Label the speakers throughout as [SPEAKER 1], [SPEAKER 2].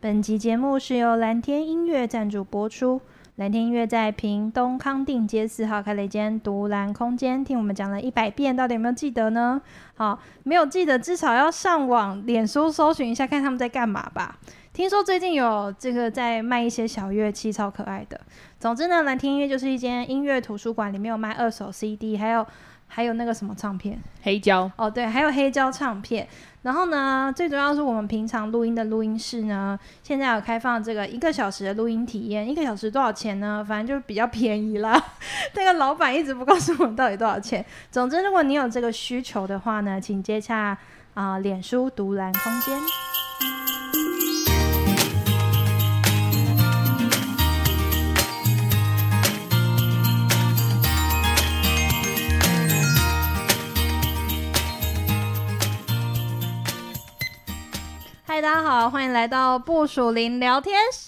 [SPEAKER 1] 本集节目是由蓝天音乐赞助播出。蓝天音乐在屏东康定街四号开了一间独蓝空间，听我们讲了一百遍，到底有没有记得呢？好，没有记得至少要上网、脸书搜寻一下，看他们在干嘛吧。听说最近有这个在卖一些小乐器，超可爱的。总之呢，蓝天音乐就是一间音乐图书馆，里面有卖二手 CD，还有还有那个什么唱片，
[SPEAKER 2] 黑胶，
[SPEAKER 1] 哦，对，还有黑胶唱片。然后呢，最主要是我们平常录音的录音室呢，现在有开放这个一个小时的录音体验，一个小时多少钱呢？反正就比较便宜啦。 那个老板一直不告诉我们到底多少钱。总之，如果你有这个需求的话呢，请接洽啊、脸书独蓝空间。嗨，大家好，欢迎来到部署林聊天 室，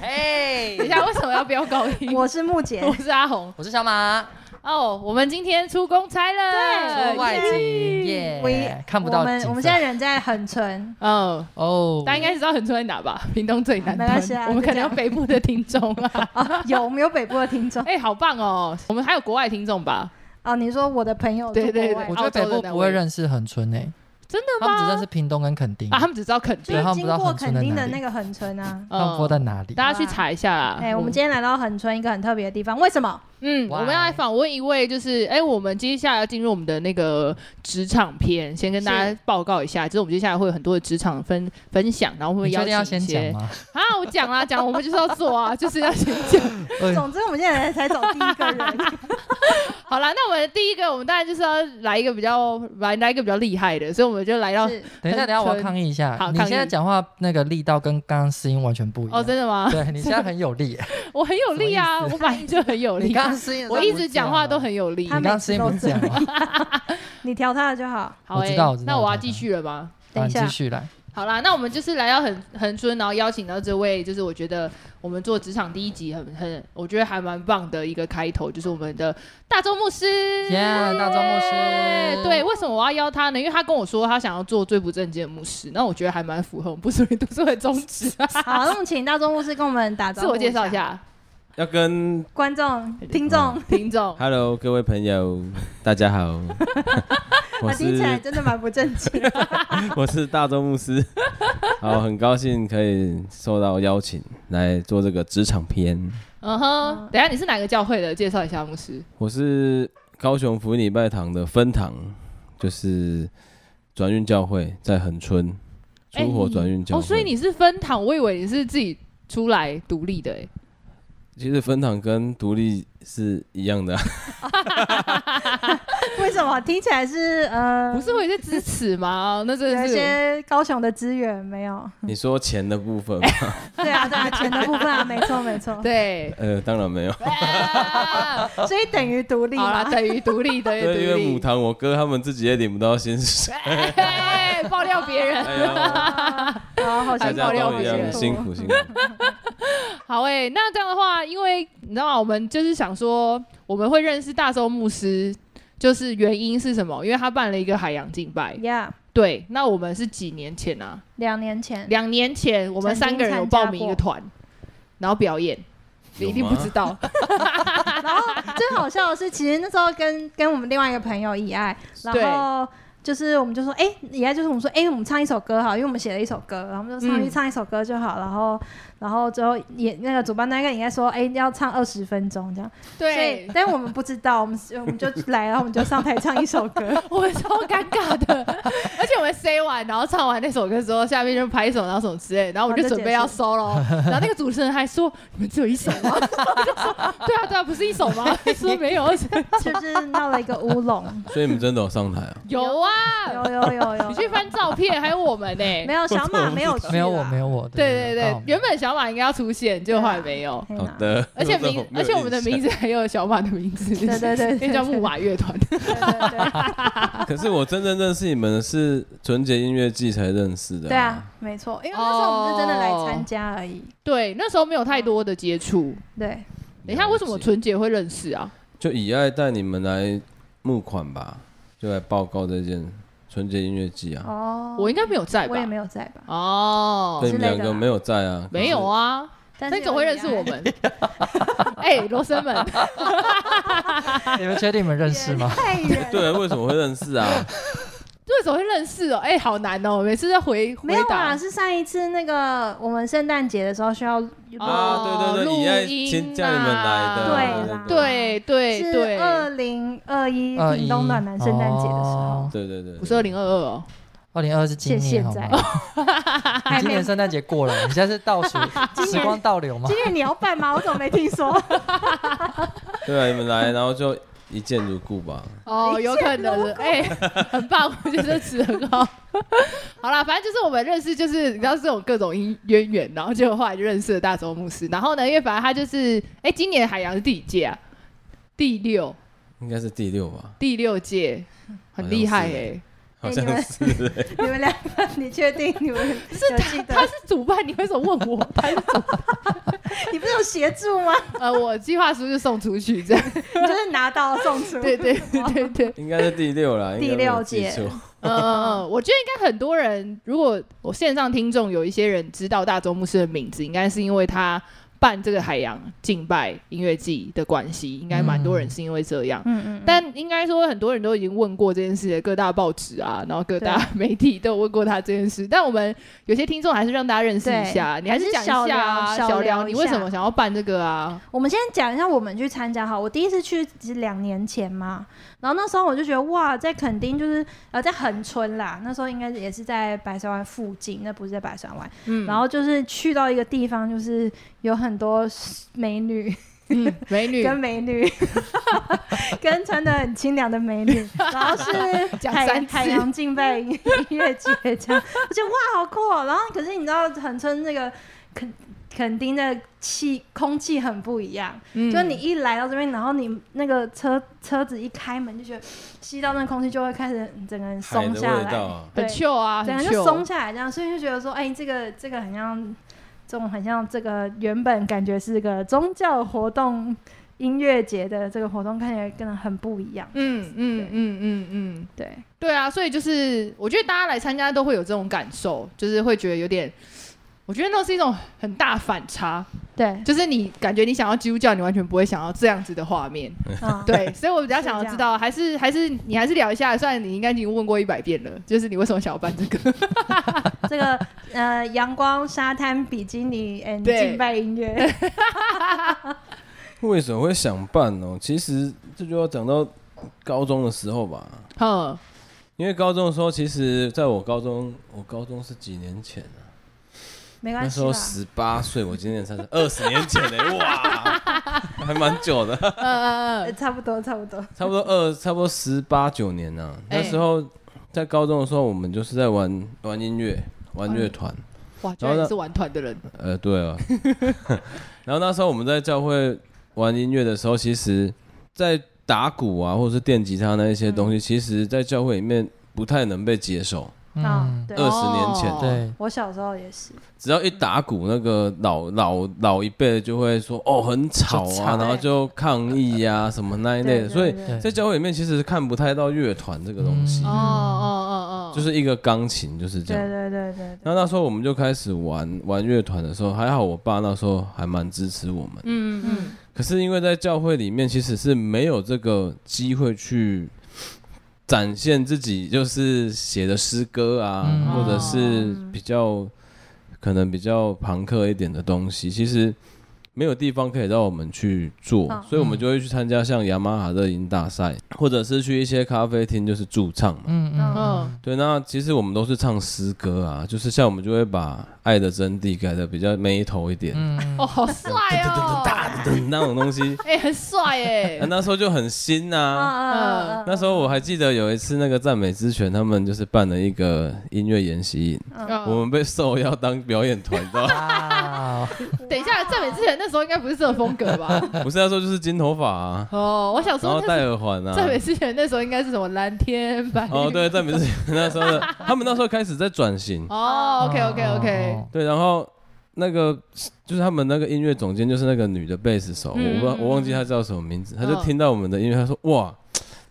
[SPEAKER 3] 嘿
[SPEAKER 2] 等一，下为什么要飙高 音？
[SPEAKER 1] 我是木姐
[SPEAKER 2] 我。是阿红
[SPEAKER 3] 我是小马，
[SPEAKER 2] 哦，我们今天出公差了，
[SPEAKER 3] 出外景耶，看不
[SPEAKER 1] 我
[SPEAKER 3] 到
[SPEAKER 1] 们
[SPEAKER 3] 景
[SPEAKER 1] 我们
[SPEAKER 3] 色
[SPEAKER 1] 现在人在很纯，
[SPEAKER 2] 嗯，
[SPEAKER 3] 哦，
[SPEAKER 2] 大家应该知道很出在哪吧？ 屏东最南
[SPEAKER 1] 没关系啊
[SPEAKER 2] 端，我们可能有
[SPEAKER 1] 就
[SPEAKER 2] 北部的听众 啊。
[SPEAKER 1] 啊，有我们有北部的听众
[SPEAKER 2] 哎，好棒哦！我们还有国外听众吧？
[SPEAKER 1] 哦。你说我的朋友
[SPEAKER 2] 对
[SPEAKER 1] 住国
[SPEAKER 2] 对
[SPEAKER 1] 外
[SPEAKER 2] 对
[SPEAKER 3] 我觉得北部不会认识恒春诶，
[SPEAKER 2] 真的
[SPEAKER 3] 他们只认
[SPEAKER 2] 吗
[SPEAKER 3] 识？屏东跟垦丁，
[SPEAKER 2] 啊，他们只知道垦
[SPEAKER 1] 就
[SPEAKER 2] 丁
[SPEAKER 1] 是
[SPEAKER 3] 对，他们不
[SPEAKER 1] 经
[SPEAKER 3] 知道
[SPEAKER 1] 过
[SPEAKER 3] 恒春
[SPEAKER 1] 垦丁
[SPEAKER 3] 在
[SPEAKER 1] 的
[SPEAKER 3] 哪
[SPEAKER 1] 那
[SPEAKER 3] 里
[SPEAKER 1] 个恒村啊。
[SPEAKER 3] 他们
[SPEAKER 2] 哦
[SPEAKER 3] 不知道在哪里。
[SPEAKER 2] 大家去查一下啦。
[SPEAKER 1] 哎，我们今天来到恒村一个很特别的地方，为什么？
[SPEAKER 2] 嗯，我们要来
[SPEAKER 3] Why？
[SPEAKER 2] 访问一位，就是哎、我们接下来要进入我们的那个职场篇，先跟大
[SPEAKER 1] 是
[SPEAKER 2] 家报告一下，就是我们接下来会有很多的职场分分享，然后会
[SPEAKER 3] 你
[SPEAKER 2] 邀
[SPEAKER 3] 确定要
[SPEAKER 2] 请
[SPEAKER 3] 先
[SPEAKER 2] 一些
[SPEAKER 3] 讲吗？
[SPEAKER 2] 啊，我讲啦，讲我们就是要做啊，就是要先讲。
[SPEAKER 1] 总之，我们现在才找第一个 人，
[SPEAKER 2] 好啦，那我们第一个，我们当然就是要来一个比较来来一个比较厉害的，所以我们就来到
[SPEAKER 1] 是
[SPEAKER 3] 等一下，等一下，我要抗议一下
[SPEAKER 2] 好。
[SPEAKER 3] 你
[SPEAKER 2] 抗
[SPEAKER 3] 现在
[SPEAKER 2] 议
[SPEAKER 3] 讲话那个力道跟刚刚声音完全不一
[SPEAKER 2] 哦，
[SPEAKER 3] 样。
[SPEAKER 2] 真的吗？
[SPEAKER 3] 对你现在很有 力，
[SPEAKER 2] 我很有力啊，
[SPEAKER 3] 什么意
[SPEAKER 2] 我本来就很有
[SPEAKER 3] 你
[SPEAKER 2] 力，啊
[SPEAKER 3] 刚刚声音，
[SPEAKER 2] 我一直讲话都很有力
[SPEAKER 3] 你。
[SPEAKER 1] 他
[SPEAKER 3] 刚刚声音不是这样吗？
[SPEAKER 1] 你调他的就好。
[SPEAKER 2] 好、
[SPEAKER 3] 我
[SPEAKER 2] 欸
[SPEAKER 3] 知道我知，道
[SPEAKER 2] 那我要
[SPEAKER 3] 我知道
[SPEAKER 2] 继续了吗？
[SPEAKER 1] 等
[SPEAKER 3] 好
[SPEAKER 1] 一
[SPEAKER 3] 你
[SPEAKER 1] 下
[SPEAKER 3] 继续来。
[SPEAKER 2] 好啦，那我们就是来到很恒春，然后邀请到这位，就是我觉得我们做职场第一集很很，我觉得还蛮棒的一个开头，就是我们的大周牧师。
[SPEAKER 3] 耶，大周牧
[SPEAKER 2] 哎
[SPEAKER 3] 师，
[SPEAKER 2] 对，，为什么我要邀他呢？因为他跟我说他想要做最不正经的牧师，那我觉得还蛮符合我们不属于读书会宗旨啊。
[SPEAKER 1] 好，那我们请大众牧师跟我们打招
[SPEAKER 2] 自
[SPEAKER 1] 呼，
[SPEAKER 2] 我介绍一，哎下，
[SPEAKER 4] 要跟
[SPEAKER 1] 观众、听
[SPEAKER 4] 哦
[SPEAKER 1] 众，
[SPEAKER 2] 听众。
[SPEAKER 4] Hello 各位 朋友，大家好，我
[SPEAKER 1] 那啊听起来
[SPEAKER 4] 是
[SPEAKER 1] 真的蛮不正经。
[SPEAKER 4] 我是大周牧师，好，很高兴可以受到邀请来做这个职场篇。
[SPEAKER 2] 嗯哼，等一下你是哪个教会的？介绍一下牧师。
[SPEAKER 4] 我是高雄福音礼拜堂的分堂，就是转运教会，在恒春出火转运教
[SPEAKER 2] 哦，
[SPEAKER 4] 会。
[SPEAKER 2] 所以你是分堂，我以为你是自己出来独立的、欸。
[SPEAKER 4] 其实分堂跟独立是一 样的啊、
[SPEAKER 1] 为什么听起来是呃，
[SPEAKER 2] 不是会有一些支持吗？哦那真
[SPEAKER 1] 有
[SPEAKER 2] 的
[SPEAKER 1] 一
[SPEAKER 2] 是
[SPEAKER 1] 些高雄的资源没有？
[SPEAKER 4] 你说钱的部 分吗，。
[SPEAKER 1] 对啊，对啊，钱的部分啊，没错没错，
[SPEAKER 2] 对
[SPEAKER 4] 呃，当然没有，
[SPEAKER 2] 啊
[SPEAKER 1] 所以等于独立
[SPEAKER 2] 好
[SPEAKER 1] 嘛
[SPEAKER 2] 啦，。等于独立，等于
[SPEAKER 4] 对，因为
[SPEAKER 2] 独
[SPEAKER 4] 母
[SPEAKER 2] 立。
[SPEAKER 4] 堂我哥他们自己也领不到薪 水。
[SPEAKER 2] 哎，爆料别人。
[SPEAKER 4] 哎呀
[SPEAKER 1] 啊， 好
[SPEAKER 4] 大
[SPEAKER 1] 辛苦，
[SPEAKER 4] 家
[SPEAKER 2] 料
[SPEAKER 1] 好
[SPEAKER 4] 都一
[SPEAKER 2] 我觉
[SPEAKER 4] 样
[SPEAKER 2] 得
[SPEAKER 4] 辛苦辛苦。
[SPEAKER 2] 好诶、那这样的话，因为你知道吗？我们就是想说，我们会认识大周牧师，就是原因是什么？因为他办了一个海洋敬拜。
[SPEAKER 1] Yeah，
[SPEAKER 2] 对，那我们是几年前啊？
[SPEAKER 1] 两年
[SPEAKER 4] 嗯
[SPEAKER 1] 前，
[SPEAKER 2] 两年前我们三个人有报名一个团，然后表演。 你一定
[SPEAKER 4] 有
[SPEAKER 2] 不
[SPEAKER 4] 吗
[SPEAKER 2] 知道，
[SPEAKER 1] 然后最好笑的是，其实那时候跟跟我们另外一个朋友以爱，
[SPEAKER 2] 对
[SPEAKER 1] 然后就是我们就说，哎、以爱就是我们说，哎、我们唱一首歌好，因为我们写了一首歌，然后我们就上去
[SPEAKER 2] 嗯
[SPEAKER 1] 唱一首歌就好，然后然后之后也那个主办单位应该说，哎、要唱二十分钟这样，所以，但我们不知道，我们我们就来，然后我们就上台唱一首 歌，
[SPEAKER 2] 我们超尴尬的，而且我们 say 完，然后唱完那首歌之后，下面就拍手，然后什么之类，然后我们就准备要收喽。 然后那个主持人还说：“你们只有一首吗？” 我就说：“对啊，对啊，不是一首吗？”他说：“没 有，而且
[SPEAKER 1] 就是闹了一个乌 龙，
[SPEAKER 4] 所以你们真的有上台啊？
[SPEAKER 2] 有啊，
[SPEAKER 1] 有有有有
[SPEAKER 2] 你，去翻照片，还有 我们呢、
[SPEAKER 1] 没有小马没有去啦，
[SPEAKER 3] 没有我，没有我。
[SPEAKER 2] 对对对，哦原
[SPEAKER 3] 原
[SPEAKER 2] 本小马应该要出现，结果后来没有。
[SPEAKER 1] 嘿
[SPEAKER 4] 好
[SPEAKER 1] 啦
[SPEAKER 4] 的。
[SPEAKER 2] 啊 而且名，而且我们的名
[SPEAKER 4] 字，
[SPEAKER 2] 字还有小马的名字，
[SPEAKER 1] 对对对对
[SPEAKER 2] 因为叫木马乐团。
[SPEAKER 1] 对对对。
[SPEAKER 4] 可是我真正认识你们是纯洁音乐季才认识的。
[SPEAKER 1] 对啊，，没错，因为那时候我们是真的来参加而已。
[SPEAKER 2] 对，那时候没有太多的接触。
[SPEAKER 1] 对，
[SPEAKER 2] 等一下，为什么纯姐会认识啊？
[SPEAKER 4] 就以爱带你们来募款吧，就来报告这件春节音乐季啊，
[SPEAKER 1] 哦，
[SPEAKER 2] 我应该没有在吧？
[SPEAKER 1] 我也没有在吧？
[SPEAKER 2] 哦
[SPEAKER 4] 对，你
[SPEAKER 1] 之
[SPEAKER 4] 们
[SPEAKER 1] 类
[SPEAKER 4] 两
[SPEAKER 1] 的
[SPEAKER 4] 个
[SPEAKER 1] 啦
[SPEAKER 4] 没有在啊，可
[SPEAKER 2] 没有
[SPEAKER 4] 是，
[SPEAKER 2] 啊，
[SPEAKER 1] 但
[SPEAKER 2] 那
[SPEAKER 1] 是
[SPEAKER 2] 你总会认识我们。 哎，罗生门，
[SPEAKER 3] 你们确定你们认识 吗？
[SPEAKER 1] 太远，
[SPEAKER 4] 对，为什么会认识啊？
[SPEAKER 2] 对手会认识哦。哎，好难哦，每次在回 回
[SPEAKER 1] 没有
[SPEAKER 2] 答
[SPEAKER 1] 啊，。是上一次那个我们圣诞节的时候需要录，
[SPEAKER 4] 啊，
[SPEAKER 2] 哦
[SPEAKER 4] 对对对，你爱
[SPEAKER 2] 录音
[SPEAKER 4] 请叫你们来
[SPEAKER 2] 哦
[SPEAKER 1] 对
[SPEAKER 4] 的
[SPEAKER 2] 啊
[SPEAKER 1] 啦，
[SPEAKER 2] 对对
[SPEAKER 1] 是
[SPEAKER 2] 对，
[SPEAKER 1] 二零二一
[SPEAKER 3] 21
[SPEAKER 1] 屏东暖男圣诞节的时候
[SPEAKER 3] 哦，
[SPEAKER 4] 对对对对，
[SPEAKER 2] 不是二零二二哦。
[SPEAKER 3] 二零二是今
[SPEAKER 1] 现
[SPEAKER 3] 年好
[SPEAKER 1] 在
[SPEAKER 3] 吗？ 你
[SPEAKER 1] 还
[SPEAKER 3] 今
[SPEAKER 1] 没
[SPEAKER 3] 年。圣诞节过了，你现在是倒 数
[SPEAKER 1] 今
[SPEAKER 3] 时
[SPEAKER 1] 年
[SPEAKER 3] 光倒流吗
[SPEAKER 1] 今？天你要办吗？我怎么没听说？
[SPEAKER 4] 对啊，你们来，然后就一见如故吧。
[SPEAKER 2] 哦，有可能，哎、很棒，我觉得词很好。 好啦，反正就是我们认识，就是你知道这种各种因渊源，然后结果后来就认识了大洲牧师。然后呢，因为反正他就是，哎、今年海洋是第几届啊？第六，
[SPEAKER 4] 应该是第六吧，
[SPEAKER 2] 第六届，很厉害哎、欸
[SPEAKER 4] 好
[SPEAKER 1] 你
[SPEAKER 4] 像
[SPEAKER 1] 们
[SPEAKER 4] 是欸。
[SPEAKER 1] 你们两个，你确定你们有记得
[SPEAKER 2] 他？是主办，你为什么问我？他是主
[SPEAKER 1] 你不是有协助吗？
[SPEAKER 2] 呃，我计划书就送出去这样。
[SPEAKER 1] 你就是拿到送出。
[SPEAKER 2] 对 对对对对，
[SPEAKER 4] 应该是第 六啦，
[SPEAKER 1] 第
[SPEAKER 4] 应该没有
[SPEAKER 1] 六届
[SPEAKER 4] 记错
[SPEAKER 2] 嗯嗯嗯，我觉得应该很多人，如果我线上听众有一些人知道大周牧师的名字，应该是因为他办这个海洋敬拜音乐季的关系，应该蛮多人是因为这样。
[SPEAKER 1] 嗯，嗯嗯。
[SPEAKER 2] 但应该说，很多人都已经问过这件事，各大报纸啊，然后各大媒体都有问过他这件事。但我们有些听众还是让大家认识一下，
[SPEAKER 1] 对
[SPEAKER 2] 你还是讲一下
[SPEAKER 1] 还
[SPEAKER 2] 啊，
[SPEAKER 1] 是小聊小
[SPEAKER 2] 小
[SPEAKER 1] 聊
[SPEAKER 2] 聊
[SPEAKER 1] 一
[SPEAKER 2] 你
[SPEAKER 1] 下
[SPEAKER 2] 为什么想要办这个啊？
[SPEAKER 1] 我们先讲一下我们去参加哈，我第一次去是两年前嘛，然后那时候我就觉得哇，在垦丁就是呃在恒春啦，那时候应该也是在白沙湾附近，那不是在白沙湾，
[SPEAKER 2] 嗯，
[SPEAKER 1] 然后就是去到一个地方，就是有很多美女
[SPEAKER 2] 嗯美女
[SPEAKER 1] 跟美女， 跟穿的很清凉的美女，然后是
[SPEAKER 2] 讲
[SPEAKER 1] 海
[SPEAKER 2] 三次
[SPEAKER 1] 海洋敬拜音乐节这样，我觉得哇好酷、哦。然后可是你知道恒春那个垦垦丁的气空气很不一样。
[SPEAKER 2] 嗯
[SPEAKER 1] 就你一来到这边，然后你那个车车子一开门，就觉得吸到那空气就会开始整个人
[SPEAKER 4] 海
[SPEAKER 1] 松
[SPEAKER 4] 的
[SPEAKER 1] 下
[SPEAKER 4] 味道
[SPEAKER 1] 来，
[SPEAKER 4] 啊，
[SPEAKER 1] 对
[SPEAKER 2] 很 chill 啊，
[SPEAKER 1] 整
[SPEAKER 2] 很
[SPEAKER 1] 个
[SPEAKER 2] chill
[SPEAKER 1] 就松下来这样，所以就觉得说，哎、这个这个很像，这种很像这个原本感觉是个宗教活动、音乐节的这个活动，看起来跟人很不一样。
[SPEAKER 2] 嗯嗯嗯嗯嗯，
[SPEAKER 1] 对，
[SPEAKER 2] 对啊，所以就是我觉得大家来参加都会有这种感受，就是会觉得有点，我觉得那是一种很大反差，
[SPEAKER 1] 对，
[SPEAKER 2] 就是你感觉你想要基督教，你完全不会想要这样子的画面。
[SPEAKER 1] 嗯，
[SPEAKER 2] 对，所以我比较
[SPEAKER 1] 是
[SPEAKER 2] 想
[SPEAKER 1] 这
[SPEAKER 2] 要
[SPEAKER 1] 样
[SPEAKER 2] 知道，还是还是你还是聊一下，虽然你应该已经问过一百遍了，就是你为什么想要办这个？
[SPEAKER 1] 这个呃，阳光、沙滩、比基尼，and
[SPEAKER 2] 对
[SPEAKER 1] 敬拜音乐，
[SPEAKER 4] 为什么会想办哦？其实这就要讲到高中的时候吧，
[SPEAKER 2] 嗯，
[SPEAKER 4] 因为高中的时候，其实在我高中，我高中是几年前啊？
[SPEAKER 1] 没
[SPEAKER 4] 那
[SPEAKER 1] 关
[SPEAKER 4] 时
[SPEAKER 1] 系
[SPEAKER 4] 候
[SPEAKER 1] 啦。
[SPEAKER 4] 十八岁，我今年三十， 二十年前嘞、哇，还蛮久的，
[SPEAKER 2] 嗯
[SPEAKER 1] 呃差不多，差不多。
[SPEAKER 4] 差不多二，差不多十八九年呐、
[SPEAKER 2] 哎
[SPEAKER 4] 那时候在高中的时候，我们就是在玩玩音乐，玩乐团。
[SPEAKER 2] 哇，居然你是玩团的人，
[SPEAKER 4] 呃，对啊。然后那时候我们在教会玩音乐的时候，其实，在打鼓啊，或者是电吉他那一些东西，其实，在教会里面不太能被接受。
[SPEAKER 1] 啊，
[SPEAKER 3] 嗯，
[SPEAKER 1] 对，
[SPEAKER 4] 二十年前，
[SPEAKER 2] 哦
[SPEAKER 3] 对，
[SPEAKER 1] 我小时候也是。
[SPEAKER 4] 只要一打鼓，那个老老老一辈的就会说哦很吵
[SPEAKER 3] 就
[SPEAKER 4] 啊，
[SPEAKER 3] 吵
[SPEAKER 4] 然后就抗议啊什么那一类的。
[SPEAKER 1] 对
[SPEAKER 4] 所以
[SPEAKER 1] 对
[SPEAKER 3] 对
[SPEAKER 4] 在教会里面，其实看不太到乐团这个东西，
[SPEAKER 2] 哦
[SPEAKER 3] 嗯
[SPEAKER 2] 哦哦哦，
[SPEAKER 4] 就是一个钢琴就是这样。
[SPEAKER 1] 对对对对对，
[SPEAKER 4] 那那时候我们就开始玩玩乐团的时候，还好我爸那时候还蛮支持我们。
[SPEAKER 2] 嗯嗯
[SPEAKER 4] 可是因为在教会里面，其实是没有这个机会去展现自己，就是写的诗歌啊，
[SPEAKER 3] 嗯
[SPEAKER 4] 或者是比较可能比较朋克一点的东西，其实没有地方可以让我们去做，
[SPEAKER 1] 嗯
[SPEAKER 4] 所以我们就会去参加像雅马哈热音大赛，或者是去一些咖啡厅就是驻唱嘛。
[SPEAKER 3] 嗯嗯
[SPEAKER 2] 嗯嗯，
[SPEAKER 4] 对，那其实我们都是唱诗歌啊，就是像我们就会把《爱的真谛》改的比较眉头一点，
[SPEAKER 3] 嗯，
[SPEAKER 2] 哦，好帅 哦，
[SPEAKER 4] 噔 那种东西。
[SPEAKER 2] 哎，很帅哎
[SPEAKER 4] 啊，那时候就很新啊
[SPEAKER 1] 嗯
[SPEAKER 4] 呐、
[SPEAKER 1] 嗯嗯嗯，
[SPEAKER 4] 那时候我还记得有一次，那个赞美之泉他们就是办了一个音乐研习营，
[SPEAKER 2] 嗯
[SPEAKER 4] 我们被受邀当表演团，你知
[SPEAKER 2] 哦
[SPEAKER 4] 道吗？
[SPEAKER 3] 哇，
[SPEAKER 2] 等一下，赞美之前那时候应该不是这个风格 吧？
[SPEAKER 4] 不是那时候就是金头发啊，
[SPEAKER 2] 哦，我想
[SPEAKER 4] 然
[SPEAKER 2] 说
[SPEAKER 4] 后
[SPEAKER 2] 那
[SPEAKER 4] 戴
[SPEAKER 2] 是
[SPEAKER 4] 耳环啊。
[SPEAKER 2] 赞美之前那时候应该是什么蓝天白
[SPEAKER 4] 哦，对，赞美之泉那时候 的，他们那时候开始在转型，
[SPEAKER 2] 哦，OK OK OK，
[SPEAKER 3] 哦
[SPEAKER 4] 对，然后那个就是他们那个音乐总监就是那个女的贝斯手，
[SPEAKER 2] 嗯
[SPEAKER 4] 我不知道
[SPEAKER 2] 嗯
[SPEAKER 4] 我忘记她叫什么名字，她就
[SPEAKER 2] 嗯
[SPEAKER 4] 听到我们的音乐，她说哇。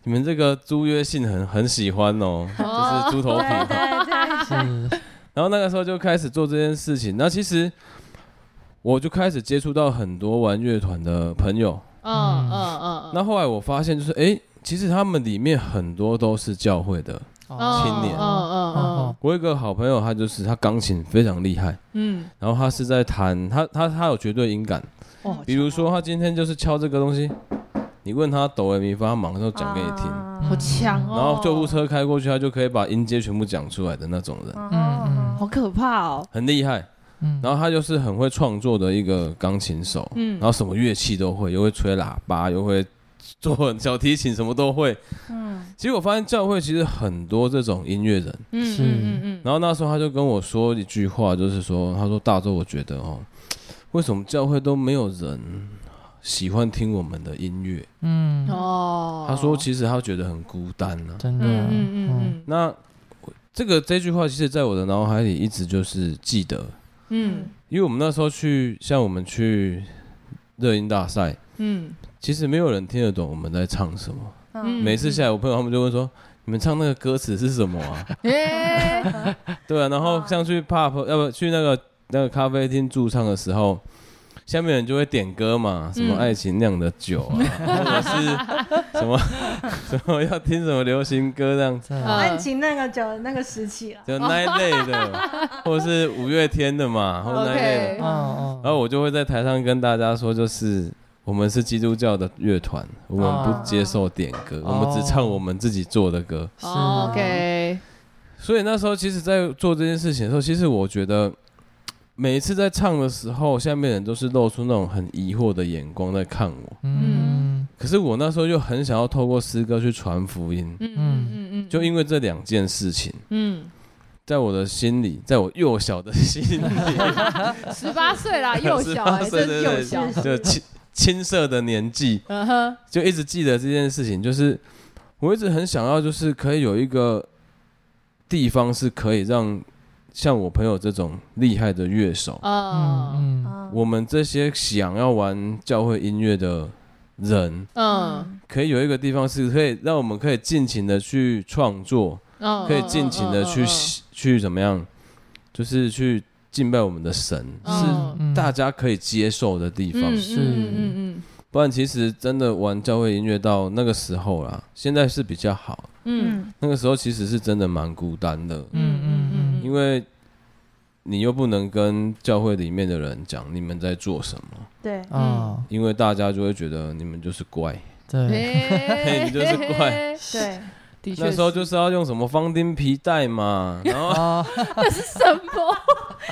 [SPEAKER 4] 你们这个租约信很很喜欢哦，就是是猪 头皮
[SPEAKER 1] 对
[SPEAKER 4] 嘛。
[SPEAKER 1] 对对，
[SPEAKER 3] 是
[SPEAKER 4] 然后那个时候就开始做这件事情。那其实我就开始接触到很多玩乐团的朋友。
[SPEAKER 2] 嗯嗯嗯，
[SPEAKER 4] 那后来我发现，就是哎、诶其实他们里面很多都是教会的。
[SPEAKER 3] 哦
[SPEAKER 2] 嗯
[SPEAKER 4] 青年
[SPEAKER 2] 嗯嗯嗯
[SPEAKER 4] 我有一个好朋友，他就是他钢琴非常厉害，
[SPEAKER 2] 嗯，
[SPEAKER 4] 然后他是在弹，他他他有绝对音感。
[SPEAKER 2] 哦
[SPEAKER 4] 比如说，他今天就是敲这个东西，你问他哆来咪发，他马上就讲给你听。
[SPEAKER 1] 啊
[SPEAKER 2] 好强哦，
[SPEAKER 4] 然后救护车开过去，他就可以把音阶全部讲出来的那种
[SPEAKER 2] 哦
[SPEAKER 4] 人，
[SPEAKER 1] 嗯
[SPEAKER 3] 嗯
[SPEAKER 2] 好可怕哦，
[SPEAKER 4] 很厉害。
[SPEAKER 3] 嗯
[SPEAKER 4] 然后他就是很会创作的一个钢琴手，
[SPEAKER 2] 嗯
[SPEAKER 4] 然后什么乐器都会，又会吹喇叭，又会做小提琴，什么都会。
[SPEAKER 1] 嗯
[SPEAKER 4] 其实我发现教会其实很多这种音乐人。
[SPEAKER 2] 嗯
[SPEAKER 3] 是
[SPEAKER 2] 嗯嗯嗯，
[SPEAKER 4] 然后那时候他就跟我说一句话，就是说，他说大周，我觉得哦，为什么教会都没有人喜欢听我们的音乐？
[SPEAKER 3] 嗯，
[SPEAKER 2] 哦，
[SPEAKER 4] 他说，其实他觉得很孤单呢、
[SPEAKER 3] 真
[SPEAKER 2] 嗯
[SPEAKER 3] 的，
[SPEAKER 2] 嗯嗯嗯
[SPEAKER 4] 那我这个这句话，其实在我的脑海里一直就是记得，
[SPEAKER 2] 嗯
[SPEAKER 4] 因为我们那时候去，像我们去热音大赛，
[SPEAKER 2] 嗯
[SPEAKER 4] 其实没有人听得懂我们在唱什么。
[SPEAKER 1] 嗯
[SPEAKER 4] 每次下来，我朋友他们就问说：“你们唱那个歌词是什么啊
[SPEAKER 2] 嗯，哎，？”
[SPEAKER 4] 对啊，然后像去 pub，要不去那个那个咖啡厅驻唱的时候，下面人就会点歌嘛，什么
[SPEAKER 2] 嗯
[SPEAKER 4] 爱情酿的酒啊，或者是什么 什么要听什么流行歌这样
[SPEAKER 2] 嗯
[SPEAKER 4] 子，
[SPEAKER 3] 真
[SPEAKER 2] 哦
[SPEAKER 3] 的
[SPEAKER 1] 爱情那个久那个时期啊了，
[SPEAKER 4] 就那一类的，或者是五月天的嘛，或者那一类的。
[SPEAKER 2] OK，
[SPEAKER 3] 哦
[SPEAKER 4] 然后我就会在台上跟大家说，就是我们是基督教的乐团，我们
[SPEAKER 3] 哦
[SPEAKER 4] 不接受点歌，我们
[SPEAKER 3] 哦
[SPEAKER 4] 只唱我们自己做的歌。
[SPEAKER 3] 是
[SPEAKER 2] 哦 OK，
[SPEAKER 4] 所以那时候，其实，在做这件事情的时候，其实我觉得每一次在唱的时候，下面人都是露出那种很疑惑的眼光在看我。
[SPEAKER 3] 嗯
[SPEAKER 4] 可是我那时候又很想要透过诗歌去传福音，
[SPEAKER 2] 嗯嗯嗯嗯，
[SPEAKER 4] 就因为这两件事情，
[SPEAKER 2] 嗯
[SPEAKER 4] 在我的心里，在我幼小的心里，
[SPEAKER 2] 十八岁 啦，幼小
[SPEAKER 4] 18
[SPEAKER 2] 哎，
[SPEAKER 4] 岁
[SPEAKER 2] 真是
[SPEAKER 4] 对
[SPEAKER 2] 幼
[SPEAKER 4] 对
[SPEAKER 2] 小，
[SPEAKER 4] 就青青涩的年纪，
[SPEAKER 2] 嗯哼，
[SPEAKER 4] 就一直记得这件事情，就是我一直很想要，就是可以有一个地方是可以让像我朋友这种厉害的乐手，
[SPEAKER 2] 嗯
[SPEAKER 3] 嗯嗯，
[SPEAKER 1] 嗯
[SPEAKER 4] 我们这些想要玩教会音乐的人，
[SPEAKER 2] 嗯。
[SPEAKER 4] 可以有一个地方是可以让我们可以尽情的去创作，
[SPEAKER 2] 嗯
[SPEAKER 4] 可以尽情的去
[SPEAKER 2] 嗯
[SPEAKER 4] 去怎么样，就是去敬拜我们的神，
[SPEAKER 2] 嗯
[SPEAKER 4] 是大家可以接受的地
[SPEAKER 2] 嗯
[SPEAKER 4] 方
[SPEAKER 2] 嗯。
[SPEAKER 3] 是
[SPEAKER 2] 嗯嗯
[SPEAKER 4] 不然其实真的玩教会音乐到那个时候啦，现在是比较好。
[SPEAKER 2] 嗯
[SPEAKER 1] 嗯
[SPEAKER 4] 那个时候其实是真的蛮孤单的，
[SPEAKER 2] 嗯嗯嗯，
[SPEAKER 4] 因为你又不能跟教会里面的人讲你们在做什么，
[SPEAKER 1] 对，
[SPEAKER 2] 嗯
[SPEAKER 3] 哦，
[SPEAKER 4] 因为大家就会觉得你们就是怪。
[SPEAKER 3] 对，
[SPEAKER 2] 嘿
[SPEAKER 4] 你就是怪，
[SPEAKER 1] 对，
[SPEAKER 2] 的确
[SPEAKER 4] 那时候就是要用什么方丁皮带 嘛，然后
[SPEAKER 3] 哦，
[SPEAKER 2] 什么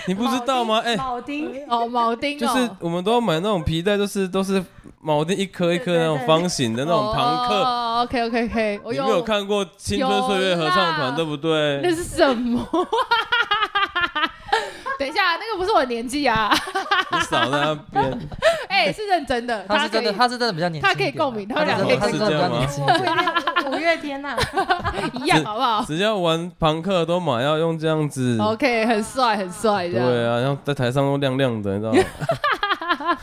[SPEAKER 4] 你不知道吗？哎、
[SPEAKER 1] 铆钉，
[SPEAKER 2] 哦，铆钉
[SPEAKER 4] 就是我们都要买那种皮带，就是都是铆钉一颗一颗那种方形的那
[SPEAKER 2] 哦
[SPEAKER 4] 种朋克。
[SPEAKER 2] ，OK OK OK，我
[SPEAKER 4] 你没有看过《青春岁月合唱
[SPEAKER 2] 有啊
[SPEAKER 4] 团
[SPEAKER 2] 啦》
[SPEAKER 4] 对不
[SPEAKER 2] 那
[SPEAKER 4] 对？
[SPEAKER 2] 是什么？等一下，那个不是我年纪啊，
[SPEAKER 4] 你少在那边，
[SPEAKER 2] 哎，是认真的，
[SPEAKER 3] 他是真的，
[SPEAKER 2] 他
[SPEAKER 3] 他是真的比较年轻
[SPEAKER 2] 他
[SPEAKER 3] 一点，
[SPEAKER 2] 可以共鸣他们
[SPEAKER 3] 真的
[SPEAKER 4] 两个可以
[SPEAKER 3] 他是
[SPEAKER 4] 共鸣
[SPEAKER 3] 真的比较年轻一点，
[SPEAKER 1] 五月天啊呐，
[SPEAKER 2] 一样好不好
[SPEAKER 4] 只要玩朋克都买要用这样子。
[SPEAKER 2] 哦？OK，很帅很帅这
[SPEAKER 4] 对
[SPEAKER 2] 样，
[SPEAKER 4] 啊，然后在台上都亮亮的，你 知道吗？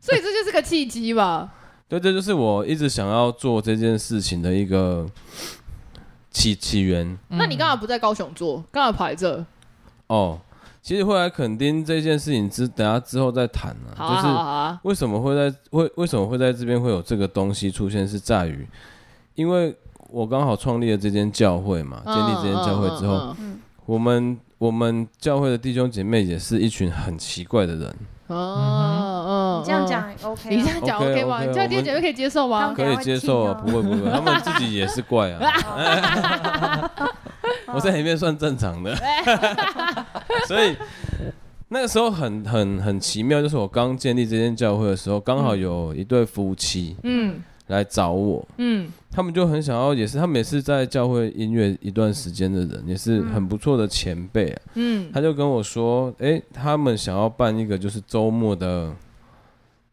[SPEAKER 2] 所以这就是个契机吧。
[SPEAKER 4] 对，这就是我一直想要做这件事情的一个起起源
[SPEAKER 2] 那
[SPEAKER 3] 嗯
[SPEAKER 2] 你刚好不在高雄做，刚好跑来这，
[SPEAKER 4] 哦。其实后来肯定这件事情之等下之后再谈啊，
[SPEAKER 2] 好啊
[SPEAKER 4] 就
[SPEAKER 2] 好啊
[SPEAKER 4] 是
[SPEAKER 2] 好啊，
[SPEAKER 4] 为什么会在会为什么会在这边会有这个东西出现，是在于，因为我刚好创立了这间教会嘛，啊建立这间教会之后，
[SPEAKER 2] 嗯，
[SPEAKER 4] 我们我们教会的弟兄姐妹也是一群很奇怪的人，
[SPEAKER 2] 哦，嗯
[SPEAKER 1] 你这样，讲 OK，
[SPEAKER 2] 你这
[SPEAKER 1] 啊
[SPEAKER 2] 样讲
[SPEAKER 4] OK，
[SPEAKER 2] OK 吗？
[SPEAKER 4] OK，
[SPEAKER 2] 你这样弟兄姐妹可以接受
[SPEAKER 1] 他
[SPEAKER 2] 吗
[SPEAKER 1] 们？
[SPEAKER 4] 可以接受啊，
[SPEAKER 1] 等
[SPEAKER 2] 哦
[SPEAKER 4] 不会不会，他们自己也是怪啊，
[SPEAKER 1] 哦
[SPEAKER 4] 我在里面算正常的，所以那个时候很很很奇妙，就是我刚建立这间教会的时候，刚好有一对夫妻
[SPEAKER 2] 嗯
[SPEAKER 4] 来找我，
[SPEAKER 2] 嗯
[SPEAKER 4] 他们就很想要，也是他们也是在教会音乐一段时间的人，也是很不错的前辈、啊。
[SPEAKER 2] 嗯
[SPEAKER 4] 他就跟我说，诶，他们想要办一个就是周末的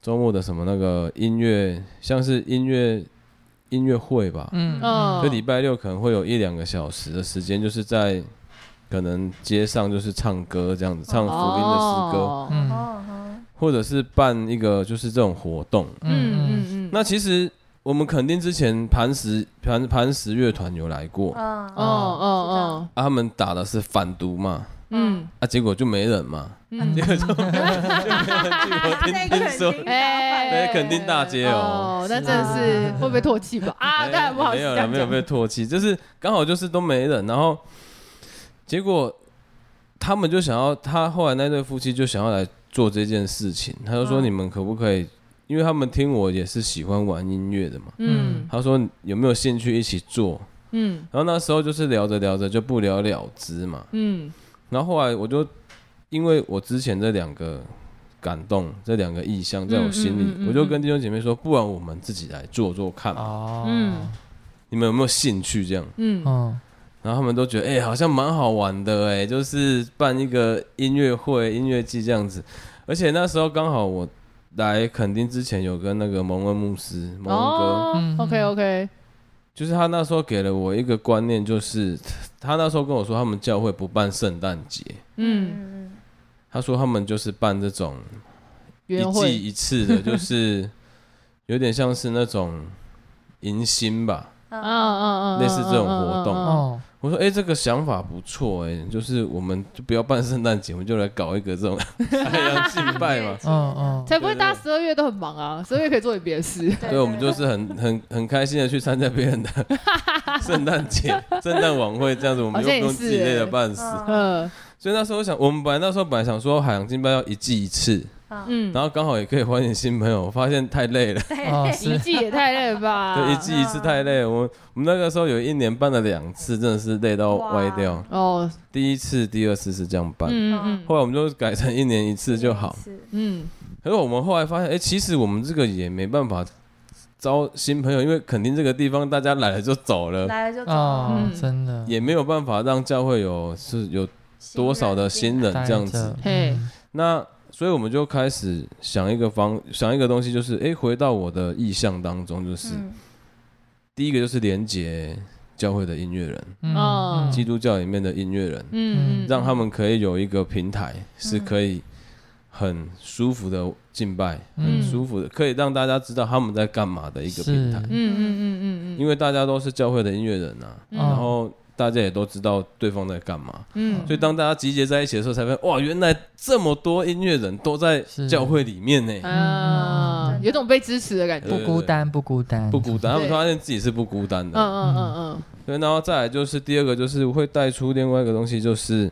[SPEAKER 4] 周末的什么那个音乐，像是音乐音乐会吧。
[SPEAKER 3] 嗯
[SPEAKER 2] 嗯
[SPEAKER 4] 就礼拜六可能会有一两个小时的时间，就是在可能街上就是唱歌这样子，
[SPEAKER 2] 哦
[SPEAKER 4] 唱福音的诗歌，
[SPEAKER 2] 嗯
[SPEAKER 3] 嗯
[SPEAKER 1] 哦，
[SPEAKER 4] 或者是办一个就是这种活动。
[SPEAKER 2] 嗯
[SPEAKER 3] 嗯
[SPEAKER 2] 嗯嗯，
[SPEAKER 4] 那其实我们肯定之前磐石磐磐石乐团有来过，啊，
[SPEAKER 1] 嗯，
[SPEAKER 2] 哦哦
[SPEAKER 4] 他们打的是反毒嘛，
[SPEAKER 2] 哦，嗯
[SPEAKER 4] 啊，结果就没 人嘛，
[SPEAKER 2] 嗯，
[SPEAKER 4] 我听
[SPEAKER 1] 在
[SPEAKER 4] 听说
[SPEAKER 1] 肯定，哎，
[SPEAKER 4] 在垦丁大街哦哎
[SPEAKER 2] 那真的是会不会唾弃 吧？啊，当然不好
[SPEAKER 4] 没
[SPEAKER 2] 意
[SPEAKER 4] 有
[SPEAKER 2] 思
[SPEAKER 4] 了，
[SPEAKER 2] 讲，
[SPEAKER 4] 没有被唾弃，就是刚好就是都没人，然后结果他们就想要，他后来那对夫妻就想要来做这件事情，他就说
[SPEAKER 1] 嗯
[SPEAKER 4] 你们可不可以，因为他们听我也是喜欢玩音乐的嘛，
[SPEAKER 2] 嗯
[SPEAKER 4] 他说有没有兴趣一起做，
[SPEAKER 2] 嗯
[SPEAKER 4] 然后那时候就是聊着聊着就不了了之嘛，
[SPEAKER 2] 嗯
[SPEAKER 4] 然后后来我就因为我之前这两个感动，这两个意向在我心里，
[SPEAKER 2] 嗯嗯嗯嗯
[SPEAKER 4] 我就跟弟兄姐妹说，不然我们自己来做做看嘛，
[SPEAKER 3] 哦，
[SPEAKER 2] 嗯
[SPEAKER 4] 你们有没有兴趣这样？
[SPEAKER 2] 嗯
[SPEAKER 3] 嗯，
[SPEAKER 4] 然后他们都觉得，哎、好像蛮好玩的、哎，就是办一个音乐会、音乐季这样子。而且那时候刚好我来垦丁之前，有跟那个蒙恩牧师、蒙恩哥，
[SPEAKER 2] 哦，OK OK，
[SPEAKER 4] 就是他那时候给了我一个观念，就是他那时候跟我说，他们教会不办圣诞节，
[SPEAKER 2] 嗯，
[SPEAKER 1] 嗯
[SPEAKER 4] 他说他们就是办这种一
[SPEAKER 2] 约
[SPEAKER 4] 季
[SPEAKER 2] 会，
[SPEAKER 4] 一次 的，就是有点像是那种迎新吧。
[SPEAKER 1] 嗯
[SPEAKER 2] 嗯嗯嗯，
[SPEAKER 3] 哦，
[SPEAKER 4] 我说，哎、这个想法不错，哎，就是我们就不要办圣诞节，我们就来搞一 个这种太阳敬拜嘛。
[SPEAKER 3] 嗯嗯，
[SPEAKER 2] 才不会大家十二月都很忙啊，十二月可以做点别的事。
[SPEAKER 4] 对，我们就是很很很开心的去参加别人的 圣诞 节、圣诞晚会，这样子我们
[SPEAKER 2] 好
[SPEAKER 4] 又
[SPEAKER 2] 像
[SPEAKER 4] 不用
[SPEAKER 2] 也是
[SPEAKER 4] 自己累
[SPEAKER 2] 欸
[SPEAKER 4] 得半死。
[SPEAKER 2] 嗯
[SPEAKER 4] 所以那时候我想，我们本来那时候本来想说海洋敬拜要一季一次，
[SPEAKER 2] 嗯，
[SPEAKER 4] 然后刚好也可以欢迎新朋友。我发现太累了，
[SPEAKER 3] 哦
[SPEAKER 2] 一
[SPEAKER 3] 是
[SPEAKER 2] 季也太累了吧？
[SPEAKER 4] 对，一季一次太累了。我我们那个时候有一年办了两次，真的是累到歪掉
[SPEAKER 1] 哇。
[SPEAKER 2] 哦，
[SPEAKER 4] 第一次、第二次是这样办，
[SPEAKER 2] 嗯
[SPEAKER 4] 后来我们就改成一年一次就好。
[SPEAKER 2] 嗯
[SPEAKER 4] 可是我们后来发现，哎、其实我们这个也没办法招新朋友，因为肯定这个地方大家来了就走了，
[SPEAKER 1] 来了就走了，
[SPEAKER 3] 哦
[SPEAKER 2] 嗯，
[SPEAKER 3] 真的
[SPEAKER 4] 也没有办法让教会有是有多少的新人
[SPEAKER 3] 待
[SPEAKER 4] 这样
[SPEAKER 3] 着
[SPEAKER 4] 子。
[SPEAKER 2] 嘿
[SPEAKER 3] 嗯
[SPEAKER 4] 那所以我们就开始想一个方，想一个东西，就是哎、诶回到我的意向当中，就是、
[SPEAKER 1] 嗯
[SPEAKER 4] 第一个就是连接教会的音乐人，
[SPEAKER 3] 嗯
[SPEAKER 2] 哦
[SPEAKER 3] 嗯
[SPEAKER 4] 基督教里面的音乐人，
[SPEAKER 2] 嗯，
[SPEAKER 4] 让他们可以有一个平台，是可以很舒服的敬拜，
[SPEAKER 2] 嗯
[SPEAKER 4] 很舒服的，可以让大家知道他们在干嘛的一个平台
[SPEAKER 3] 是。
[SPEAKER 2] 嗯嗯嗯嗯
[SPEAKER 4] 因为大家都是教会的音乐人呐、啊，
[SPEAKER 2] 嗯
[SPEAKER 4] 然后大家也都知道对方在干嘛，
[SPEAKER 2] 嗯
[SPEAKER 4] 所以当大家集结在一起的时候，才发现哇，原来这么多音乐人都在
[SPEAKER 3] 是
[SPEAKER 4] 教会里面
[SPEAKER 2] 嗯
[SPEAKER 4] 呢，
[SPEAKER 2] 啊，有种被支持的感觉。
[SPEAKER 4] 对
[SPEAKER 3] 不
[SPEAKER 4] 对
[SPEAKER 3] 孤
[SPEAKER 4] 对
[SPEAKER 3] 单，不孤单，
[SPEAKER 4] 不孤单。他
[SPEAKER 2] 对
[SPEAKER 4] 们发现自己是不孤单
[SPEAKER 2] 嗯
[SPEAKER 4] 的。
[SPEAKER 2] 嗯嗯
[SPEAKER 4] 对，然后再来就是第二个，就是会带出另外一个东西，就是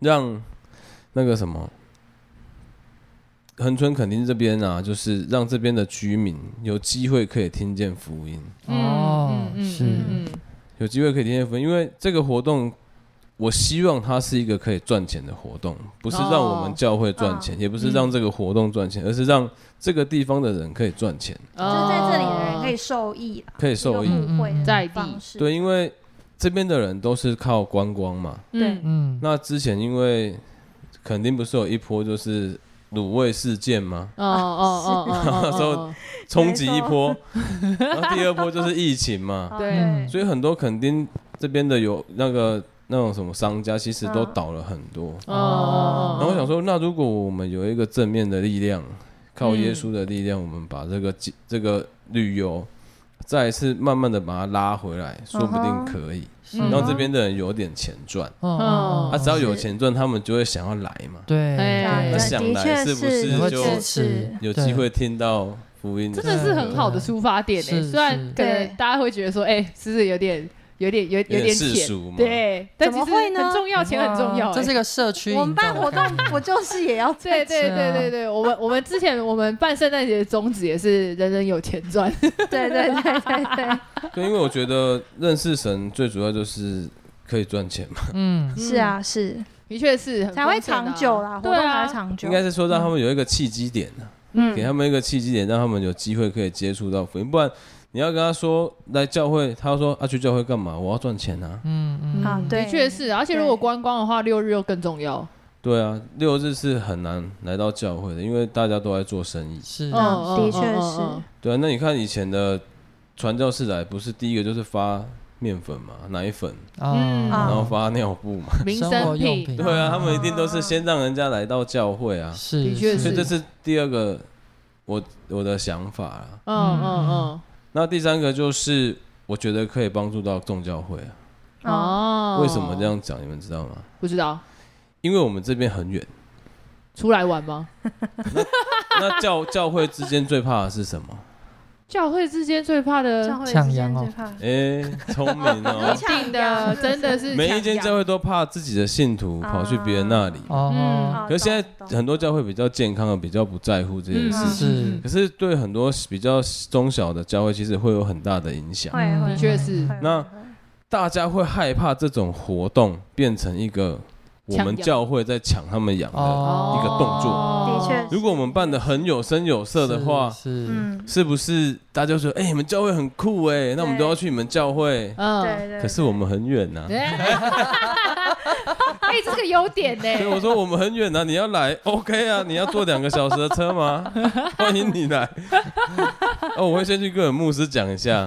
[SPEAKER 4] 让那个什么。恒春垦丁这边啊，就是让这边的居民有机会可以听见福音，
[SPEAKER 2] 嗯，
[SPEAKER 3] 哦，是，
[SPEAKER 4] 有机会可以听见福音，因为这个活动，我希望它是一个可以赚钱的活动，不是让我们教会赚钱，也不是让这个活动赚钱，而是让这个地方的人可以赚钱，
[SPEAKER 2] 哦
[SPEAKER 1] 就是在这里的人可以受益啦，
[SPEAKER 4] 可以受益。
[SPEAKER 1] 一个互惠的
[SPEAKER 2] 嗯在地
[SPEAKER 1] 方式，
[SPEAKER 4] 对，因为这边的人都是靠观光嘛。
[SPEAKER 2] 对，
[SPEAKER 3] 嗯，
[SPEAKER 4] 那之前因为肯定不是有一波就是卤味事件吗？
[SPEAKER 2] 哦哦哦哦，
[SPEAKER 4] 冲击一波，然后第二波就是疫情嘛。
[SPEAKER 1] 哦
[SPEAKER 2] 对
[SPEAKER 3] 嗯
[SPEAKER 4] 所以很多垦丁这边的有那个那种什么商家，其实都
[SPEAKER 2] 嗯
[SPEAKER 4] 倒了很多。
[SPEAKER 2] 哦，
[SPEAKER 4] 然后我想说，那如果我们有一个正面的力量，靠耶
[SPEAKER 2] 嗯
[SPEAKER 4] 稣的力量，我们把这个经这个旅游再一次慢慢的把它拉回来，说不定可以
[SPEAKER 2] 嗯
[SPEAKER 4] 让这边的人有点钱赚。啊
[SPEAKER 3] 嗯，
[SPEAKER 2] 哦
[SPEAKER 3] 嗯
[SPEAKER 4] 他只要有
[SPEAKER 1] 是
[SPEAKER 4] 钱赚，他们就会想要来嘛，
[SPEAKER 3] 对
[SPEAKER 2] 哎
[SPEAKER 1] 对
[SPEAKER 4] 那
[SPEAKER 3] 对，
[SPEAKER 4] 想
[SPEAKER 1] 的
[SPEAKER 4] 来
[SPEAKER 1] 确
[SPEAKER 4] 是不
[SPEAKER 1] 是
[SPEAKER 4] 是
[SPEAKER 3] 你会
[SPEAKER 4] 就
[SPEAKER 1] 确
[SPEAKER 3] 支
[SPEAKER 1] 实
[SPEAKER 3] 持，
[SPEAKER 4] 有
[SPEAKER 3] 对
[SPEAKER 4] 机会听到福音的
[SPEAKER 2] 真。的是很好的抒发点诶、
[SPEAKER 3] 嗯对啊
[SPEAKER 2] 虽然可能
[SPEAKER 1] 是
[SPEAKER 2] 大家会觉得说，哎、是不是有点、有点、有有
[SPEAKER 4] 有
[SPEAKER 2] 点
[SPEAKER 4] 世
[SPEAKER 2] 浅？
[SPEAKER 4] 俗嘛，
[SPEAKER 2] 对，但其
[SPEAKER 1] 怎
[SPEAKER 2] 实
[SPEAKER 1] 么会呢
[SPEAKER 2] 很重要，钱很重要、
[SPEAKER 3] 这是
[SPEAKER 2] 欸。
[SPEAKER 3] 一个社区营
[SPEAKER 1] 我
[SPEAKER 3] 造
[SPEAKER 1] 们
[SPEAKER 3] 的
[SPEAKER 1] 办
[SPEAKER 3] 概念。
[SPEAKER 1] 活动，我就是也 要在
[SPEAKER 2] 对对
[SPEAKER 3] 是
[SPEAKER 2] 对
[SPEAKER 3] 啊
[SPEAKER 2] 对对，我们我们之前我们办圣诞节的宗旨也是人人有钱赚，
[SPEAKER 1] 对对对对对，
[SPEAKER 4] 对，因为我觉得认识神最主要就是可以赚钱嘛。
[SPEAKER 3] 嗯，
[SPEAKER 1] 是啊是，
[SPEAKER 2] 的确是很
[SPEAKER 1] 才会
[SPEAKER 2] 丰盛的啊
[SPEAKER 1] 长久啦，活
[SPEAKER 2] 对
[SPEAKER 1] 动才
[SPEAKER 2] 啊
[SPEAKER 1] 会，长久
[SPEAKER 4] 应，该是说让他们有一个契机点、啊
[SPEAKER 2] 嗯
[SPEAKER 4] 给他们一个契机点，让他们有机会可以接触到福音。不然你要跟他说来教会，他说啊去教会干嘛？我要赚钱啊。
[SPEAKER 2] 嗯
[SPEAKER 3] 嗯
[SPEAKER 1] 啊对，
[SPEAKER 2] 的确是。而且如果观光的话，六日又更重 要。
[SPEAKER 4] 对啊，六日是很难来到教会的，因为大家都在做生意。
[SPEAKER 3] 是哦
[SPEAKER 2] 嗯
[SPEAKER 1] 的确是
[SPEAKER 4] 对啊，那你看以前的传教士来，不是第一个就是发面粉嘛、奶粉，
[SPEAKER 3] 嗯
[SPEAKER 1] 啊
[SPEAKER 4] 然
[SPEAKER 2] 哦
[SPEAKER 4] 后发尿布嘛。
[SPEAKER 2] 民
[SPEAKER 3] 生活
[SPEAKER 2] 生
[SPEAKER 3] 用
[SPEAKER 2] 品，
[SPEAKER 3] 品，
[SPEAKER 4] 对啊，他们一定都是先让人家来到教会啊。
[SPEAKER 3] 是，
[SPEAKER 2] 的确
[SPEAKER 4] 所以
[SPEAKER 2] 是
[SPEAKER 4] 这是第二个我我的想法啦。
[SPEAKER 2] 嗯嗯
[SPEAKER 4] 那第三个就是我觉得可以帮助到众教会啊。
[SPEAKER 2] 嗯，哦，
[SPEAKER 4] 为什么这？样讲？你们知道吗？
[SPEAKER 2] 不知道，
[SPEAKER 4] 因为我们这边很远，
[SPEAKER 2] 出来玩吗？
[SPEAKER 4] 那教教会之间最怕的是什么？
[SPEAKER 2] 教会之间最怕的，
[SPEAKER 1] 会
[SPEAKER 3] 呛羊哦
[SPEAKER 1] 怕
[SPEAKER 4] 哎，聪明 哦
[SPEAKER 2] 一，定的，真的是
[SPEAKER 4] 每一间
[SPEAKER 2] 抢
[SPEAKER 4] 教会都怕自己的信徒跑去别人那里。
[SPEAKER 2] 嗯
[SPEAKER 3] 哦，
[SPEAKER 1] 哦
[SPEAKER 4] 可是现
[SPEAKER 1] 懂
[SPEAKER 4] 在很多教会比较健康的，比较不在乎这件事。
[SPEAKER 1] 嗯
[SPEAKER 3] 是
[SPEAKER 4] 可是对很多比较中小的教会，其实会有很大的影响。
[SPEAKER 1] 哎会会
[SPEAKER 2] 的确是
[SPEAKER 1] 会
[SPEAKER 4] 那
[SPEAKER 1] 会
[SPEAKER 4] 大家会害怕这种活动变成一个我
[SPEAKER 2] 抢
[SPEAKER 4] 们
[SPEAKER 2] 羊
[SPEAKER 4] 教会在抢他们羊的。
[SPEAKER 3] 哦，
[SPEAKER 4] 一个动作
[SPEAKER 2] 嗯哦
[SPEAKER 1] 的确
[SPEAKER 4] 如果我们办的很有声有色的话，
[SPEAKER 3] 是是
[SPEAKER 1] 嗯，
[SPEAKER 4] 是不是大家就说，哎、你们教会很酷哎、那我们
[SPEAKER 1] 对
[SPEAKER 4] 都要去你们教会？
[SPEAKER 2] 嗯，
[SPEAKER 1] 对对，
[SPEAKER 4] 可是我们很远啊呐、
[SPEAKER 2] 哎，这是个优点
[SPEAKER 4] 所以
[SPEAKER 2] 呢。
[SPEAKER 4] 我说我们很远呐、啊你要来 OK 啊？你要坐两个小时的 车吗？欢迎你来。哦，我会先去跟我牧师讲 一下，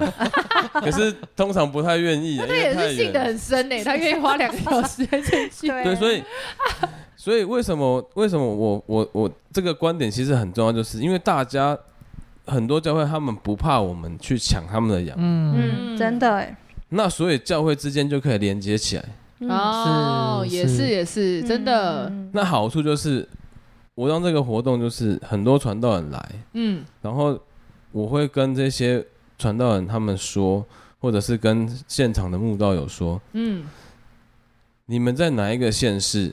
[SPEAKER 4] 可是通常不太愿意、啊，因
[SPEAKER 2] 这
[SPEAKER 4] 为
[SPEAKER 2] 也
[SPEAKER 4] 太
[SPEAKER 2] 是信
[SPEAKER 4] 远
[SPEAKER 2] 的。很深呢，他愿意花两个小时在这 去。
[SPEAKER 1] 对啊
[SPEAKER 4] 对，所以所以为什么为什么我我我这个观点其实很重要，就是因为大家很多教会他们不怕我们去抢他们的羊，
[SPEAKER 3] 嗯
[SPEAKER 1] 嗯，真的哎，
[SPEAKER 4] 那所以教会之间就可以连接起来。
[SPEAKER 1] 嗯
[SPEAKER 2] 哦，
[SPEAKER 3] 是
[SPEAKER 2] 也是
[SPEAKER 3] 是
[SPEAKER 2] 也是，真的，
[SPEAKER 1] 嗯
[SPEAKER 4] 那好处就是我让这个活动就是很多传道人来，
[SPEAKER 2] 嗯
[SPEAKER 4] 然后我会跟这些传道人他们说，或者是跟现场的慕道友说，
[SPEAKER 2] 嗯，
[SPEAKER 4] 你们在哪一个县市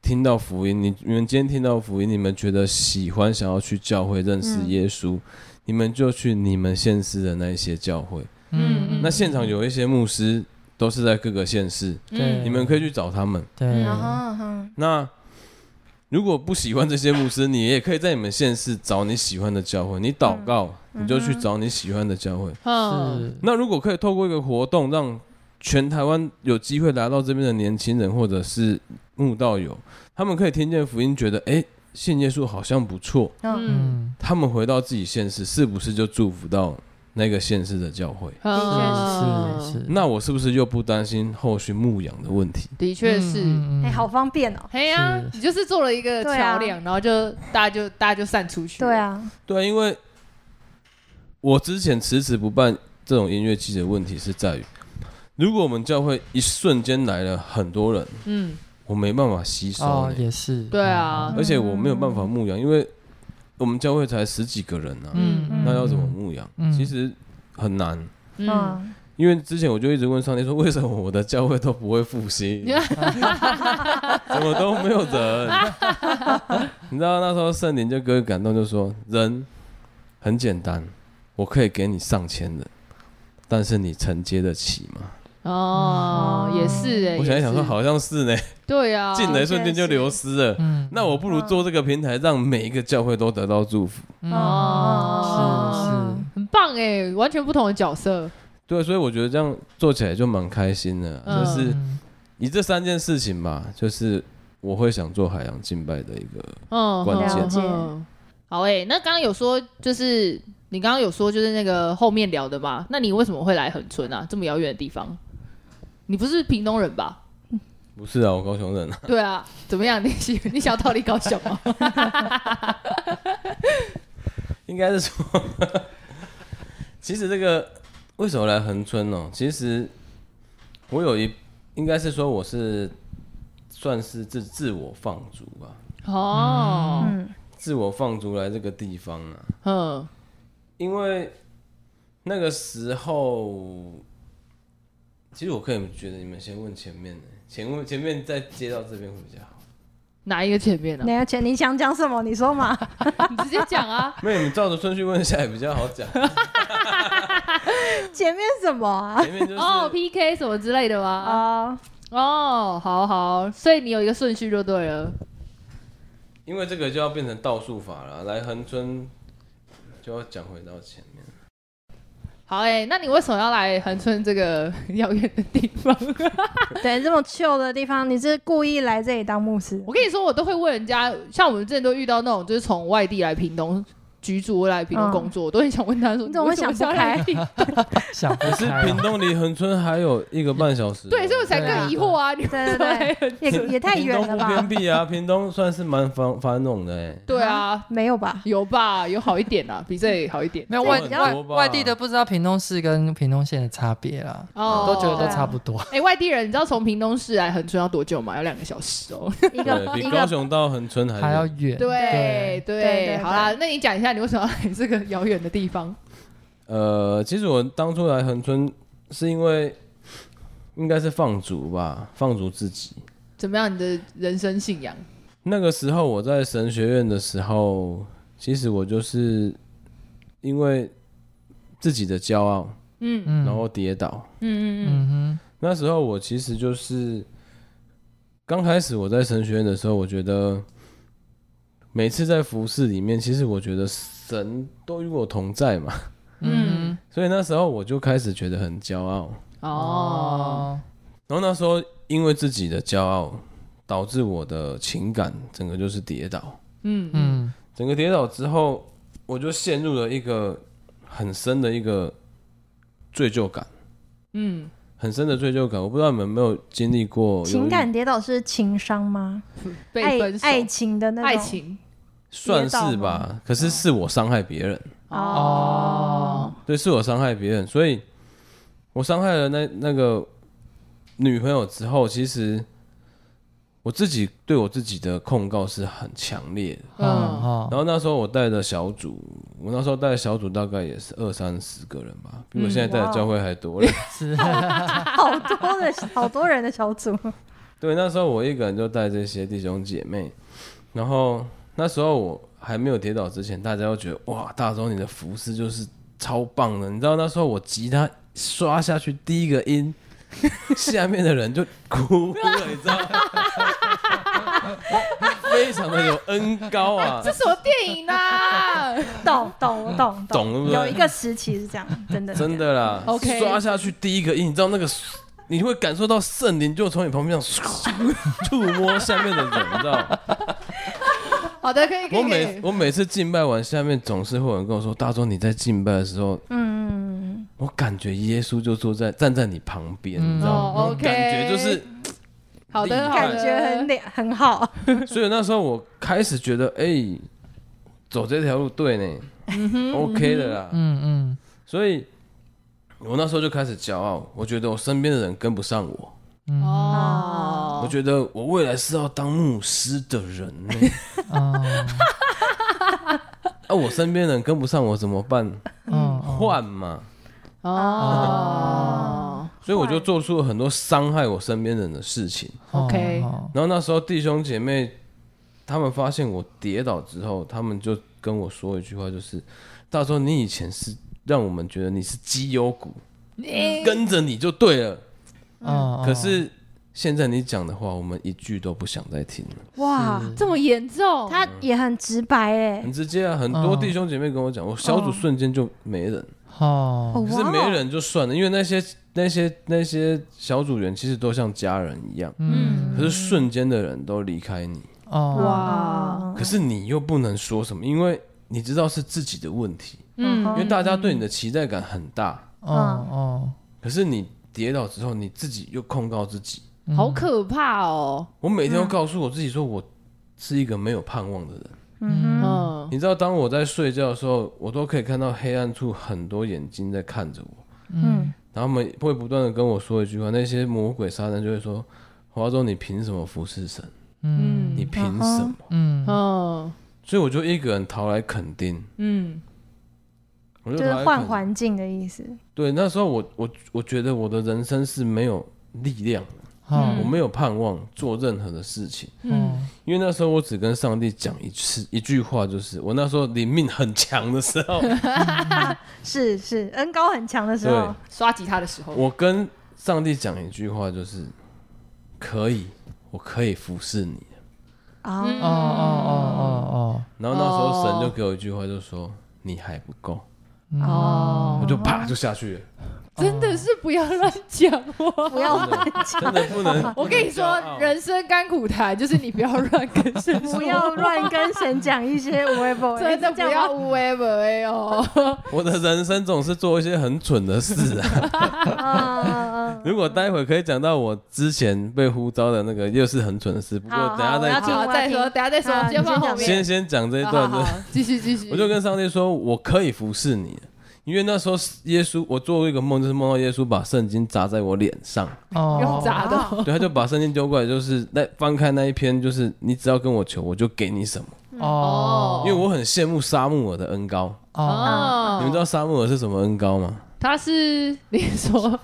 [SPEAKER 4] 听到福音？你你们今天听到福音，你们觉得喜欢，想要去教会认
[SPEAKER 1] 嗯
[SPEAKER 4] 识耶稣，你们就去你们县市的那一些教会。
[SPEAKER 2] 嗯
[SPEAKER 4] 那现场有一些牧师都是在各个县市，
[SPEAKER 1] 嗯
[SPEAKER 3] 对
[SPEAKER 2] 嗯
[SPEAKER 4] 你们可以去找他们。
[SPEAKER 3] 对，
[SPEAKER 1] 然后嗯哼
[SPEAKER 4] 那如果不喜欢这些牧师，你也可以在你们县市找你喜欢的教会，你祷告，
[SPEAKER 1] 嗯
[SPEAKER 4] 你就去找你喜欢的教会。
[SPEAKER 2] 嗯，
[SPEAKER 3] 是
[SPEAKER 4] 那如果可以透过一个活动，让全台湾有机会来到这边的年轻人或者是慕道友，他们可以听见福音，觉得哎、诶信耶稣好像不错，
[SPEAKER 1] 嗯，
[SPEAKER 2] 嗯，
[SPEAKER 3] 嗯，
[SPEAKER 4] 他们回到自己县市，是不是就祝福到那个县市的教会？
[SPEAKER 2] 嗯
[SPEAKER 3] 是是，是，
[SPEAKER 4] 那我是不是又不担心后续牧养的问题？
[SPEAKER 2] 的确是。
[SPEAKER 3] 嗯
[SPEAKER 1] 哎，好，方便哦，
[SPEAKER 2] 嘿呀
[SPEAKER 3] 是，
[SPEAKER 2] 你就是做了一个
[SPEAKER 1] 对啊
[SPEAKER 2] 桥梁，然后就大家就大家就散出去。
[SPEAKER 1] 对，啊，
[SPEAKER 4] 对，因为我之前迟迟不办这种音乐季的问题是在于，如果我们教会一瞬间来了很多人，
[SPEAKER 2] 嗯，
[SPEAKER 4] 我没办法吸
[SPEAKER 3] 嗯
[SPEAKER 4] 收、
[SPEAKER 3] 哦
[SPEAKER 4] 呢，
[SPEAKER 3] 也是，
[SPEAKER 2] 对啊
[SPEAKER 4] 而且我没有办法牧养，因为我们教会才十几个人啊，
[SPEAKER 2] 嗯
[SPEAKER 1] 嗯
[SPEAKER 4] 那要怎么牧养？
[SPEAKER 3] 嗯
[SPEAKER 4] 其实很难。
[SPEAKER 2] 嗯，
[SPEAKER 1] 嗯，
[SPEAKER 4] 因为之前我就一直问上帝说，为什么我的教会都不会复兴， 哦怎么都没有人？ 你知道那时候圣灵就给我感动，就说人很简单，我可以给你上千人，但是你承接得起吗？
[SPEAKER 2] 哦，也是哎，
[SPEAKER 4] 我想一想
[SPEAKER 2] 也是，
[SPEAKER 4] 说，好像是呢，
[SPEAKER 2] 对啊，
[SPEAKER 4] 进来瞬间就流失了。
[SPEAKER 3] 嗯，
[SPEAKER 4] 那我不如做这个平台，让每一个教会都得到祝福。
[SPEAKER 3] 嗯
[SPEAKER 2] 哦，
[SPEAKER 3] 是是
[SPEAKER 2] 很棒哎，完全不同的角色，
[SPEAKER 4] 对，所以我觉得这样做起来就蛮开心的，
[SPEAKER 2] 嗯
[SPEAKER 4] 就是
[SPEAKER 3] 嗯
[SPEAKER 4] 以这三件事情吧，就是我会想做海洋敬拜的一个，
[SPEAKER 2] 嗯，
[SPEAKER 4] 关
[SPEAKER 2] 嗯
[SPEAKER 1] 键
[SPEAKER 2] 嗯好诶、那刚刚有说就是你刚刚有说就是那个后面聊的嘛，那你为什么会来恒春啊？这么遥远的地方，你不是屏东人吧？
[SPEAKER 4] 不是啊，我高雄人啊，
[SPEAKER 2] 对啊，怎么样？你喜你想要逃离高雄吗？
[SPEAKER 4] 应该是说， 其实这个为什么来恒春哦？其实我有一，应该是说我是算是自自我放逐吧，
[SPEAKER 2] 哦，
[SPEAKER 1] 嗯
[SPEAKER 4] 自我放逐来这个地方啊，
[SPEAKER 2] 嗯
[SPEAKER 4] 因为那个时候，其实我可以觉得你们先问前面的，前问前面再接到这边会比较好。
[SPEAKER 2] 哪一个前面呢、啊
[SPEAKER 1] 你要讲你想讲什么？你说 嘛，
[SPEAKER 2] 你直接讲啊，
[SPEAKER 4] 没有，你们照着顺序问一下也比较好 讲。
[SPEAKER 1] 前面什么啊？
[SPEAKER 4] 前面就是
[SPEAKER 2] 哦，PK 什么之类的吗？
[SPEAKER 1] 啊，
[SPEAKER 2] 哦，好好，所以你有一个顺序就对了。
[SPEAKER 4] 因为这个就要变成倒数法了，来恒春就要讲回到前面。
[SPEAKER 2] 好诶、那你为什么要来恒春这个 遥远的地方？
[SPEAKER 1] 对，这么旧的地方，你是故意来这里当牧师？
[SPEAKER 2] 我跟你说，我都会问人家，像我们之前都遇到那种就是从外地来屏东居住，我来屏东
[SPEAKER 1] 嗯
[SPEAKER 2] 工作，我都很想问他说，
[SPEAKER 1] 你怎么会
[SPEAKER 2] 为什
[SPEAKER 1] 想不
[SPEAKER 2] 要来
[SPEAKER 1] 开
[SPEAKER 2] 屏 东？
[SPEAKER 3] 想不
[SPEAKER 4] 可是
[SPEAKER 3] 开
[SPEAKER 4] 屏
[SPEAKER 3] 啊。
[SPEAKER 4] 东离恒春还有一个半小时，
[SPEAKER 2] 对，所以我才
[SPEAKER 1] 对啊
[SPEAKER 2] 更疑惑啊，你
[SPEAKER 1] 对对
[SPEAKER 2] 对
[SPEAKER 1] 对，也也太
[SPEAKER 4] 屏
[SPEAKER 1] 远
[SPEAKER 4] 东
[SPEAKER 1] 了
[SPEAKER 4] 不
[SPEAKER 1] 吧
[SPEAKER 4] 偏？僻啊，屏东算是蛮繁繁荣的哎。
[SPEAKER 2] 对啊，
[SPEAKER 1] 没有吧？
[SPEAKER 2] 有吧，有好一点啦，比这里好一点。
[SPEAKER 3] 没有外
[SPEAKER 1] 这比较
[SPEAKER 3] 外
[SPEAKER 4] 多吧
[SPEAKER 3] 外地的不知道屏东市跟屏东县的差别啦，
[SPEAKER 2] 哦
[SPEAKER 3] 都觉
[SPEAKER 1] 对
[SPEAKER 3] 得都
[SPEAKER 1] 啊
[SPEAKER 3] 差不多。
[SPEAKER 2] 哎、外地人，你知道从屏东市来恒春要多久吗？要两个小时哦。
[SPEAKER 1] 一
[SPEAKER 4] 对
[SPEAKER 1] 个
[SPEAKER 4] 比
[SPEAKER 1] 一
[SPEAKER 4] 高
[SPEAKER 1] 个
[SPEAKER 4] 雄到恒春还
[SPEAKER 3] 还要
[SPEAKER 4] 远
[SPEAKER 3] 远。
[SPEAKER 2] 对
[SPEAKER 1] 对对
[SPEAKER 2] 好啦，那你讲一下你为什么要来这个遥远的地方？
[SPEAKER 4] 呃，其实我当初来恒春是因为应该是放逐吧，放逐自己。
[SPEAKER 2] 怎么样？你的人生信仰？
[SPEAKER 4] 那个时候我在神学院的时候，其实我就是因为自己的骄傲，
[SPEAKER 2] 嗯
[SPEAKER 3] 嗯，
[SPEAKER 4] 然后跌倒。
[SPEAKER 2] 嗯嗯
[SPEAKER 3] 嗯
[SPEAKER 4] 那时候我其实就是刚开始我在神学院的时候，我觉得每次在服饰里面，其实我觉得神都与我同在嘛，
[SPEAKER 3] 哼，嗯
[SPEAKER 4] 所以那时候我就开始觉得很骄傲。
[SPEAKER 2] 哼，
[SPEAKER 1] 嗯
[SPEAKER 3] 哼，
[SPEAKER 2] 哦，
[SPEAKER 3] 哦，
[SPEAKER 4] 然后那时候因为自己的骄傲，导致我的情感整个就是跌倒。
[SPEAKER 2] 嗯嗯
[SPEAKER 3] 嗯
[SPEAKER 4] 整个跌倒之后，我就陷入了一个很深的一个罪疚感，
[SPEAKER 2] 嗯，
[SPEAKER 4] 很深的罪疚感。我不知道你们有没有经历过忧郁
[SPEAKER 1] 情感跌倒是情商吗？爱
[SPEAKER 2] 嗯被分手，
[SPEAKER 1] 爱情的那种
[SPEAKER 2] 爱情
[SPEAKER 4] 算是
[SPEAKER 1] 跌倒
[SPEAKER 4] 吧
[SPEAKER 1] 吗，
[SPEAKER 4] 可是是我伤害别人，
[SPEAKER 1] 哦，
[SPEAKER 4] 对，是我伤害别人，所以我伤害了那那个女朋友之后，其实我自己对我自己的控告是很强烈的。
[SPEAKER 3] 嗯哦
[SPEAKER 4] 然后那时候我带的小组，我那时候带的小组大概也是二三十个人吧，比我现在带的教会还多了。
[SPEAKER 3] 是
[SPEAKER 1] 好多的好多人的小组，
[SPEAKER 4] 对，那时候我一个人就带这些弟兄姐妹，然后那时候我还没有跌倒之前，大家都觉得哇，大周你的服饰就是超棒的。你知道那时候我吉他刷下去第一个音， 下面的人就哭了，你知道吗？非常的有恩高啊
[SPEAKER 2] 这，什么电影 啊？
[SPEAKER 1] 懂懂我懂
[SPEAKER 4] 懂对不对
[SPEAKER 1] 有一个时期是这样，真的
[SPEAKER 4] 真的啦
[SPEAKER 2] OK
[SPEAKER 4] 刷下去第一个音，你知道那个。你会感受到圣灵就从你旁边这样 触摸下面的人，你知道吗？
[SPEAKER 2] 好的，可以哦可以
[SPEAKER 4] 我
[SPEAKER 2] 可
[SPEAKER 4] 每
[SPEAKER 2] 以。
[SPEAKER 4] 我每次敬拜完，下面总是会有人跟我说：“大周，你在敬拜的时候，
[SPEAKER 1] 嗯，
[SPEAKER 4] 我感觉耶稣就坐在站在你旁边，
[SPEAKER 3] 嗯
[SPEAKER 4] 你知道吗？
[SPEAKER 2] 哦
[SPEAKER 4] 那种感觉就
[SPEAKER 2] ，OK
[SPEAKER 4] 是，
[SPEAKER 2] 好的，好
[SPEAKER 1] 感
[SPEAKER 2] 的，
[SPEAKER 1] 觉很了很好，
[SPEAKER 4] 所以那时候我开始觉得，哎、走这条路对呢、o
[SPEAKER 2] 嗯
[SPEAKER 4] k 的啦。
[SPEAKER 3] 嗯
[SPEAKER 4] 所以，我那时候就开始骄傲，我觉得我身边的人跟不上我，
[SPEAKER 2] 哦，
[SPEAKER 4] 我觉得我未来是要当牧师的人 呢、
[SPEAKER 3] 嗯哦
[SPEAKER 4] 啊，我身边的人跟不上我怎么办？
[SPEAKER 3] 哦
[SPEAKER 4] 换嘛。
[SPEAKER 2] 哦
[SPEAKER 4] 所以我就做出了很多伤害我身边人的事情。
[SPEAKER 2] ，OK，
[SPEAKER 3] 哦
[SPEAKER 4] 然后那时候弟兄姐妹他们发现我跌倒之后，他们就跟我说一句话，就是：大周，你以前是让我们觉得你是绩优股，跟着你就对了。
[SPEAKER 3] 哎哦
[SPEAKER 4] 可是现在你讲的话，我们一句都不想再听了，
[SPEAKER 1] 哇，
[SPEAKER 2] 这么严重，
[SPEAKER 1] 他也很直白哎
[SPEAKER 4] 很，直接啊。很多弟兄姐妹跟我讲，我小组瞬间就没人，
[SPEAKER 3] 哦
[SPEAKER 1] 哦
[SPEAKER 4] 可是没，人就算了，因为那些那些那些小组员其实都像家人一样，
[SPEAKER 3] 嗯
[SPEAKER 4] 可是瞬间的人都离开你。
[SPEAKER 3] 哦
[SPEAKER 2] 哇，
[SPEAKER 4] 可是你又不能说什么，因为你知道是自己的问题，
[SPEAKER 2] 嗯
[SPEAKER 4] 因为大家对你的期待感很大。
[SPEAKER 3] 哦
[SPEAKER 1] 嗯
[SPEAKER 3] 哦
[SPEAKER 4] 可是你跌倒之后，你自己又控告自己。
[SPEAKER 3] 嗯
[SPEAKER 2] 好可怕哦。
[SPEAKER 4] 我每天都告诉我自己说，我是一个没有盼望的人。
[SPEAKER 1] 嗯哼，
[SPEAKER 2] 嗯
[SPEAKER 4] 你知道，当我在睡觉的时候，我都可以看到黑暗处很多眼睛在看着我，
[SPEAKER 1] 嗯，
[SPEAKER 4] 然后他们会不断的跟我说一句话，那些魔鬼撒旦就会说：“华州，你凭什么服侍神？
[SPEAKER 3] 嗯
[SPEAKER 4] 你凭什么
[SPEAKER 3] 嗯
[SPEAKER 2] 嗯？”
[SPEAKER 4] 所以我就一个人逃来垦丁，
[SPEAKER 2] 嗯
[SPEAKER 4] 我就
[SPEAKER 1] 就
[SPEAKER 4] 逃来
[SPEAKER 1] 是
[SPEAKER 4] 垦
[SPEAKER 1] 换环境的意思，
[SPEAKER 4] 对，那时候我我我觉得我的人生是没有力量的，
[SPEAKER 3] 哦
[SPEAKER 1] 嗯
[SPEAKER 4] 我没有盼望做任何的事情，
[SPEAKER 2] 嗯，
[SPEAKER 4] 因为那时候我只跟上帝讲一次一句话，就是我那时候灵命很强的时 候，
[SPEAKER 1] 是是，恩高很强的时
[SPEAKER 4] 对
[SPEAKER 1] 候，
[SPEAKER 2] 刷吉他的时候，
[SPEAKER 4] 我跟上帝讲一句话，就是可以，我可以服侍你。
[SPEAKER 1] 啊，
[SPEAKER 3] 哦
[SPEAKER 2] 嗯
[SPEAKER 3] 哦
[SPEAKER 4] 然后那时候神
[SPEAKER 2] 哦
[SPEAKER 4] 就给我一句话，就说你还不够，
[SPEAKER 3] 哦哦
[SPEAKER 4] 我就啪就下去了。
[SPEAKER 2] 真的是不要乱讲话。
[SPEAKER 1] 不 要乱
[SPEAKER 4] 真的不 能。
[SPEAKER 2] 我跟你说
[SPEAKER 4] 不能骄，傲
[SPEAKER 2] 人生甘苦谈就是你不要乱跟神
[SPEAKER 1] 不要乱跟神讲一些无微不微，
[SPEAKER 2] 真
[SPEAKER 1] 这
[SPEAKER 2] 的不
[SPEAKER 1] 样
[SPEAKER 2] 要
[SPEAKER 1] 吗
[SPEAKER 2] 无为不为哦。
[SPEAKER 4] 我的人生总是做一些很蠢的事啊。
[SPEAKER 1] 嗯 嗯嗯嗯
[SPEAKER 4] 如果待会可以讲到我之前被呼召的那个，又是很蠢的事，不过
[SPEAKER 1] 好
[SPEAKER 4] 等下
[SPEAKER 1] 我要
[SPEAKER 4] 再
[SPEAKER 1] 听
[SPEAKER 2] 好，再说，
[SPEAKER 1] 听
[SPEAKER 2] 等下再
[SPEAKER 1] 好
[SPEAKER 2] 说，
[SPEAKER 1] 你先
[SPEAKER 2] 放后
[SPEAKER 1] 讲
[SPEAKER 2] 面
[SPEAKER 4] 先。先讲这一
[SPEAKER 2] 好
[SPEAKER 4] 段。
[SPEAKER 2] 好好继续继续。
[SPEAKER 4] 我就跟上帝说，我可以服侍你，因为那时候耶稣，我做过一个梦，就是梦到耶稣把圣经砸在我脸上，
[SPEAKER 2] 用
[SPEAKER 3] 哦，
[SPEAKER 2] 砸的哦，
[SPEAKER 4] 对，他就把圣经丢过来，就是那翻开那一篇，就是你只要跟我求，我就给你什么，
[SPEAKER 3] 哦
[SPEAKER 4] 因为我很羡慕沙木尔的恩高，
[SPEAKER 3] 哦，
[SPEAKER 2] 哦
[SPEAKER 4] 你们知道沙木尔是什么恩高吗？
[SPEAKER 2] 他是你说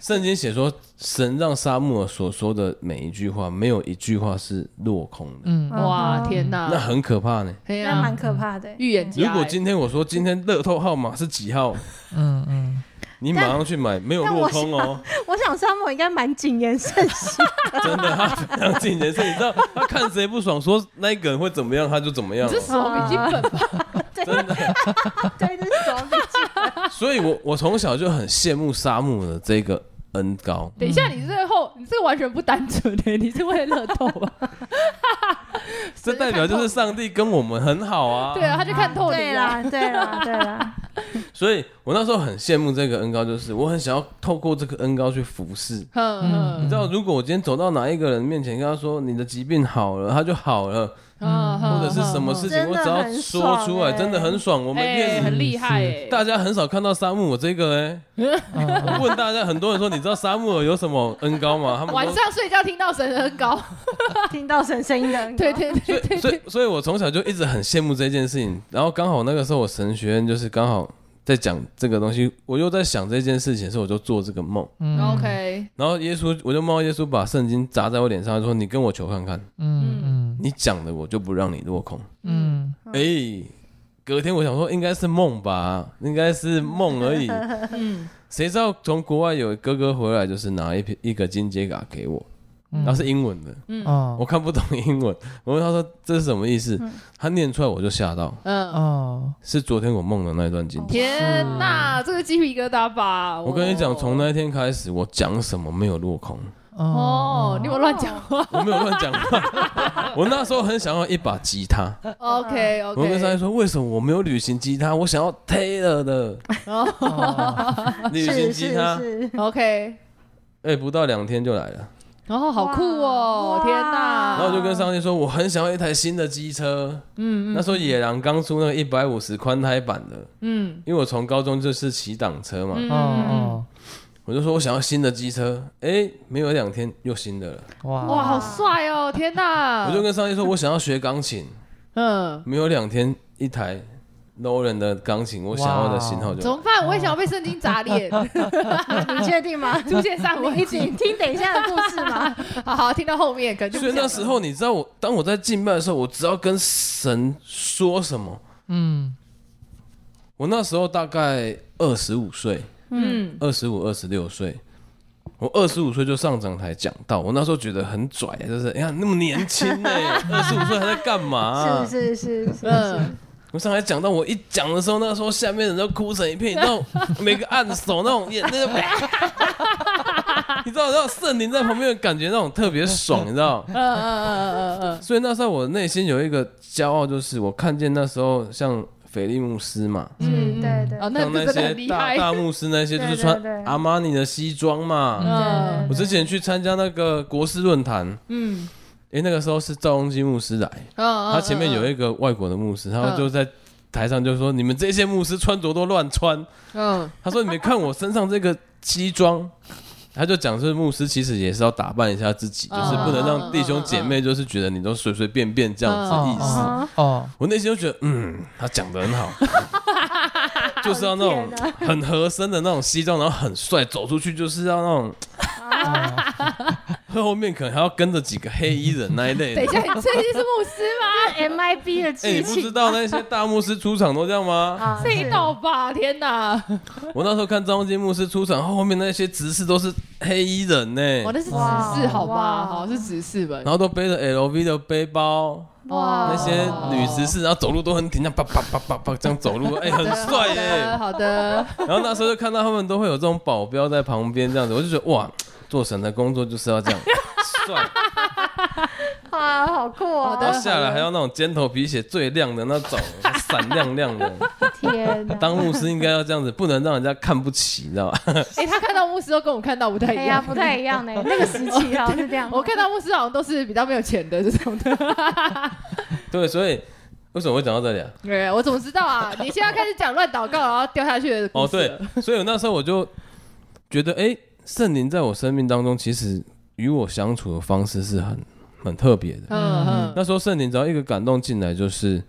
[SPEAKER 4] 圣经写说，神让沙木尔所说的每一句话，没有一句话是落空的，
[SPEAKER 3] 嗯，
[SPEAKER 2] 哇
[SPEAKER 1] 嗯
[SPEAKER 2] 天哪，
[SPEAKER 4] 那很可怕呢。
[SPEAKER 2] 嘿
[SPEAKER 1] 那
[SPEAKER 2] 啊
[SPEAKER 1] 蛮可怕的欸。
[SPEAKER 2] 预言家
[SPEAKER 4] 如
[SPEAKER 2] 欸。
[SPEAKER 4] 果今天我说今天乐透号码是几号，
[SPEAKER 3] 嗯嗯，
[SPEAKER 4] 你马上去买，没有
[SPEAKER 1] 但
[SPEAKER 4] 落
[SPEAKER 1] 我
[SPEAKER 4] 空哦，
[SPEAKER 1] 我想沙漠应该蛮谨言慎行，
[SPEAKER 4] 真的，他非常谨言慎行，你知道他看谁不爽，说那一个人会怎么样，他就怎么样
[SPEAKER 2] 你
[SPEAKER 4] 哦、
[SPEAKER 2] 这手笔记本吧，
[SPEAKER 1] 对
[SPEAKER 4] 真的，
[SPEAKER 1] 对，这是手笔记。
[SPEAKER 4] 所以我我从小就很羡慕沙漠的这个恩高，
[SPEAKER 2] 等一下，你这个后，你这个完全不单纯的，你是为了乐透啊吧？
[SPEAKER 4] 这代表就是上帝跟我们很好啊。
[SPEAKER 2] 对啊，他就 看透
[SPEAKER 1] 对
[SPEAKER 2] 你
[SPEAKER 1] 啦，
[SPEAKER 2] 了。
[SPEAKER 1] 啊对啦，对啦，
[SPEAKER 4] 所以我那时候很羡慕这个恩高，就是我很想要透过这个恩高去服侍。
[SPEAKER 2] 嗯
[SPEAKER 4] 你知道，如果我今天走到哪一个人面前，跟他说你的疾病好了，他就好了，
[SPEAKER 2] 嗯，
[SPEAKER 4] 或者是什么事情，
[SPEAKER 1] 真
[SPEAKER 4] 我
[SPEAKER 1] 的
[SPEAKER 4] 只要
[SPEAKER 1] 很
[SPEAKER 4] 说
[SPEAKER 1] 爽
[SPEAKER 4] 出来，
[SPEAKER 1] 欸
[SPEAKER 4] 真的很爽。我
[SPEAKER 2] 我
[SPEAKER 4] 们骗
[SPEAKER 2] 很
[SPEAKER 4] 人，
[SPEAKER 2] 厉害哎，
[SPEAKER 4] 大家很少看到沙漠我这个哎。我问大家，很多人说你知道沙漠有什么恩高吗？他们
[SPEAKER 2] 晚
[SPEAKER 4] 都
[SPEAKER 2] 上睡觉听到神很高，
[SPEAKER 1] 听到神声音的人，
[SPEAKER 2] 对对
[SPEAKER 4] 所
[SPEAKER 2] 对
[SPEAKER 4] 以，所以，所以我从小就一直很羡慕这件事情。然后刚好那个时候，我神学院就是刚好在讲这个东西，我又在想这件事情的时候，我就做这个梦。
[SPEAKER 3] 嗯
[SPEAKER 2] ，OK，
[SPEAKER 4] 然后耶稣，我就梦到耶稣把圣经砸在我脸上，他说：“你跟我求看看，
[SPEAKER 3] 嗯
[SPEAKER 4] 你讲的我就不让你落空。
[SPEAKER 3] 嗯
[SPEAKER 1] 嗯
[SPEAKER 4] 哎、隔天我想说应该是梦吧，应该是梦而 已。
[SPEAKER 2] 嗯，
[SPEAKER 4] 谁知道从国外有哥哥回来，就是拿一篇一个金阶卡给我，
[SPEAKER 3] 嗯，
[SPEAKER 4] 然后是英文的，
[SPEAKER 3] 嗯哦
[SPEAKER 4] 我看不懂英文。我问他说这是什么意思
[SPEAKER 1] 嗯，
[SPEAKER 4] 他念出来我就吓到。
[SPEAKER 2] 嗯，
[SPEAKER 3] 哦，
[SPEAKER 4] 是昨天我梦的那一段经历。
[SPEAKER 2] 天哪，这个鸡皮疙瘩吧！哦
[SPEAKER 4] 我跟你讲，从那一天开始，我讲什么没有落空，
[SPEAKER 2] 哦，你有没有乱讲话
[SPEAKER 4] 我没有乱讲话。 我那时候很想要一把吉他，
[SPEAKER 2] 哦 ？OK
[SPEAKER 4] 我跟上帝
[SPEAKER 2] OK，
[SPEAKER 4] 说，为什么我没有旅行吉他？我想要 Taylor 的旅行
[SPEAKER 1] 是
[SPEAKER 4] 吉
[SPEAKER 1] 是
[SPEAKER 4] 他。
[SPEAKER 1] 是，
[SPEAKER 2] OK，
[SPEAKER 4] 哎，不到两天就来了。
[SPEAKER 2] 然后好酷哦
[SPEAKER 1] 哇！
[SPEAKER 2] 天
[SPEAKER 4] 然后我
[SPEAKER 2] 哪，
[SPEAKER 4] 就跟上帝说，我很想要一台新的机车。
[SPEAKER 2] 嗯
[SPEAKER 4] 那时候野狼刚出那个一百五十宽胎版的，
[SPEAKER 2] 嗯
[SPEAKER 4] 因为我从高中就是骑挡车嘛，
[SPEAKER 2] 嗯
[SPEAKER 3] 哦
[SPEAKER 4] 我就说我想要新的机车。哎，没有两天又新的了。
[SPEAKER 3] 哦，哇
[SPEAKER 2] 哇，好帅哦！天哪，
[SPEAKER 4] 我就跟上帝说，我想要学钢琴。
[SPEAKER 2] 嗯，
[SPEAKER 4] 没有两天一台 Nolan 的钢琴，我想要的型号
[SPEAKER 2] 怎
[SPEAKER 4] 就。
[SPEAKER 2] 么办？我也想要被圣经砸 脸，
[SPEAKER 1] 你确定 吗？
[SPEAKER 2] 出现上文
[SPEAKER 1] 你 你听等一下的故事嘛。
[SPEAKER 2] 好好，听到后面可能就不
[SPEAKER 4] 所以那
[SPEAKER 2] 讲
[SPEAKER 4] 时
[SPEAKER 2] 了
[SPEAKER 4] 候你知道我，当我在敬拜的时候，我只要跟神说什么。
[SPEAKER 3] 嗯
[SPEAKER 4] 我那时候大概二十五岁，
[SPEAKER 2] 嗯
[SPEAKER 4] 二十五、二十六岁，我二十五岁就上讲台讲道。我那时候觉得很拽，啊就是你看那么年轻呢、 二十五岁还在干嘛、啊
[SPEAKER 1] 是是是是，
[SPEAKER 2] 嗯，
[SPEAKER 4] 我上来讲到我一讲的时候，那个时候下面人都哭成一片，你 知道每个按手那种眼那种，你知道，那种圣灵在旁边的感觉那种特别爽，你知道。
[SPEAKER 2] 嗯嗯嗯嗯
[SPEAKER 4] 所以那时候我内心有一个骄傲，就是我看见那时候像斐利牧师嘛，
[SPEAKER 1] 是对对
[SPEAKER 2] 嗯，哦，那
[SPEAKER 4] 像
[SPEAKER 2] 个
[SPEAKER 4] 那
[SPEAKER 2] 真的
[SPEAKER 4] 些
[SPEAKER 2] 很厉
[SPEAKER 4] 大
[SPEAKER 2] 害，嗯
[SPEAKER 4] 大牧师那些，就
[SPEAKER 1] 对
[SPEAKER 4] 是穿
[SPEAKER 1] 对对
[SPEAKER 4] 阿玛尼的西装嘛。
[SPEAKER 1] 对
[SPEAKER 2] 嗯
[SPEAKER 4] 我之前去参加那个国师论坛，
[SPEAKER 2] 嗯
[SPEAKER 4] 诶，那个时候是赵荣基牧师来，
[SPEAKER 2] 嗯，
[SPEAKER 4] 他前面有
[SPEAKER 2] 一
[SPEAKER 4] 一个外国的牧师，他
[SPEAKER 2] 嗯
[SPEAKER 4] 就在台上就说：“你们这些牧师穿着都乱穿。
[SPEAKER 2] 嗯”
[SPEAKER 4] 他说：“你们看我身上这个西装。” 他就讲是牧师其实也是要打扮一下自己，就
[SPEAKER 2] 嗯嗯
[SPEAKER 4] 是不能让弟兄姐妹就是觉得你都随随便便这样子的意思。
[SPEAKER 1] 啊，
[SPEAKER 3] 哦
[SPEAKER 4] 我内心就觉得，嗯，他讲的很 好，就是要那
[SPEAKER 1] 好
[SPEAKER 4] 种
[SPEAKER 1] 贱
[SPEAKER 2] 啊
[SPEAKER 4] 很合身的那种西装，然后很帅，走出去就是要那种， 后面可能还要跟着几个黑衣人那一类的
[SPEAKER 2] 啊等一。下，你这已经是牧师 吗？
[SPEAKER 1] MIB 的
[SPEAKER 4] 哎、
[SPEAKER 1] 剧
[SPEAKER 4] 你不知
[SPEAKER 1] 情
[SPEAKER 4] 道那些大牧师出场都这 样吗？
[SPEAKER 1] 啊，
[SPEAKER 2] 这一
[SPEAKER 1] 是
[SPEAKER 2] 道吧，天哪！我
[SPEAKER 4] 我那时候看张金牧师出场后，后面那些执事都是黑衣人呢、
[SPEAKER 2] 那是指
[SPEAKER 1] 哇
[SPEAKER 2] 示好吧？
[SPEAKER 1] 哇
[SPEAKER 2] 好是指示吧
[SPEAKER 4] 然？后都背着 LV 的背包，
[SPEAKER 2] 哇
[SPEAKER 4] 那些女执事，然后走路都很挺，像叭叭叭叭叭这样走路，哎、很
[SPEAKER 2] 啊
[SPEAKER 4] 帅耶、
[SPEAKER 2] 好的好的，
[SPEAKER 4] 然后那时候就看到他们都会有这种保镖在旁边这样子，我就觉得哇，做神的工作就是要这样 帅，
[SPEAKER 1] 啊，好酷
[SPEAKER 2] 好
[SPEAKER 1] 哦！
[SPEAKER 4] 然
[SPEAKER 2] 的
[SPEAKER 4] 后下来还要那种尖头皮鞋最亮的那种，闪亮亮的。
[SPEAKER 1] 天哪，
[SPEAKER 4] 当牧师应该要这样子，不能让人家看不起，你知道吧？
[SPEAKER 2] 哎，他看到牧师都跟我看到不太
[SPEAKER 1] 哎
[SPEAKER 2] 一
[SPEAKER 1] 呀，
[SPEAKER 2] 样，
[SPEAKER 1] 不太一样呢。那个时期好像是这样。
[SPEAKER 2] 我看到牧师好像都是比较没有钱的这种 的。
[SPEAKER 4] 对，所以为什么会讲到这里啊？
[SPEAKER 2] 对，我怎么知道啊？你现在开始讲乱祷告，然后掉下去的故
[SPEAKER 4] 哦，
[SPEAKER 2] 事
[SPEAKER 4] 对
[SPEAKER 2] 了，
[SPEAKER 4] 所以我那时候我就觉得，哎，圣灵在我生命当中，其实与我相处的方式是很很特别的。
[SPEAKER 2] 嗯
[SPEAKER 4] 那时候圣灵只要一个感动进来，就是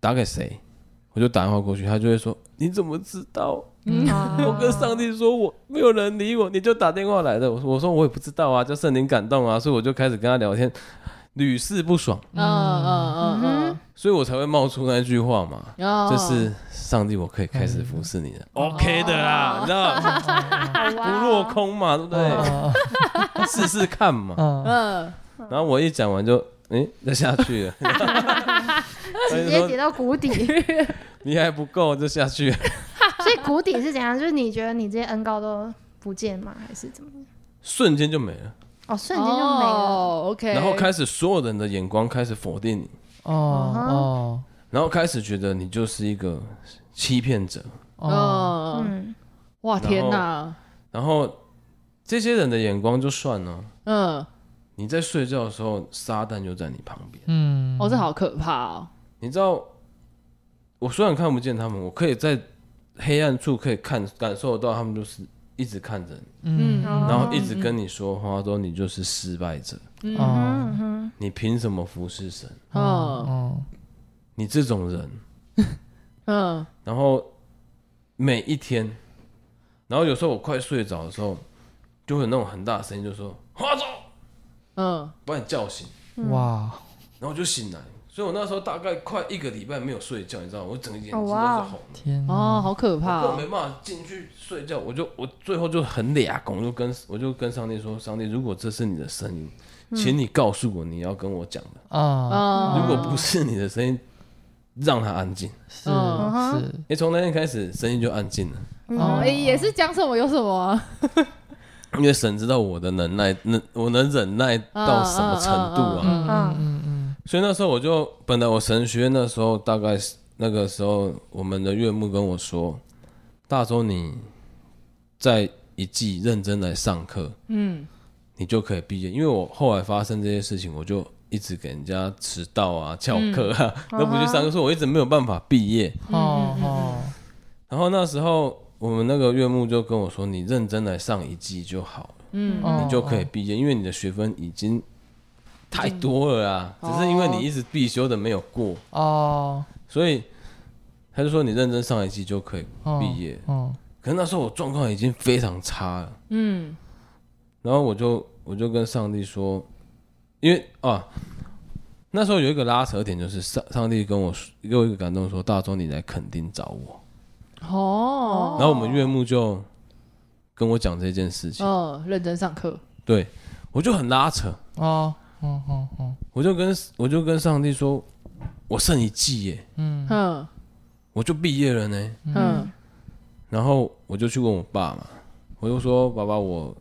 [SPEAKER 4] 打给谁，我就打电话过去，他就会说：“你怎么知道？
[SPEAKER 2] 嗯
[SPEAKER 1] 啊
[SPEAKER 4] 我跟上帝说我没有人理我，你就打电话来的。”我说：“我说我也不知道啊，叫圣灵感动啊。”所以我就开始跟他聊天，屡试不爽，
[SPEAKER 2] 嗯嗯嗯
[SPEAKER 4] 所以我才会冒出那句话嘛，
[SPEAKER 2] 嗯，哦
[SPEAKER 4] 就是上帝，我可以开始服侍你了、o k 哦的啦，你知道
[SPEAKER 1] 好
[SPEAKER 4] 不
[SPEAKER 1] 哇
[SPEAKER 4] 落空嘛，对不对？
[SPEAKER 3] 嗯
[SPEAKER 4] 试试看嘛。
[SPEAKER 3] 嗯，
[SPEAKER 2] 嗯，
[SPEAKER 4] 然后我一讲完就。哎、那下去了，他
[SPEAKER 1] 直
[SPEAKER 4] 就
[SPEAKER 1] 接
[SPEAKER 4] 说
[SPEAKER 1] 跌到谷底。
[SPEAKER 4] 你还不够就下去了
[SPEAKER 1] 所以谷底是怎样？就是你觉得你这些恩高都不见吗？还是怎么样？
[SPEAKER 4] 瞬间就没了，
[SPEAKER 1] 哦，瞬间就没了。
[SPEAKER 2] 哦，OK，
[SPEAKER 4] 然后开始所有人的眼光开始否定你，
[SPEAKER 3] 哦
[SPEAKER 4] 然后开始觉得你就是一个欺骗者，
[SPEAKER 3] 哦哦，
[SPEAKER 1] 嗯，
[SPEAKER 2] 哇天哪，
[SPEAKER 4] 然后这些人的眼光就算了，
[SPEAKER 2] 嗯，
[SPEAKER 4] 你在睡觉的时候，撒旦就在你旁边，
[SPEAKER 3] 嗯，
[SPEAKER 2] 哦，这好可怕哦，
[SPEAKER 4] 你知道，我虽然看不见他们，我可以在黑暗处可以看感受到他们就是一直看着你，
[SPEAKER 2] 嗯，
[SPEAKER 4] 然后一直跟你说话，说你就是失败者，
[SPEAKER 1] 嗯
[SPEAKER 3] 哦
[SPEAKER 4] 你凭什么服侍神？
[SPEAKER 2] 嗯
[SPEAKER 3] 哦
[SPEAKER 4] 你这种人，
[SPEAKER 2] 嗯
[SPEAKER 4] 然后每一天，然后有时候我快睡着的时候，就会有那种很大的声音，就说华总
[SPEAKER 2] 嗯，
[SPEAKER 4] 把你叫醒，
[SPEAKER 3] 哇，
[SPEAKER 4] 然后我就醒来。所以我那时候大概快一个礼拜没有睡觉，你知道吗？我整个眼睛
[SPEAKER 1] 哦
[SPEAKER 4] 都是
[SPEAKER 1] 哇
[SPEAKER 4] 红的，
[SPEAKER 3] 天哪，
[SPEAKER 2] 哦，好可怕
[SPEAKER 4] 嗯我根
[SPEAKER 2] 哦，
[SPEAKER 4] 本没办法进去睡觉。我就我最后就很俩拱，就跟我就跟上帝说：“上帝，如果这是你的声音，请你告诉我你要跟我讲的。
[SPEAKER 3] 啊，
[SPEAKER 2] 嗯，
[SPEAKER 4] 如果不是你的声音，让它安静。
[SPEAKER 3] 是
[SPEAKER 2] 嗯
[SPEAKER 1] 哼
[SPEAKER 3] 是，
[SPEAKER 4] 诶，从那天开始，声音就安静了。
[SPEAKER 1] 嗯
[SPEAKER 2] 哦，诶也是讲什么有什么啊，
[SPEAKER 4] 因为神知道我的能耐，能我能忍耐到什么程度啊？
[SPEAKER 2] 嗯嗯嗯嗯
[SPEAKER 1] 嗯，
[SPEAKER 4] 所以那时候我就，本来我神学院那时候大概是那个时候，我们的岳母跟我说：“大周，你在一季认真来上课，
[SPEAKER 2] 嗯，
[SPEAKER 4] 你就可以毕业。”因为我后来发生这些事情，我就一直给人家迟到啊、翘课啊，
[SPEAKER 2] 嗯
[SPEAKER 4] 都不去上课，所以我一直没有办法毕业。
[SPEAKER 3] 哦哦，
[SPEAKER 4] 然后那时候我们那个岳母就跟我说：“你认真来上一季就好了。”
[SPEAKER 2] 嗯
[SPEAKER 3] 哦
[SPEAKER 4] 你就可以，毕业，因为你的学分已经太多了啊，
[SPEAKER 3] 嗯
[SPEAKER 4] 只是因为你一直必修的没有过，
[SPEAKER 3] 哦
[SPEAKER 4] 所以他就说你认真上一季就可以
[SPEAKER 3] 哦，
[SPEAKER 4] 毕业。
[SPEAKER 3] 哦，
[SPEAKER 4] 可是那时候我状况已经非常差了，
[SPEAKER 2] 嗯
[SPEAKER 4] 然后我就我就跟上帝说，因为啊，那时候有一个拉扯点，就是上上帝跟我说给我一个感动说，大周你来垦丁找我，
[SPEAKER 2] 哦，
[SPEAKER 1] 嗯
[SPEAKER 4] 然后我们岳母就跟我讲这件事情，
[SPEAKER 2] 嗯，认真上课，
[SPEAKER 4] 对我就很拉扯，
[SPEAKER 3] 哦哦哦哦，
[SPEAKER 4] 我就跟我就跟上帝说，我剩一季耶。
[SPEAKER 3] 嗯
[SPEAKER 2] 嗯
[SPEAKER 4] 我就毕业了呢。
[SPEAKER 2] 嗯
[SPEAKER 4] 然后我就去问我爸嘛，我就说：“爸爸，我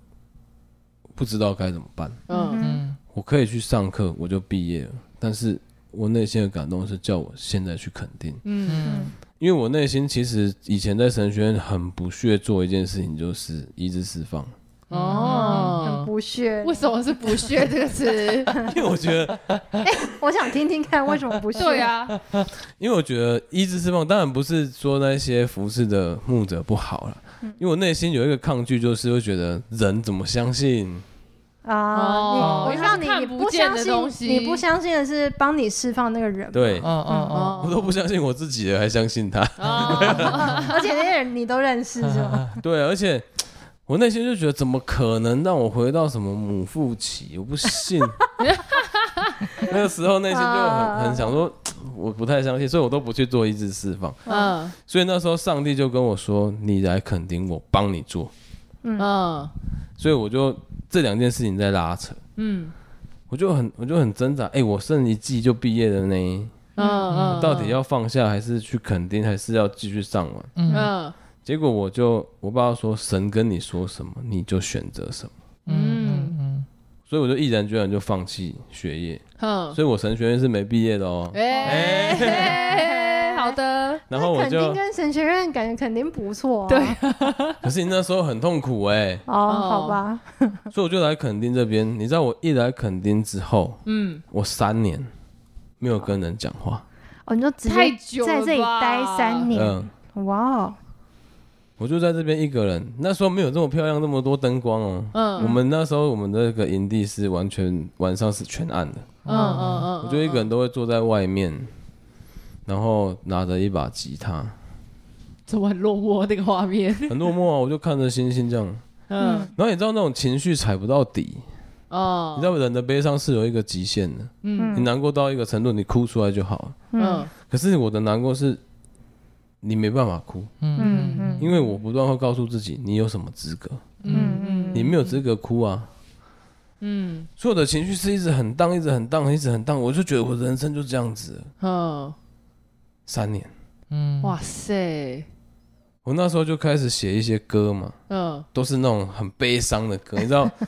[SPEAKER 4] 不知道该怎么办。
[SPEAKER 2] 嗯
[SPEAKER 3] 嗯
[SPEAKER 4] 我可以去上课，我就毕业了。但是我内心的感动是叫我现在去肯定，
[SPEAKER 2] 嗯
[SPEAKER 3] 嗯
[SPEAKER 4] 因为我内心其实以前在神学院很不屑做一件事情，就是一直释放，
[SPEAKER 1] 很
[SPEAKER 4] 嗯
[SPEAKER 2] 哦，
[SPEAKER 1] 不屑。
[SPEAKER 2] 为什么是不屑这个词？
[SPEAKER 4] 因为我觉得，
[SPEAKER 1] 我想听听看为什么不屑。
[SPEAKER 2] 对， 啊，
[SPEAKER 4] 因为我觉得一直释放，当然不是说那些服侍的牧者不好啦，因为我内心有一个抗拒，就是会觉得人怎么相信？
[SPEAKER 1] 啊，
[SPEAKER 2] 哦
[SPEAKER 1] 你我知道
[SPEAKER 2] 因
[SPEAKER 1] 你
[SPEAKER 2] 为它是
[SPEAKER 1] 你
[SPEAKER 2] 看
[SPEAKER 1] 不
[SPEAKER 2] 不见
[SPEAKER 1] 相
[SPEAKER 2] 的东西
[SPEAKER 1] 信，你不相信的是帮你释放那个人，，
[SPEAKER 4] 对
[SPEAKER 3] 嗯，嗯
[SPEAKER 4] 哦我都不相信我自己了，还相信他。
[SPEAKER 2] 哦，
[SPEAKER 1] 而且那些人你都认识是 吧？
[SPEAKER 4] 对，而且我内心就觉得，怎么可能让我回到什么母父期？我不信。那个时候内心就很很想说，我不太相信，所以我都不去做一次释放。
[SPEAKER 2] 嗯
[SPEAKER 4] 所以那时候上帝就跟我说：“你来肯定我，帮你做。
[SPEAKER 2] 嗯”
[SPEAKER 4] 所以我就这两件事情在拉扯。
[SPEAKER 2] 嗯
[SPEAKER 4] 我就很我就很挣扎，哎、我剩一季就毕业了呢，
[SPEAKER 2] 嗯嗯，
[SPEAKER 4] 到底要放下还是去垦丁，还是要继续上完？
[SPEAKER 3] 嗯
[SPEAKER 2] 嗯
[SPEAKER 4] 结果我就我爸说神跟你说什么你就选择什么，
[SPEAKER 2] 嗯
[SPEAKER 3] 嗯
[SPEAKER 4] 所以我就毅然决然就放弃学业，
[SPEAKER 2] 嗯，
[SPEAKER 4] 所以我神学院是没毕业的哦。
[SPEAKER 2] 哎哎，好的，
[SPEAKER 4] 然后我
[SPEAKER 5] 肯定
[SPEAKER 4] 就，
[SPEAKER 1] 啊
[SPEAKER 5] 跟神学院感觉肯定不错、啊。
[SPEAKER 2] 对，
[SPEAKER 4] 可是你那时候很痛苦哎、
[SPEAKER 5] 哦，
[SPEAKER 2] 哦
[SPEAKER 5] 好吧，
[SPEAKER 4] 所以我就来垦丁这边。你知道我一来垦丁之后，
[SPEAKER 2] 嗯，
[SPEAKER 4] 我三年没有跟人讲话，
[SPEAKER 5] 哦，你就直
[SPEAKER 2] 太
[SPEAKER 5] 接
[SPEAKER 2] 久了
[SPEAKER 5] 在
[SPEAKER 2] 吧
[SPEAKER 5] 这里待三年，
[SPEAKER 4] 嗯，
[SPEAKER 5] 哇哦，
[SPEAKER 4] 我就在这边一个人。那时候没有这么漂亮，这么多灯光哦。
[SPEAKER 2] 嗯
[SPEAKER 4] 我们那时候我们那个营地是完全晚上是全暗的，
[SPEAKER 2] 嗯嗯嗯，
[SPEAKER 4] 我就一个人都会坐在外面，然后拿着一把吉他，
[SPEAKER 2] 怎么很落寞那个画面，
[SPEAKER 4] 很落寞啊。我就看着星星这样，
[SPEAKER 2] 嗯
[SPEAKER 4] 然后你知道那种情绪踩不到底，
[SPEAKER 2] 哦
[SPEAKER 4] 你知道人的悲伤是有一个极限的，
[SPEAKER 2] 嗯
[SPEAKER 4] 你难过到一个程度，你哭出来就好了。
[SPEAKER 2] 嗯
[SPEAKER 4] 可是我的难过是，你没办法哭，
[SPEAKER 5] 嗯嗯
[SPEAKER 4] 因为我不断会告诉自己，你有什么资格？
[SPEAKER 2] 嗯
[SPEAKER 4] 你没有资格哭啊！
[SPEAKER 2] 嗯
[SPEAKER 4] 所有的情绪是一直很荡，一直很荡，一直很荡，我就觉得我人生就这样子了
[SPEAKER 2] 嗯，
[SPEAKER 4] 三年。
[SPEAKER 3] 嗯，
[SPEAKER 2] 哇塞，
[SPEAKER 4] 我那时候就开始写一些歌嘛，
[SPEAKER 2] 嗯
[SPEAKER 4] 都是那种很悲伤的歌，你知道？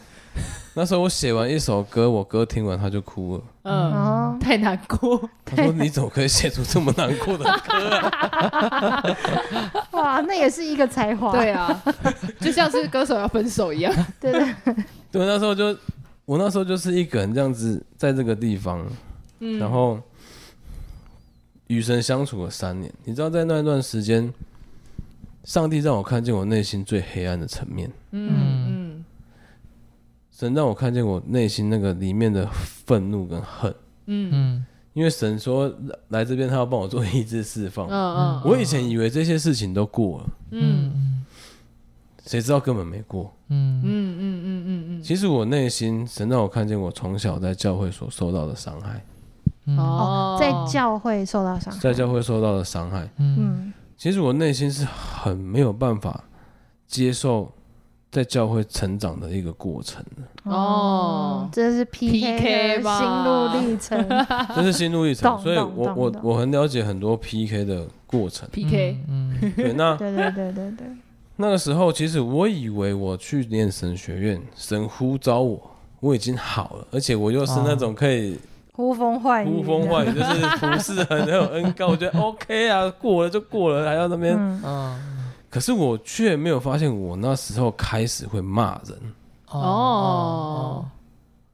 [SPEAKER 4] 那时候我写完一首歌，我哥听完他就哭了，
[SPEAKER 2] 嗯，
[SPEAKER 5] 哦，
[SPEAKER 2] 太难过，
[SPEAKER 4] 他说：“你怎么可以写出这么难过的 歌
[SPEAKER 5] 哇，那也是一个才华，
[SPEAKER 2] 对啊， 就像是歌手要分手 一样，
[SPEAKER 5] 对对，
[SPEAKER 4] 对，那时候就我那时候就是一个人这样子在这个地方，
[SPEAKER 2] 嗯
[SPEAKER 4] 然后与神相处了三年。你知道，在那段时间，上帝让我看见我内心最黑暗的层面，
[SPEAKER 2] 嗯嗯
[SPEAKER 4] 神让我看见我内心那个里面的愤怒跟恨。
[SPEAKER 2] 嗯
[SPEAKER 3] 嗯
[SPEAKER 4] 因为神说来来这边，他要帮我做医治释放。
[SPEAKER 2] 嗯
[SPEAKER 4] 我以前以为这些事情都过了，
[SPEAKER 2] 嗯
[SPEAKER 4] 谁知道根本没过。
[SPEAKER 3] 嗯
[SPEAKER 2] 嗯嗯嗯嗯
[SPEAKER 4] 其实我内心，神让我看见我从小在教会所受到的伤害，
[SPEAKER 2] 嗯，
[SPEAKER 3] 嗯
[SPEAKER 5] 哦，在教会受到伤害，
[SPEAKER 4] 在教会受到的伤害。
[SPEAKER 3] 嗯
[SPEAKER 5] 嗯
[SPEAKER 4] 其实我内心是很没有办法接受在教会成长的一个 过程的，
[SPEAKER 2] 哦
[SPEAKER 5] 这是
[SPEAKER 2] PK 吧
[SPEAKER 5] 心路历程，
[SPEAKER 4] 这是心路历程。
[SPEAKER 5] 懂
[SPEAKER 4] 所以
[SPEAKER 5] 懂
[SPEAKER 4] 我
[SPEAKER 5] 懂
[SPEAKER 4] 我
[SPEAKER 5] 懂
[SPEAKER 4] 我很了解很多 PK 的 过程。
[SPEAKER 2] PK，
[SPEAKER 3] 嗯
[SPEAKER 4] 对，那
[SPEAKER 5] 对对对对对，
[SPEAKER 4] 那个时候，其实我以为我去念神学院，神呼召我。我已经好了，而且我又是那
[SPEAKER 5] 哦
[SPEAKER 4] 种可以
[SPEAKER 5] 呼风
[SPEAKER 3] 哎
[SPEAKER 5] 唤雨，
[SPEAKER 4] 呼风唤雨，就是服侍很很有恩高，我觉 得 OK 啊，过了就过了，还要那边。
[SPEAKER 5] 嗯，
[SPEAKER 3] 嗯
[SPEAKER 4] 可是我却没有发现，我那时候开始会骂人。嗯
[SPEAKER 2] 哦
[SPEAKER 3] 어.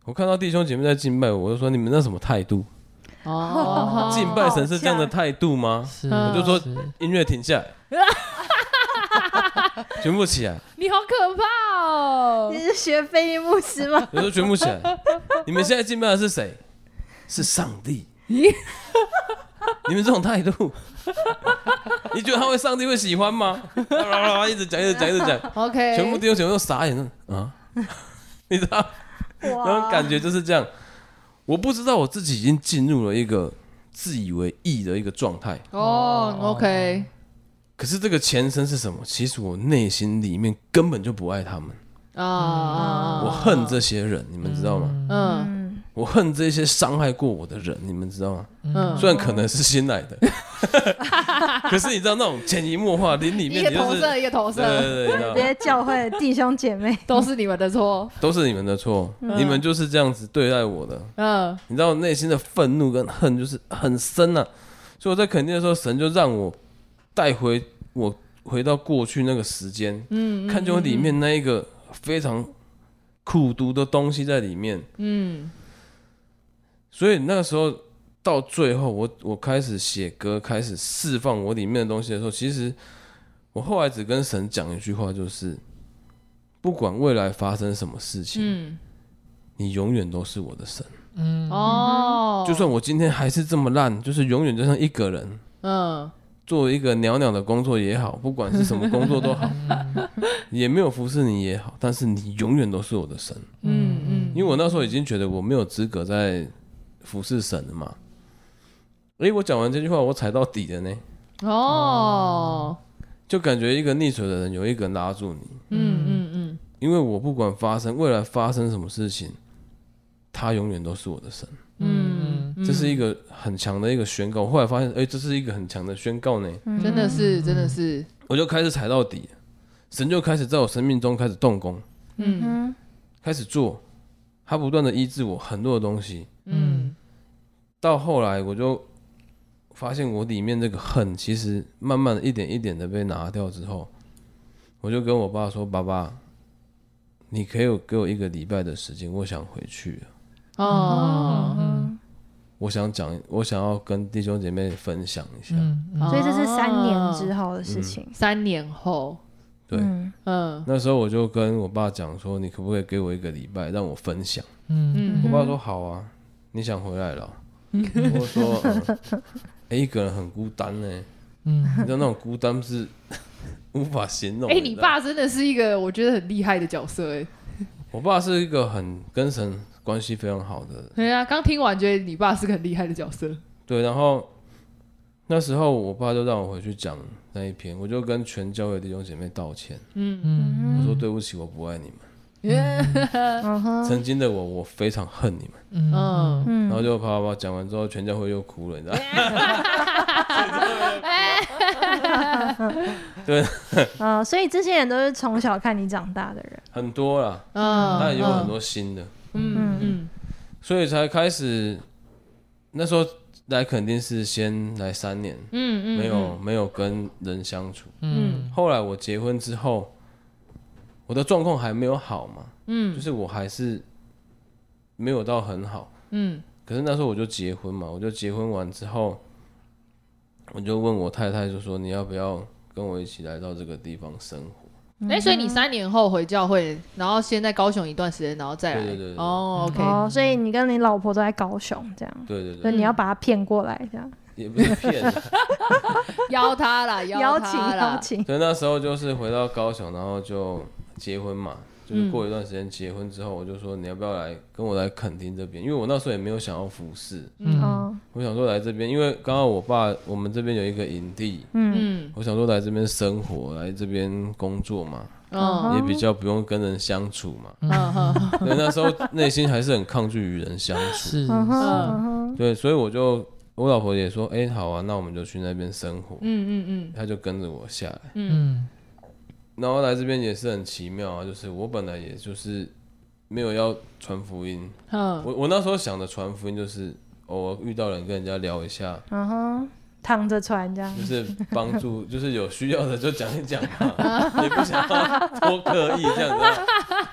[SPEAKER 4] 我看到弟兄姐妹在敬拜我，我就说你们那什么态度？
[SPEAKER 2] 哦，
[SPEAKER 4] 敬拜神是这样的态度吗？
[SPEAKER 3] 是，
[SPEAKER 2] 我
[SPEAKER 4] 就说
[SPEAKER 3] 是
[SPEAKER 4] 音乐 停下来， 全部起来，
[SPEAKER 2] 你好可怕哦
[SPEAKER 5] 你，是学菲利牧师 吗？
[SPEAKER 4] 我说全部起来。你们现在敬拜的是谁？是上帝。你们这种态度，你觉得他会上帝会喜欢吗？啦啦啦一直讲，一直讲，一直讲，
[SPEAKER 2] OK，
[SPEAKER 4] 全部弟兄姐妹都傻眼了啊！你知道，那种感觉就是这样。我不知道我自己已经进入了一个自以为意的一个状态。
[SPEAKER 2] 哦，OK，
[SPEAKER 4] 可是这个前身是什么？其实我内心里面根本就不爱他们，
[SPEAKER 2] 啊，
[SPEAKER 4] 嗯我恨这些人，你们知道吗？
[SPEAKER 2] 嗯
[SPEAKER 5] 嗯，
[SPEAKER 4] 我恨这些伤害过我的人，你们知道吗？
[SPEAKER 2] 嗯，
[SPEAKER 4] 虽然可能是新来 的，可是你知道那种潜移默化，灵里
[SPEAKER 2] 一
[SPEAKER 4] 面
[SPEAKER 2] 个
[SPEAKER 4] 你就
[SPEAKER 2] 投
[SPEAKER 4] 是
[SPEAKER 2] 射一个投
[SPEAKER 4] 对
[SPEAKER 2] 射，
[SPEAKER 4] 对对，你知道
[SPEAKER 5] 这
[SPEAKER 4] 吗
[SPEAKER 5] 些教会的弟兄姐妹，
[SPEAKER 2] 都是你们的错，
[SPEAKER 4] 都是你们的错，你们就是这样子对待我的。
[SPEAKER 2] 嗯
[SPEAKER 4] 你知道我内心的愤怒跟恨就是很深啊，所以我在肯定的时候，神就让我带回我回到过去那个时间，
[SPEAKER 2] 嗯，
[SPEAKER 4] 看见我里面那一个非常苦毒的东西在里面。
[SPEAKER 2] 嗯
[SPEAKER 4] 所以那个时候到最后我，我开始写歌，开始释放我里面的东西的时候，其实我后来只跟神讲一句话，就是不管未来发生什么事情，
[SPEAKER 2] 嗯，
[SPEAKER 4] 你永远都是我的神。
[SPEAKER 3] 嗯
[SPEAKER 2] 哦，
[SPEAKER 4] 就算我今天还是这么烂，就是永远就像一个人。
[SPEAKER 2] 嗯
[SPEAKER 4] 做一个袅袅的工作也好，不管是什么工 作都好，也没有服侍你也好，但是你永远都是我的神。
[SPEAKER 2] 嗯嗯，
[SPEAKER 4] 因为我那时候已经觉得我没有资格在服侍神了嘛。诶，我讲完这句话，我踩到底了呢，
[SPEAKER 2] 哦，
[SPEAKER 4] 就感觉一个溺水的人有一个人拉住你，
[SPEAKER 2] 嗯嗯嗯
[SPEAKER 4] 因为我不管发生未来发生什么事情，他永远都是我的神，
[SPEAKER 2] 嗯，
[SPEAKER 4] 这是一个很强的一个宣告。我后来发现，哎、这是一个很强的宣告呢，
[SPEAKER 2] 嗯真的是真的是，
[SPEAKER 4] 我就开始踩到底，神就开始在我生命中开始动工，
[SPEAKER 2] 嗯
[SPEAKER 1] 嗯
[SPEAKER 4] 开始做，他不断的医治我很多的东西。
[SPEAKER 2] 嗯
[SPEAKER 4] 到后来，我就发现我里面这个恨，其实慢慢的一点一点的被拿掉之后，我就跟我爸说：“爸爸，你可以给我一个礼拜的时间，我想回去了，
[SPEAKER 2] 哦，
[SPEAKER 3] 嗯
[SPEAKER 4] 我想讲，我想要跟弟兄姐妹分享一下。
[SPEAKER 3] 嗯嗯
[SPEAKER 5] 所以这是三年之
[SPEAKER 2] 后，
[SPEAKER 5] 后的事情。
[SPEAKER 2] 三年后，
[SPEAKER 4] 嗯对，
[SPEAKER 5] 嗯
[SPEAKER 2] 嗯
[SPEAKER 4] 那时候我就跟我爸讲说：“你可不可以给我一个礼拜，让我分享？”
[SPEAKER 3] 嗯
[SPEAKER 2] 嗯
[SPEAKER 4] 我爸说：“好啊，你想回来了哦。”我说：“哎、诶一个人很孤单呢、
[SPEAKER 3] 嗯，
[SPEAKER 4] 你知道那种孤单是 无法形容。”
[SPEAKER 2] 哎、你爸真的是一个我觉得很厉害的角色哎、
[SPEAKER 4] 我爸是一个很跟神关系非常好的，
[SPEAKER 2] 对啊，刚听完觉得你爸是个很厉害的角色。
[SPEAKER 4] 对。然后那时候我爸就让我回去讲那一篇，我就跟全教会弟兄姐妹道歉，
[SPEAKER 3] 嗯
[SPEAKER 4] 我说对不起，我不爱你们，
[SPEAKER 5] 嗯哼，
[SPEAKER 4] 曾经的我，我非常恨你们。
[SPEAKER 2] 嗯，
[SPEAKER 5] 嗯
[SPEAKER 4] 然后就啪啪啪讲完之后，全教会又哭了，你知道吗？
[SPEAKER 5] 呃，所以这些人都是从小看你长大的人。
[SPEAKER 4] 很多啦，
[SPEAKER 2] 嗯，
[SPEAKER 4] 但也有很多新的，
[SPEAKER 2] 嗯，嗯
[SPEAKER 4] 所以才开始。那时候来肯定是先来三年，
[SPEAKER 2] 嗯嗯，
[SPEAKER 4] 没有没有跟人相处。
[SPEAKER 3] 嗯
[SPEAKER 4] 后来我结婚之后，我的状况还没有好嘛，就
[SPEAKER 2] 嗯
[SPEAKER 4] 是我还是没有到很好。
[SPEAKER 2] 嗯
[SPEAKER 4] 可是那时候我就结婚嘛，我就结婚完之后，我就问我太太，就说你要不要跟我一起来到这个地方生活？
[SPEAKER 2] 嗯。哎，所以你三年后回教会，然后先在高雄一段时间，然后再来。
[SPEAKER 4] 对对对对
[SPEAKER 2] 哦，OK，
[SPEAKER 5] 哦，所以你跟你老婆都在高雄，这样，
[SPEAKER 4] 对对
[SPEAKER 5] 所
[SPEAKER 4] 对，
[SPEAKER 5] 以你要把她骗过来，这样
[SPEAKER 4] 也不是骗的。
[SPEAKER 2] 邀他啦，
[SPEAKER 5] 邀请
[SPEAKER 2] 他
[SPEAKER 5] 邀
[SPEAKER 2] 啦。
[SPEAKER 5] 请。
[SPEAKER 4] 所以那时候就是回到高雄，然后就结婚嘛，就是过一段时间结婚之后，我就说你要不要来跟我来垦丁这边？因为我那时候也没有想要服侍，
[SPEAKER 5] 哦，
[SPEAKER 4] 我想说来这边，因为刚好我爸我们这边有一个营地，
[SPEAKER 5] 嗯
[SPEAKER 2] 嗯
[SPEAKER 4] 我想说来这边生活，来这边工作嘛，
[SPEAKER 2] 嗯
[SPEAKER 5] 哦
[SPEAKER 4] 也比较不用跟人相处嘛。
[SPEAKER 2] 嗯
[SPEAKER 4] 对，那时候内心还是很抗拒与人相处。
[SPEAKER 3] 是
[SPEAKER 5] 嗯哼
[SPEAKER 2] 嗯
[SPEAKER 5] 嗯哼，
[SPEAKER 4] 对，所以我就我老婆也说，哎、好啊，那我们就去那边生活。
[SPEAKER 2] 嗯嗯
[SPEAKER 4] 她就跟着我下来，
[SPEAKER 3] 嗯
[SPEAKER 4] 然后来这边也是很奇妙啊，就是我本来也就是没有要传福音，
[SPEAKER 2] 嗯，
[SPEAKER 4] 我我那时候想的传福音就是偶尔遇到人跟人家聊一下，
[SPEAKER 5] 嗯哼，躺着船这样
[SPEAKER 4] 就。是帮助，就是有需要的就讲一讲嘛，也不想要多刻意这样子啊，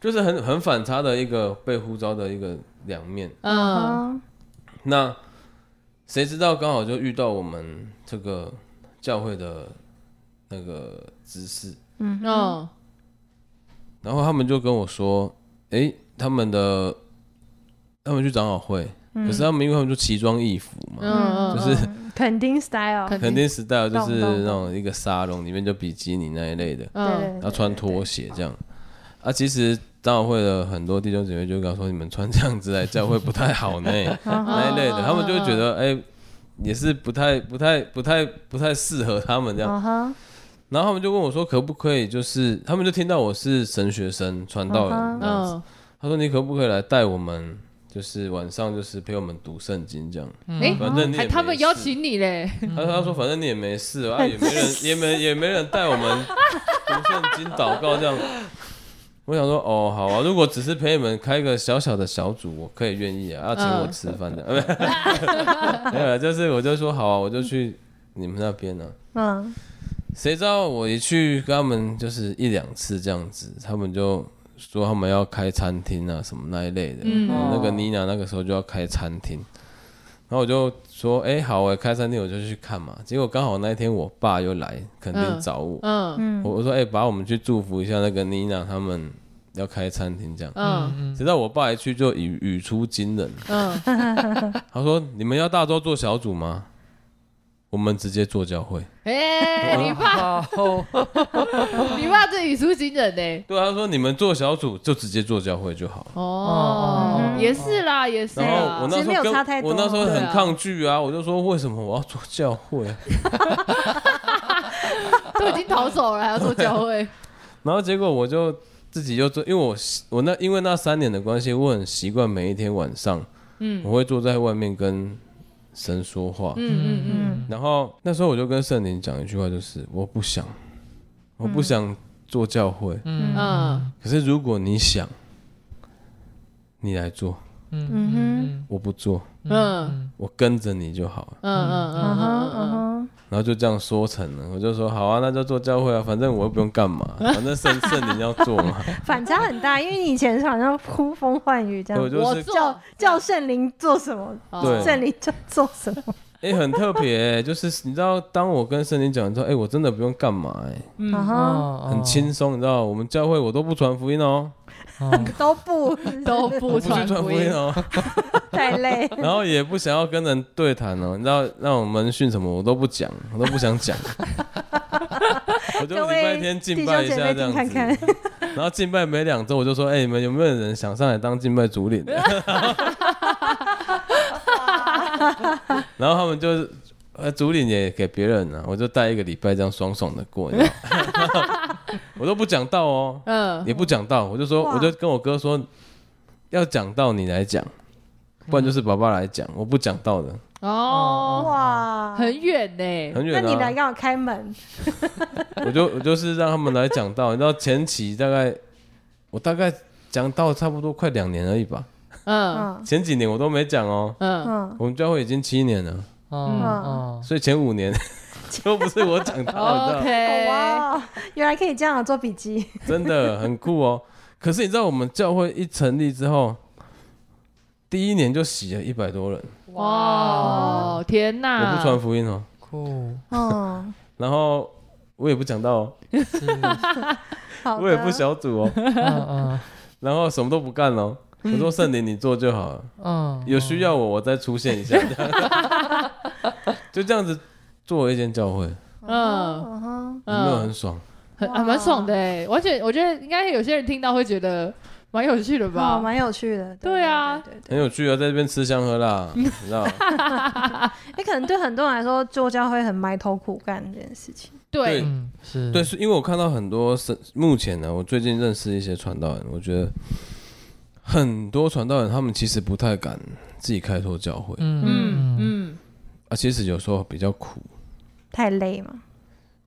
[SPEAKER 4] 就是很很反差的一个被呼召的一个两面。
[SPEAKER 2] 嗯
[SPEAKER 5] 嗯
[SPEAKER 4] 那谁知道刚好就遇到我们这个教会的那个执事，
[SPEAKER 2] 嗯
[SPEAKER 4] 然后他们就跟我说，诶，他们的他们去长老会，
[SPEAKER 5] 嗯
[SPEAKER 4] 可是他们因为他们就奇装异服嘛，
[SPEAKER 2] 嗯，
[SPEAKER 4] 就是
[SPEAKER 5] 肯定 style，
[SPEAKER 2] 肯
[SPEAKER 4] 肯定 style 就
[SPEAKER 5] 懂
[SPEAKER 4] 是
[SPEAKER 5] 懂
[SPEAKER 4] 那种一个沙龙里面就比基尼那一类的，
[SPEAKER 5] 对对
[SPEAKER 2] 嗯
[SPEAKER 5] 对
[SPEAKER 4] 然后穿拖鞋这样。啊，其实长老会的很多弟兄姐妹就跟我说，你们穿这样子来教会不太 好呢，
[SPEAKER 5] 嗯
[SPEAKER 4] 那一类的，他们就会觉得，哎、也是不太、不太、不太、不太适合他们这样。
[SPEAKER 5] 嗯哼，
[SPEAKER 4] 然后他们就问我说，可不可以？就是他们就听到我是神学生、传道人这样子，
[SPEAKER 2] 嗯，
[SPEAKER 4] 他说你可不可以来带我们？就是晚上就是陪我们读圣经这样，
[SPEAKER 2] 哎，
[SPEAKER 4] 反正你也
[SPEAKER 2] 还
[SPEAKER 4] 没
[SPEAKER 2] 他们邀
[SPEAKER 4] 事
[SPEAKER 2] 请你嘞，
[SPEAKER 4] 他他说反正你也没事啊，也没人也没也没人带我们读圣经祷告这样。我想说哦好啊，如果只是陪你们开个小小的小组，我可以愿意啊，要请我吃饭的， 没有啊，就是我就说好啊，我就去你们那边啊呢、
[SPEAKER 5] 嗯
[SPEAKER 4] 谁知道我一去跟他们就是一两次这样子，他们就说他们要开餐厅啊什么那一类的。
[SPEAKER 2] 嗯
[SPEAKER 4] 那个妮娜那个时候就要开餐厅，然后我就说，哎、好、我开餐厅我就去看嘛。结果刚好那一天我爸又来，肯定找我。
[SPEAKER 2] 嗯
[SPEAKER 5] 嗯
[SPEAKER 4] 我我说，哎、爸，我们去祝福一下那个妮娜他们要开餐厅这样。
[SPEAKER 2] 嗯
[SPEAKER 3] 음.
[SPEAKER 4] 直到我爸一去就语语出惊人，
[SPEAKER 2] 嗯，
[SPEAKER 4] 他说：“你们要大周做小组吗？我们直接做教会。
[SPEAKER 2] 哎，你爸
[SPEAKER 3] 아,哦，
[SPEAKER 2] 你爸这语出惊人呢。”
[SPEAKER 4] 对啊，他说：“你们做小组就直接做教会就好了。”
[SPEAKER 2] 哦，也是啦，也是
[SPEAKER 4] 然
[SPEAKER 2] 啦。
[SPEAKER 4] 后我
[SPEAKER 5] 啊其
[SPEAKER 4] 那
[SPEAKER 5] 实
[SPEAKER 4] 时
[SPEAKER 5] 没有
[SPEAKER 4] 候跟
[SPEAKER 5] 差太多
[SPEAKER 4] 我那时候
[SPEAKER 2] 对
[SPEAKER 4] 很
[SPEAKER 2] 啊
[SPEAKER 4] 抗拒啊，我就说为什么我要做教会？
[SPEAKER 2] 都已经逃走了，还要做教会。
[SPEAKER 4] 然后结果我就自己就做，因为我我那因为那三年的关系，我很习惯每一天晚上，
[SPEAKER 2] 嗯
[SPEAKER 4] 我会坐在外面跟神说话，
[SPEAKER 2] 嗯嗯
[SPEAKER 1] 嗯，
[SPEAKER 4] 然后那时候我就跟圣灵讲一句话，就是我不想，我不
[SPEAKER 5] 嗯
[SPEAKER 4] 想做教会，
[SPEAKER 2] 嗯嗯
[SPEAKER 4] 可是如果你想，你来做，
[SPEAKER 1] 嗯哼，
[SPEAKER 4] 我不做，
[SPEAKER 2] 嗯
[SPEAKER 4] 我跟着你就好了。
[SPEAKER 2] 嗯嗯
[SPEAKER 1] 嗯哼，嗯
[SPEAKER 2] 嗯，
[SPEAKER 1] 哼，
[SPEAKER 4] 然后就这样说成了，我就说好啊，那就做教会啊，反正我又不用 干嘛，反正圣圣灵要做嘛，
[SPEAKER 5] 反差很大，因为你以前好像呼风唤雨这
[SPEAKER 4] 所以我
[SPEAKER 5] 样，
[SPEAKER 4] 就
[SPEAKER 2] 我
[SPEAKER 4] 是
[SPEAKER 5] 叫
[SPEAKER 2] 做
[SPEAKER 5] 叫圣灵做什么，
[SPEAKER 4] 对
[SPEAKER 5] 圣灵就做什么。
[SPEAKER 4] 哎、很特别、就是你知道，当我跟圣灵讲说，哎、我真的不用干嘛、哎，
[SPEAKER 3] 어,
[SPEAKER 5] 嗯哼，
[SPEAKER 3] 哦
[SPEAKER 4] 很，轻松，你知道，我们教会我都不传福音哦，
[SPEAKER 3] 哦哦
[SPEAKER 5] 都不
[SPEAKER 2] 都
[SPEAKER 4] 我
[SPEAKER 2] 不
[SPEAKER 4] 不去
[SPEAKER 2] 传
[SPEAKER 4] 传
[SPEAKER 2] 福
[SPEAKER 4] 福
[SPEAKER 2] 音
[SPEAKER 4] 音，哦，
[SPEAKER 5] 太累，
[SPEAKER 4] 然后也不想要跟人对谈哦，你知道，那种门训什么我都不讲，我都不 想讲，我
[SPEAKER 5] 各
[SPEAKER 4] 就礼
[SPEAKER 5] 位
[SPEAKER 4] 拜天敬拜一下这样
[SPEAKER 5] 弟兄姐妹
[SPEAKER 4] 子，
[SPEAKER 5] 听看
[SPEAKER 4] 然后敬拜没两周，我就说，哎、你们有没有人想上来当敬拜主领的？ 然后他们就是。呃，主领也给别人啊，我就带一个礼拜这样爽爽的过，你知道吗 我都不讲道哦，
[SPEAKER 2] 嗯
[SPEAKER 4] 也不讲道，我就说，
[SPEAKER 5] 哇
[SPEAKER 4] 我就跟我哥说，要讲道你来讲，
[SPEAKER 5] 嗯
[SPEAKER 4] 不然就是爸爸来讲，我不讲道的，
[SPEAKER 2] 哦，
[SPEAKER 5] 哇，
[SPEAKER 2] 很远呢，
[SPEAKER 4] 很
[SPEAKER 5] 那
[SPEAKER 4] 远
[SPEAKER 5] 你来
[SPEAKER 4] 啊。
[SPEAKER 5] 让我开门，
[SPEAKER 4] 我就我就是让他们来讲道，你知道前期大概我大概讲道差不多快两年而已吧，
[SPEAKER 2] 嗯
[SPEAKER 5] 嗯
[SPEAKER 4] 前几年我都没讲哦。
[SPEAKER 2] 嗯
[SPEAKER 5] 嗯，
[SPEAKER 4] 我们教会已经七年了，
[SPEAKER 3] 어,哦
[SPEAKER 4] 所以前五 年都不是我讲道，你知道，
[SPEAKER 5] 哦
[SPEAKER 2] ，OK，
[SPEAKER 5] 哇，原来可以这样做笔记，
[SPEAKER 4] 真的很酷哦。可是你知道我们教会一成立之后，第一年就洗了一百多人，
[SPEAKER 2] 哇，天
[SPEAKER 5] 啊
[SPEAKER 2] 哪，
[SPEAKER 4] 我不传福音哦。
[SPEAKER 3] 酷，
[SPEAKER 5] 嗯，
[SPEAKER 4] 然后我也不讲到、哦，
[SPEAKER 3] 是，嗯
[SPEAKER 5] 好的，
[SPEAKER 4] 我也不小组 哦，
[SPEAKER 3] 어,嗯
[SPEAKER 4] 然后什么都不干哦。我
[SPEAKER 5] 嗯
[SPEAKER 4] 说圣灵，你做就好了，
[SPEAKER 3] 嗯，
[SPEAKER 4] 有需要我我再出现一 下，这样就这样子做了一间教会，有
[SPEAKER 2] 嗯
[SPEAKER 5] 嗯哼，
[SPEAKER 4] 没有很爽？
[SPEAKER 2] 很
[SPEAKER 5] 哇
[SPEAKER 2] 还蛮爽的哎，完全我觉得应该有些人听到会觉得蛮有趣的
[SPEAKER 5] 哦，
[SPEAKER 2] 吧，
[SPEAKER 5] 蛮有趣的，
[SPEAKER 2] 嗯对啊
[SPEAKER 5] 对对对
[SPEAKER 4] 很有趣啊，在这边吃香喝辣，
[SPEAKER 5] 嗯
[SPEAKER 4] 你知道？
[SPEAKER 5] 哎，可能对很多人来说，做教会很埋头苦干这件事情。
[SPEAKER 2] 对，
[SPEAKER 3] 嗯是，
[SPEAKER 4] 对，是因为我看到很多是目前呢，我最近认识一些传道人，我觉得很多传道人他们其实不太敢自己开拓教会
[SPEAKER 2] 嗯
[SPEAKER 3] 嗯嗯
[SPEAKER 2] 嗯
[SPEAKER 4] 啊，其实有时候比较苦，
[SPEAKER 5] 太累嘛，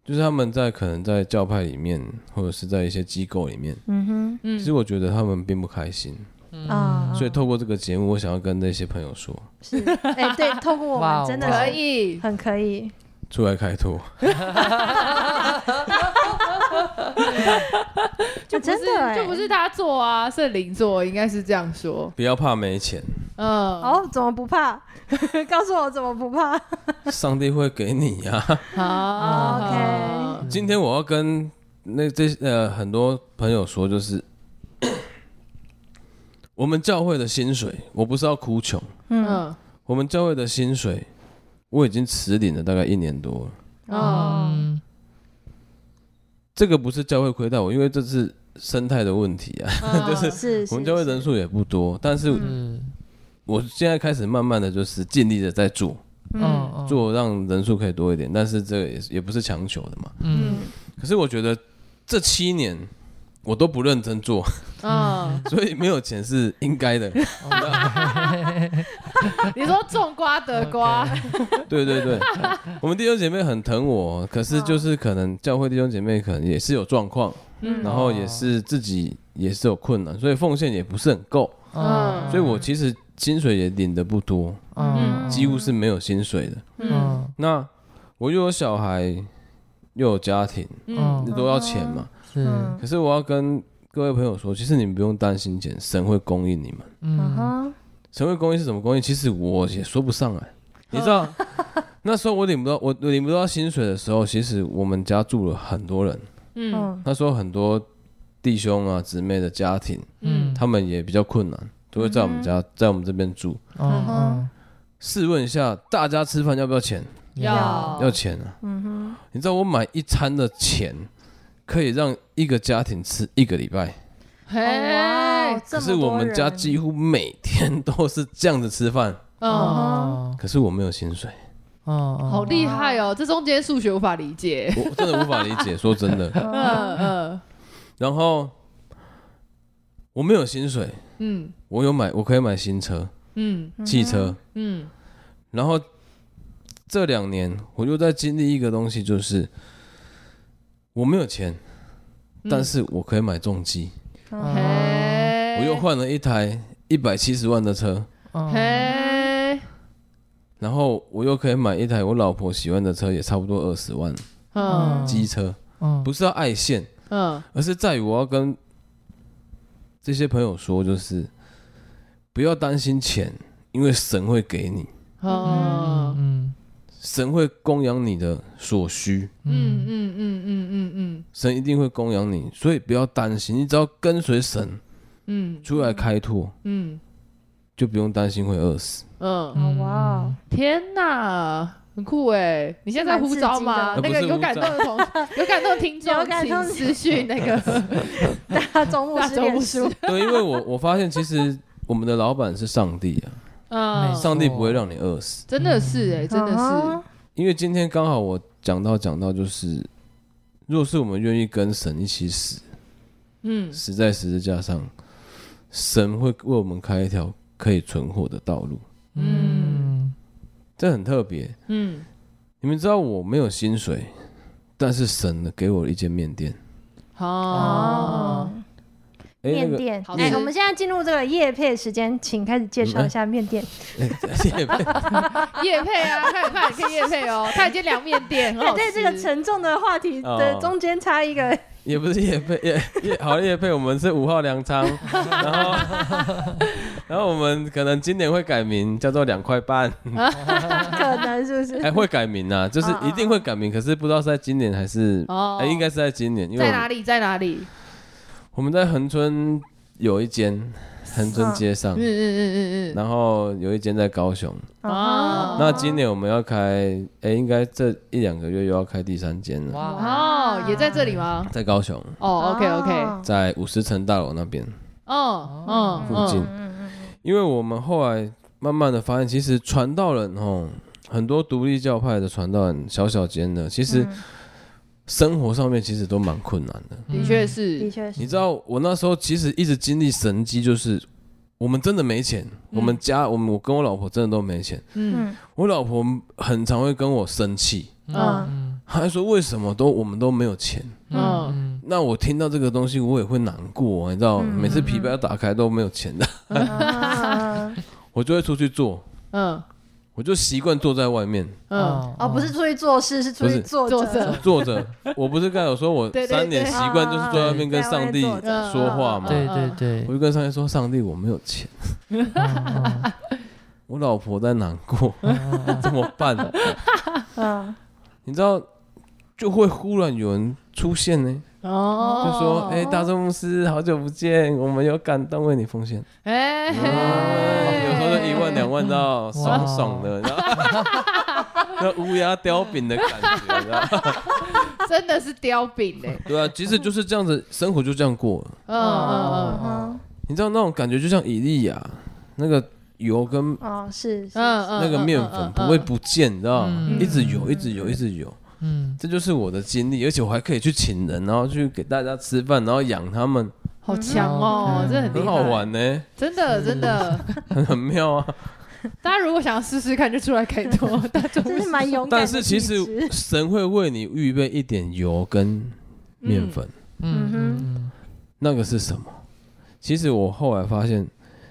[SPEAKER 4] 就是他们在可能在教派里面，或者是在一些机构里面，
[SPEAKER 5] 嗯
[SPEAKER 4] 其实
[SPEAKER 2] 嗯，
[SPEAKER 4] 我觉得他们并不开心，
[SPEAKER 5] 哼，啊，
[SPEAKER 1] 嗯
[SPEAKER 4] 所以透过这个节目，我想要跟那些朋友说，
[SPEAKER 5] 是，哎， 对，透过我
[SPEAKER 3] 哇
[SPEAKER 5] 们
[SPEAKER 3] 哦
[SPEAKER 5] 真的
[SPEAKER 3] 哇
[SPEAKER 2] 可
[SPEAKER 5] 是
[SPEAKER 2] 以，
[SPEAKER 5] 很可以，
[SPEAKER 4] 出来开拓，
[SPEAKER 5] 就
[SPEAKER 2] 不
[SPEAKER 5] 真
[SPEAKER 2] 是
[SPEAKER 5] 的哎
[SPEAKER 2] 就不是他做啊，是零做，应该是这样说，
[SPEAKER 4] 不要怕没钱，
[SPEAKER 2] 嗯，
[SPEAKER 5] 哦，怎么不怕？ 告诉我怎么不怕？
[SPEAKER 4] 上帝会给你呀、
[SPEAKER 2] 嗯好
[SPEAKER 5] 哦
[SPEAKER 3] 嗯
[SPEAKER 4] 今天我要跟那这呃很多朋友说，就是 我们教会的薪水，我不是要哭穷，
[SPEAKER 5] 嗯，
[SPEAKER 2] 嗯
[SPEAKER 4] 我们教会的薪水我已经迟领了大概一年多了，
[SPEAKER 2] 嗯
[SPEAKER 3] 嗯
[SPEAKER 4] 这个不是教会亏待我，因为这是生态的问题啊，
[SPEAKER 2] 就 是
[SPEAKER 5] 是，
[SPEAKER 4] 我们
[SPEAKER 5] 是
[SPEAKER 4] 教会
[SPEAKER 5] 是
[SPEAKER 4] 人数也不多，但是
[SPEAKER 3] 是，
[SPEAKER 4] 我现在开始慢慢的就是尽力的在做，
[SPEAKER 1] 음.
[SPEAKER 3] 嗯嗯
[SPEAKER 4] 做让人数可以多一点，但是这个也是也不是强求的嘛。
[SPEAKER 3] 嗯
[SPEAKER 4] 可是我觉得这七年我都不认真做，
[SPEAKER 2] 嗯，
[SPEAKER 4] 所以没有钱是应该的。
[SPEAKER 2] 嗯你说种瓜得 瓜，
[SPEAKER 4] 对对对，我们弟兄姐妹很疼我，可是就是可能教会弟兄姐妹可能也是有状况，
[SPEAKER 2] 嗯
[SPEAKER 4] 然后也是自己也是有困难，所以奉献也不是很够，
[SPEAKER 3] 어,嗯，
[SPEAKER 4] 所以我其实薪水也领的不多，
[SPEAKER 3] 어,嗯
[SPEAKER 4] 几乎是没有薪水的。
[SPEAKER 2] 嗯
[SPEAKER 3] 어.
[SPEAKER 4] 那我又有小孩，又有家庭，
[SPEAKER 2] 嗯
[SPEAKER 3] 어,哦
[SPEAKER 4] 你都要钱嘛。
[SPEAKER 3] 是
[SPEAKER 5] 嗯
[SPEAKER 4] 可是我要跟各位朋友说，其实你们不用担心钱，神会供应你们。
[SPEAKER 5] 嗯
[SPEAKER 3] 嗯
[SPEAKER 5] 哼，
[SPEAKER 4] 神会供应是什么供应？其实我也说不上来。你知道， 那时候我领不到我我领不到薪水的时候，其实我们家住了很多人。
[SPEAKER 2] 嗯
[SPEAKER 5] 嗯
[SPEAKER 4] 那时候很多弟兄啊姊妹的家庭，
[SPEAKER 2] 嗯
[SPEAKER 4] 他们也比较困难，都会在我们家、在我们这边住。
[SPEAKER 3] 어,嗯
[SPEAKER 4] 试问一下，大家吃饭要不要钱？
[SPEAKER 2] 要
[SPEAKER 4] 要钱啊！
[SPEAKER 5] 嗯
[SPEAKER 4] 你知道我买一餐的钱，可以让一个家庭吃一个礼拜。
[SPEAKER 5] 哇
[SPEAKER 2] 哎嘿
[SPEAKER 5] 哦，，
[SPEAKER 4] 可
[SPEAKER 5] 这么
[SPEAKER 4] 是我
[SPEAKER 5] 多
[SPEAKER 4] 们家
[SPEAKER 5] 人
[SPEAKER 4] 几乎每天都是这样子吃饭，
[SPEAKER 3] 어,
[SPEAKER 2] 嗯。
[SPEAKER 3] 哦
[SPEAKER 4] 可是我没有薪 水，
[SPEAKER 3] 哦，
[SPEAKER 2] 好厉害哦！这中间数学无法理解。
[SPEAKER 5] 嗯
[SPEAKER 2] 嗯
[SPEAKER 4] 我真的无法理解，说真的。
[SPEAKER 2] 嗯嗯
[SPEAKER 4] 然后我没有薪水，
[SPEAKER 2] 嗯
[SPEAKER 4] 我有买，我可以买新车、
[SPEAKER 2] 嗯
[SPEAKER 4] 汽车，
[SPEAKER 2] 嗯
[SPEAKER 4] 然后这两年我又在经历一个东西，就是我没有钱，
[SPEAKER 2] 嗯
[SPEAKER 4] 但是我可以买重机，
[SPEAKER 5] 嗯
[SPEAKER 2] 嘿，
[SPEAKER 4] 我又换了一台一百七十万的车，
[SPEAKER 3] 어.
[SPEAKER 2] 嘿，
[SPEAKER 4] 然后我又可以买一台我老婆喜欢的车，也差不多二十万
[SPEAKER 2] 嗯
[SPEAKER 4] 机车，
[SPEAKER 3] 嗯
[SPEAKER 4] 不是要爱现，
[SPEAKER 2] 嗯
[SPEAKER 4] 而是在于我要跟这些朋友说，就是不要担心钱，因为神会给你，
[SPEAKER 2] 哦，
[SPEAKER 3] 嗯
[SPEAKER 4] 神会供养你的所需。
[SPEAKER 2] 嗯
[SPEAKER 3] 嗯
[SPEAKER 2] 嗯嗯嗯嗯
[SPEAKER 4] 神一定会供养你，所以不要担心，你只要跟随神
[SPEAKER 2] 嗯
[SPEAKER 4] 出来开拓，
[SPEAKER 2] 嗯
[SPEAKER 4] 就不用担心会饿死。
[SPEAKER 2] 嗯，
[SPEAKER 1] 아,
[SPEAKER 3] 嗯，
[SPEAKER 5] 哇哦，
[SPEAKER 2] 天哪！很酷哎！你现在在呼召吗？
[SPEAKER 4] 蛮
[SPEAKER 2] 那
[SPEAKER 4] 刺激的
[SPEAKER 2] 个有感动的同有感动的听众，
[SPEAKER 5] 有感动的
[SPEAKER 2] 请私讯那个
[SPEAKER 5] 大众牧
[SPEAKER 2] 大
[SPEAKER 5] 师
[SPEAKER 2] 众
[SPEAKER 5] 脸
[SPEAKER 2] 牧
[SPEAKER 5] 书
[SPEAKER 2] 师，
[SPEAKER 4] 对，因为我我发现其实我们的老板是上帝啊，
[SPEAKER 2] 嗯
[SPEAKER 3] 没错
[SPEAKER 4] 上帝不会让你饿死。
[SPEAKER 2] 真的是哎，真的是，
[SPEAKER 5] 哦
[SPEAKER 4] 因为今天刚好我讲到讲到就是，若是我们愿意跟神一起死，
[SPEAKER 2] 嗯
[SPEAKER 4] 死在十字架上，神会为我们开一条可以存活的道路，
[SPEAKER 3] 음,嗯
[SPEAKER 4] 这很特别。
[SPEAKER 2] 嗯，
[SPEAKER 4] 你们知道我没有薪水，但是神呢给我了一间面店。
[SPEAKER 2] 哦，
[SPEAKER 4] 哎、那
[SPEAKER 5] 面
[SPEAKER 4] 个
[SPEAKER 5] 店。
[SPEAKER 2] 好
[SPEAKER 5] 哎，
[SPEAKER 2] 吃
[SPEAKER 5] 我们现在进入这个夜配时间，请开始介绍一
[SPEAKER 4] 嗯
[SPEAKER 5] 下面店。
[SPEAKER 2] 叶配啊，快点快点，可以叶配哦，他已经两面店，很
[SPEAKER 5] 哎，
[SPEAKER 2] 好
[SPEAKER 5] 在
[SPEAKER 2] 吃。哦
[SPEAKER 5] 这个沉重的话题的
[SPEAKER 4] 哦
[SPEAKER 5] 中间插一个，
[SPEAKER 4] 也不是叶配，也也好叶配，我们是五号 粮仓，然后然后我们可能今年会改名叫做两块半，
[SPEAKER 5] 可能是不 是
[SPEAKER 4] 哎、？会改名啊，就是
[SPEAKER 5] 哦哦
[SPEAKER 4] 一定会改名，可是不知道是在今年还是
[SPEAKER 2] 哦
[SPEAKER 4] 哎、应该是在今年，因为
[SPEAKER 2] 在
[SPEAKER 4] 我
[SPEAKER 2] 哪
[SPEAKER 4] 们
[SPEAKER 2] 里？在哪里？
[SPEAKER 4] 我们在恒春有一间恒春街上
[SPEAKER 2] 嗯，嗯嗯嗯
[SPEAKER 4] 然后有一间在高雄，
[SPEAKER 2] 嗯，哦，
[SPEAKER 4] 那今年我们要开，哎、应该这一两个月又要开第三间了，
[SPEAKER 3] 哇，
[SPEAKER 2] 아,哦，也在这里吗？
[SPEAKER 4] 在高雄，
[SPEAKER 2] 哦，OK
[SPEAKER 1] 啊
[SPEAKER 2] OK，
[SPEAKER 5] 嗯
[SPEAKER 4] 在五十层大楼那边。
[SPEAKER 2] 哦嗯
[SPEAKER 4] 附近，因为我们后来慢慢的发现，其实传道人哦，很多独立教派的传道人，小小间的，其
[SPEAKER 2] 嗯
[SPEAKER 4] 实
[SPEAKER 5] 嗯
[SPEAKER 4] 生活上面其实都蛮困难
[SPEAKER 3] 음.
[SPEAKER 4] 的。
[SPEAKER 2] 的确
[SPEAKER 5] 的
[SPEAKER 2] 是，
[SPEAKER 5] 确是
[SPEAKER 4] 你知道，我那时候其实一直经历神机，就是我们真的没钱，我们家我们我跟我老婆真的都没钱，
[SPEAKER 2] 嗯
[SPEAKER 4] 我老婆很常会跟我生气，
[SPEAKER 3] 음,
[SPEAKER 2] 嗯
[SPEAKER 3] 嗯
[SPEAKER 4] 她说为什么都我们都没有钱。
[SPEAKER 2] 嗯
[SPEAKER 3] 嗯
[SPEAKER 4] 那我听到这个东西，我也会难过，你知道，每次皮包打开都没有钱的，
[SPEAKER 5] 啊
[SPEAKER 4] 我就会出去做，
[SPEAKER 2] 嗯
[SPEAKER 4] 我就习惯坐在外面
[SPEAKER 2] 嗯，
[SPEAKER 5] 哦，不是出去做事，是出
[SPEAKER 4] 不
[SPEAKER 5] 去
[SPEAKER 4] 是
[SPEAKER 5] 坐
[SPEAKER 2] 坐
[SPEAKER 5] 着。
[SPEAKER 2] 着，
[SPEAKER 4] 坐着。我不是刚才有说我
[SPEAKER 2] 对对对
[SPEAKER 4] 三年习惯就是坐在那边跟上帝
[SPEAKER 5] 啊
[SPEAKER 2] 啊啊
[SPEAKER 4] 说话嘛，
[SPEAKER 3] 对对对
[SPEAKER 4] 我，就跟上帝说：“上帝，我没有钱，我老婆在难过，怎么办、
[SPEAKER 2] 哦
[SPEAKER 5] 嗯，
[SPEAKER 4] 你知道，就会忽然有人出现呢，就
[SPEAKER 2] 哦，
[SPEAKER 4] 说：“哎、大众牧师，好久不见，我们有感动为你奉献。
[SPEAKER 2] 哎，
[SPEAKER 4] 哦
[SPEAKER 3] 哎
[SPEAKER 4] 有时候就一万两万到爽爽的，然后 那乌鸦叼饼的感觉，你知道吗？
[SPEAKER 2] 真的是雕饼哎，
[SPEAKER 4] 对啊，其实就是这样子，生活就这样过了。
[SPEAKER 2] 嗯
[SPEAKER 4] 哦
[SPEAKER 2] 嗯
[SPEAKER 5] 嗯
[SPEAKER 4] 你知道那种感觉就像以利亚那个油跟
[SPEAKER 5] 哦，是
[SPEAKER 2] 嗯
[SPEAKER 5] 是
[SPEAKER 2] 嗯，
[SPEAKER 4] 那个面粉不会不见，你知道吗？
[SPEAKER 3] 嗯
[SPEAKER 4] 一直有，一直有，一直有。
[SPEAKER 3] 嗯
[SPEAKER 4] 这就是我的经历，而且我还可以去请人，然后去给大家吃饭，然后养他们，
[SPEAKER 2] 好强哦，这很
[SPEAKER 4] 嗯很好，玩呢、
[SPEAKER 2] 真的真的，
[SPEAKER 4] 很妙啊！
[SPEAKER 2] 大家如果想要试试看，就出来开 拓，大众
[SPEAKER 5] 真是蛮勇敢
[SPEAKER 4] 但
[SPEAKER 5] 的
[SPEAKER 4] 是其
[SPEAKER 5] 体质。
[SPEAKER 4] 实神会为你预备一点油跟面粉，
[SPEAKER 3] 嗯
[SPEAKER 4] 那个是什么？其实我后来发现，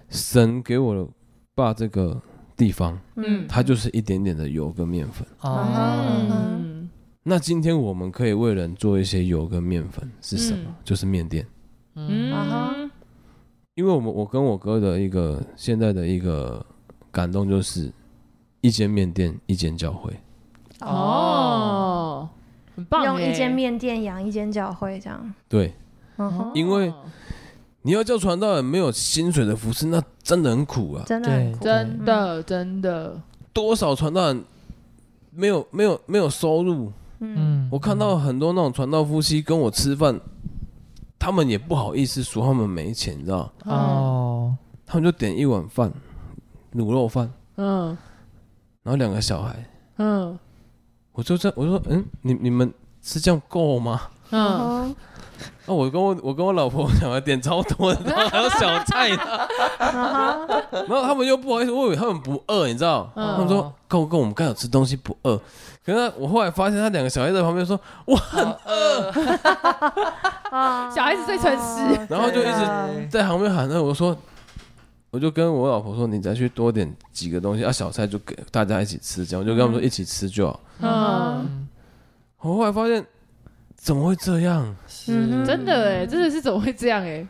[SPEAKER 4] 神给我的爸这个地方，
[SPEAKER 2] 嗯
[SPEAKER 4] 它就是一点点的油跟面粉。
[SPEAKER 3] 哦，
[SPEAKER 2] 嗯
[SPEAKER 4] 那今天我们可以为人做一些油跟面粉是什么？
[SPEAKER 2] 嗯
[SPEAKER 4] 就是面店。
[SPEAKER 3] 啊
[SPEAKER 2] 嗯
[SPEAKER 4] 因为我们我跟我哥的一个现在的一个感动就是，一间面店一间教会，
[SPEAKER 2] 哦，很棒，欸
[SPEAKER 5] 用一间面店养一间教会这样。
[SPEAKER 4] 对，
[SPEAKER 2] 哦
[SPEAKER 5] 嗯哼，
[SPEAKER 4] 因为你要叫传道人没有薪水的服侍，那真的很苦啊！
[SPEAKER 5] 真的很
[SPEAKER 3] 对，
[SPEAKER 5] 酷。嗯
[SPEAKER 2] 真的真的，
[SPEAKER 4] 多少传道人没有没有没有收入，
[SPEAKER 3] 嗯，
[SPEAKER 4] 我看到很多那种传道夫妻跟我吃饭，他们也不好意思说他们没钱，你知道吗？
[SPEAKER 3] 哦，
[SPEAKER 4] 他们就点一碗饭，卤肉饭，
[SPEAKER 2] 嗯
[SPEAKER 4] 然后两个小孩，
[SPEAKER 2] 嗯
[SPEAKER 4] 我就这样我就说，嗯，你你们是这样够吗？
[SPEAKER 2] 嗯
[SPEAKER 5] 嗯
[SPEAKER 4] 哦，我跟我我跟我老婆讲的点超多的，然后还有小菜呢，
[SPEAKER 5] 啊哈，
[SPEAKER 4] 然后他们又不好意思，我以为他们不饿，你知道？
[SPEAKER 2] 嗯
[SPEAKER 4] 他们说跟跟我们刚有吃东西不饿，可是我后来发现他两个小孩在旁边说，哇，
[SPEAKER 5] 啊
[SPEAKER 2] 小孩子最诚实，
[SPEAKER 5] 哦
[SPEAKER 4] 然后就一直
[SPEAKER 3] 对
[SPEAKER 4] 在旁边喊那我说，我就跟我老婆说，你再去多点几个东西啊，小菜就给大家一起吃，这样我就跟他们说一起吃就好。
[SPEAKER 2] 嗯，
[SPEAKER 4] 我后来发现怎么会这样？
[SPEAKER 5] 嗯
[SPEAKER 3] 是
[SPEAKER 2] 真的哎，真的是怎么会这样哎？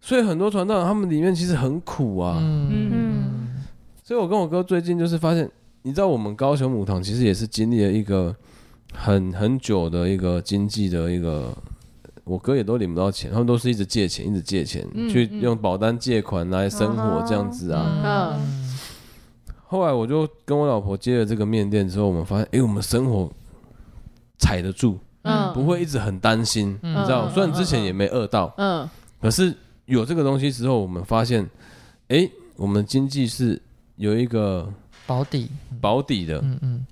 [SPEAKER 4] 所以很多传道人他们里面其实很苦啊。
[SPEAKER 3] 嗯
[SPEAKER 5] 嗯
[SPEAKER 4] 所以我跟我哥最近就是发现，你知道我们高雄母堂其实也是经历了一个很很久的一个经济的一个。我哥也都领不到钱，他们都是一直借钱，一直借钱，
[SPEAKER 2] 嗯
[SPEAKER 4] 去
[SPEAKER 2] 嗯
[SPEAKER 4] 用保单借款来生活
[SPEAKER 5] 啊哈
[SPEAKER 4] 这样子啊。
[SPEAKER 2] 嗯，
[SPEAKER 4] 后来我就跟我老婆接了这个面店之后，我们发现，哎诶，我们生活踩得住，
[SPEAKER 2] 嗯
[SPEAKER 4] 不会一直很担心，
[SPEAKER 3] 嗯
[SPEAKER 4] 你知道
[SPEAKER 2] 嗯
[SPEAKER 4] 吗？虽然之前也没饿到，
[SPEAKER 2] 嗯
[SPEAKER 4] 可是有这个东西之后，我们发现，诶，我们经济是有一个
[SPEAKER 3] 保底，
[SPEAKER 4] 保底的，
[SPEAKER 3] 嗯嗯，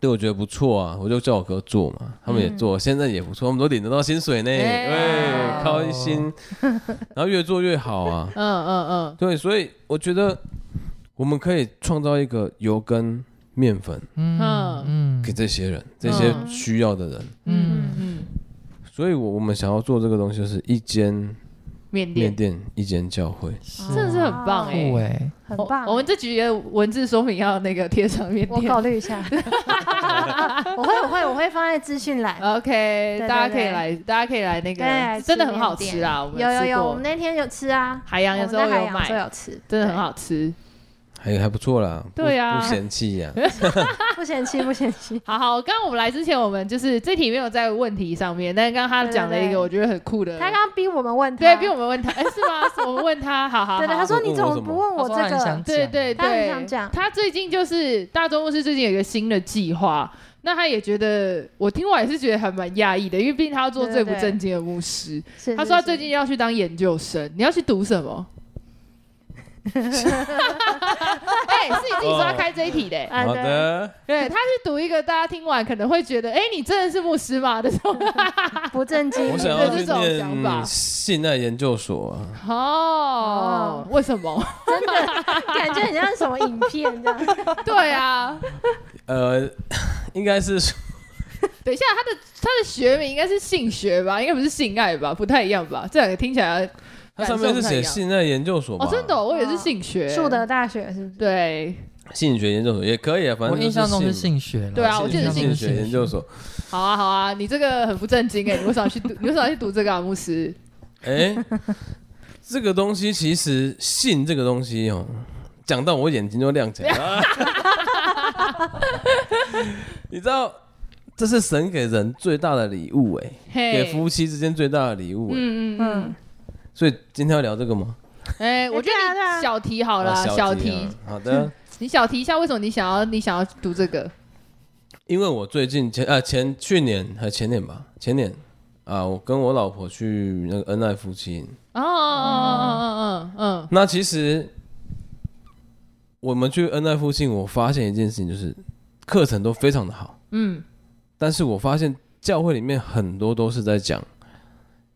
[SPEAKER 4] 对我觉得不错啊，我就叫我哥做嘛，他们
[SPEAKER 2] 嗯
[SPEAKER 4] 也做，现在也不错，他们都领得到薪水呢，
[SPEAKER 2] 哎
[SPEAKER 4] 哎，开心，然后越做越好啊，
[SPEAKER 2] 嗯嗯
[SPEAKER 4] 对，所以我觉得我们可以创造一个油跟面粉。
[SPEAKER 2] 嗯
[SPEAKER 3] 嗯
[SPEAKER 4] 给这些人，这些需要的人。
[SPEAKER 3] 嗯
[SPEAKER 2] 嗯，
[SPEAKER 4] 所以我，我们想要做这个东西，就是一间
[SPEAKER 2] 缅
[SPEAKER 4] 面
[SPEAKER 2] 甸
[SPEAKER 4] 店，一间教会。
[SPEAKER 3] 是
[SPEAKER 2] 真的是很棒哎
[SPEAKER 3] 酷。哎，
[SPEAKER 5] 哦很
[SPEAKER 2] 我
[SPEAKER 5] 棒。欸
[SPEAKER 2] 我们这局的文字说明要那个贴上缅
[SPEAKER 5] 我
[SPEAKER 2] 甸
[SPEAKER 5] 考虑一 下，我会我会我会放在资讯
[SPEAKER 2] 呃
[SPEAKER 5] 栏。
[SPEAKER 2] ，OK，
[SPEAKER 5] 对
[SPEAKER 2] 大
[SPEAKER 5] 对
[SPEAKER 2] 家可以
[SPEAKER 5] 对
[SPEAKER 2] 来，大家可以来那
[SPEAKER 5] 对来
[SPEAKER 2] 个，
[SPEAKER 5] 吃
[SPEAKER 2] 真的很好
[SPEAKER 5] 缅
[SPEAKER 2] 吃
[SPEAKER 5] 甸
[SPEAKER 2] 啊，我们
[SPEAKER 5] 有有
[SPEAKER 2] 吃
[SPEAKER 5] 有，
[SPEAKER 2] 过
[SPEAKER 5] 我们那天有吃啊，
[SPEAKER 2] 海洋
[SPEAKER 5] 我
[SPEAKER 2] 有
[SPEAKER 5] 们
[SPEAKER 2] 时候
[SPEAKER 5] 在海
[SPEAKER 2] 有
[SPEAKER 5] 洋的时候
[SPEAKER 2] 买，
[SPEAKER 5] 有吃，
[SPEAKER 2] 真的很
[SPEAKER 5] 对，
[SPEAKER 2] 好吃。
[SPEAKER 4] 还还不错啦，不
[SPEAKER 2] 对啊
[SPEAKER 4] 不嫌弃 呀、
[SPEAKER 5] 不嫌弃不嫌弃。
[SPEAKER 2] 好好，刚刚我们来之前，我们就是这题没有在问题上面，但是刚刚他讲了一
[SPEAKER 5] 对对
[SPEAKER 2] 个
[SPEAKER 5] 对
[SPEAKER 2] 我觉得很酷的，
[SPEAKER 5] 他刚刚逼我们问他，
[SPEAKER 2] 对，逼我们问他，哎，是吗？是我们问他，好好，
[SPEAKER 5] 对对，
[SPEAKER 2] 好
[SPEAKER 5] 他说
[SPEAKER 4] 我
[SPEAKER 5] 你
[SPEAKER 4] 我
[SPEAKER 5] 怎
[SPEAKER 4] 什
[SPEAKER 5] 不
[SPEAKER 4] 么
[SPEAKER 5] 问我这
[SPEAKER 3] 他说他很
[SPEAKER 5] 个
[SPEAKER 3] 想？
[SPEAKER 2] 对
[SPEAKER 3] 讲
[SPEAKER 2] 对
[SPEAKER 5] 他很
[SPEAKER 2] 对，
[SPEAKER 5] 想讲
[SPEAKER 2] 他最近就是大周牧师最近有一个新的计划，那他也觉得，我听完也是觉得还蛮讶异的，因为毕竟他要做
[SPEAKER 5] 对
[SPEAKER 2] 最
[SPEAKER 5] 对对
[SPEAKER 2] 不正经的牧 师。
[SPEAKER 5] 是
[SPEAKER 2] 他
[SPEAKER 5] 是
[SPEAKER 2] 说他
[SPEAKER 5] 是
[SPEAKER 2] 最近要去当研究生，你要去读 什么？哎、是你自己说他开这一题的、
[SPEAKER 5] 啊
[SPEAKER 4] 好
[SPEAKER 5] 对
[SPEAKER 4] 的，
[SPEAKER 2] 对，他去读一个大家听完可能会觉得，哎、你真的是牧师吗？这种，
[SPEAKER 5] 不正经，
[SPEAKER 4] 我想要去
[SPEAKER 2] 有这种想法
[SPEAKER 4] 念信爱研究所、啊，
[SPEAKER 2] 哦，为什么？
[SPEAKER 5] 感觉很像什么影片这样。
[SPEAKER 2] 对啊，
[SPEAKER 4] 呃， 应该是说
[SPEAKER 2] 等一下，他的他的学名应该是性学吧，应该不是性爱吧，不太一样吧？这两个听起来
[SPEAKER 4] 它
[SPEAKER 2] 感
[SPEAKER 4] 上
[SPEAKER 2] 受
[SPEAKER 4] 面是
[SPEAKER 2] 不太一
[SPEAKER 4] 写
[SPEAKER 2] 样
[SPEAKER 4] 信爱研究所吧？
[SPEAKER 2] 哦，真的哦、我以为是性 学，
[SPEAKER 5] 树
[SPEAKER 1] 哦
[SPEAKER 5] 德大学是不是？
[SPEAKER 2] 对，
[SPEAKER 4] 性学研究所也可以啊，反正
[SPEAKER 3] 我
[SPEAKER 4] 就是
[SPEAKER 3] 印象中是
[SPEAKER 4] 性
[SPEAKER 3] 性学啦，
[SPEAKER 2] 对啊我记得是
[SPEAKER 4] 性学研究所。
[SPEAKER 2] 好啊好啊，你这个很不正经哎、你为什么要去读？ 你为什么要去读这个啊，牧师？
[SPEAKER 4] 哎、这个东西其实信这个东西哦，讲到我眼睛就亮起来 了。你知道，这是神给人最大的礼物哎、
[SPEAKER 2] 嘿，
[SPEAKER 4] 给夫妻之间最大的礼物、哎
[SPEAKER 2] 嗯嗯嗯，
[SPEAKER 5] 嗯，
[SPEAKER 4] 所以今天要聊这个吗？
[SPEAKER 2] 哎、我觉
[SPEAKER 5] 对啊对
[SPEAKER 2] 得
[SPEAKER 5] 啊
[SPEAKER 2] 你小题好啦，
[SPEAKER 4] 啊
[SPEAKER 2] 小
[SPEAKER 4] 题
[SPEAKER 2] 题
[SPEAKER 4] 啊，好的。
[SPEAKER 2] 你小提一下，为什么你想要你想要读这个？
[SPEAKER 4] 因为我最近前啊前去年还前年吧，前年啊，我跟我老婆去那个恩爱夫妻营，
[SPEAKER 2] 哦
[SPEAKER 4] 嗯
[SPEAKER 2] 哦哦哦哦
[SPEAKER 4] 那其实我们去恩爱附近，我发现一件事情，就是课程都非常的好，
[SPEAKER 2] 嗯
[SPEAKER 4] 但是我发现教会里面很多都是在讲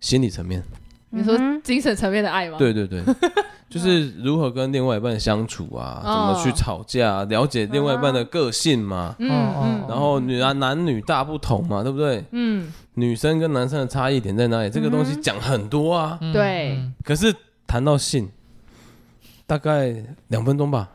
[SPEAKER 4] 心理层面，
[SPEAKER 2] 嗯，
[SPEAKER 5] 嗯
[SPEAKER 2] 你说
[SPEAKER 5] 哼
[SPEAKER 2] 精神层面的爱吗？
[SPEAKER 4] 对对 对，就是如何跟另外一半相处啊，怎
[SPEAKER 2] 哦
[SPEAKER 4] 么去吵架、啊，了解另外一半的个性嘛，
[SPEAKER 2] 嗯，
[SPEAKER 3] 哦
[SPEAKER 2] 嗯
[SPEAKER 3] 哦
[SPEAKER 4] 然后女啊男女大不同嘛，对不对？
[SPEAKER 2] 嗯
[SPEAKER 4] 女生跟男生的差异点在哪里？这个东
[SPEAKER 5] 嗯
[SPEAKER 4] 西讲很多啊，
[SPEAKER 3] 嗯
[SPEAKER 2] 对
[SPEAKER 3] 嗯
[SPEAKER 4] 可是谈到性，大概两分钟 吧，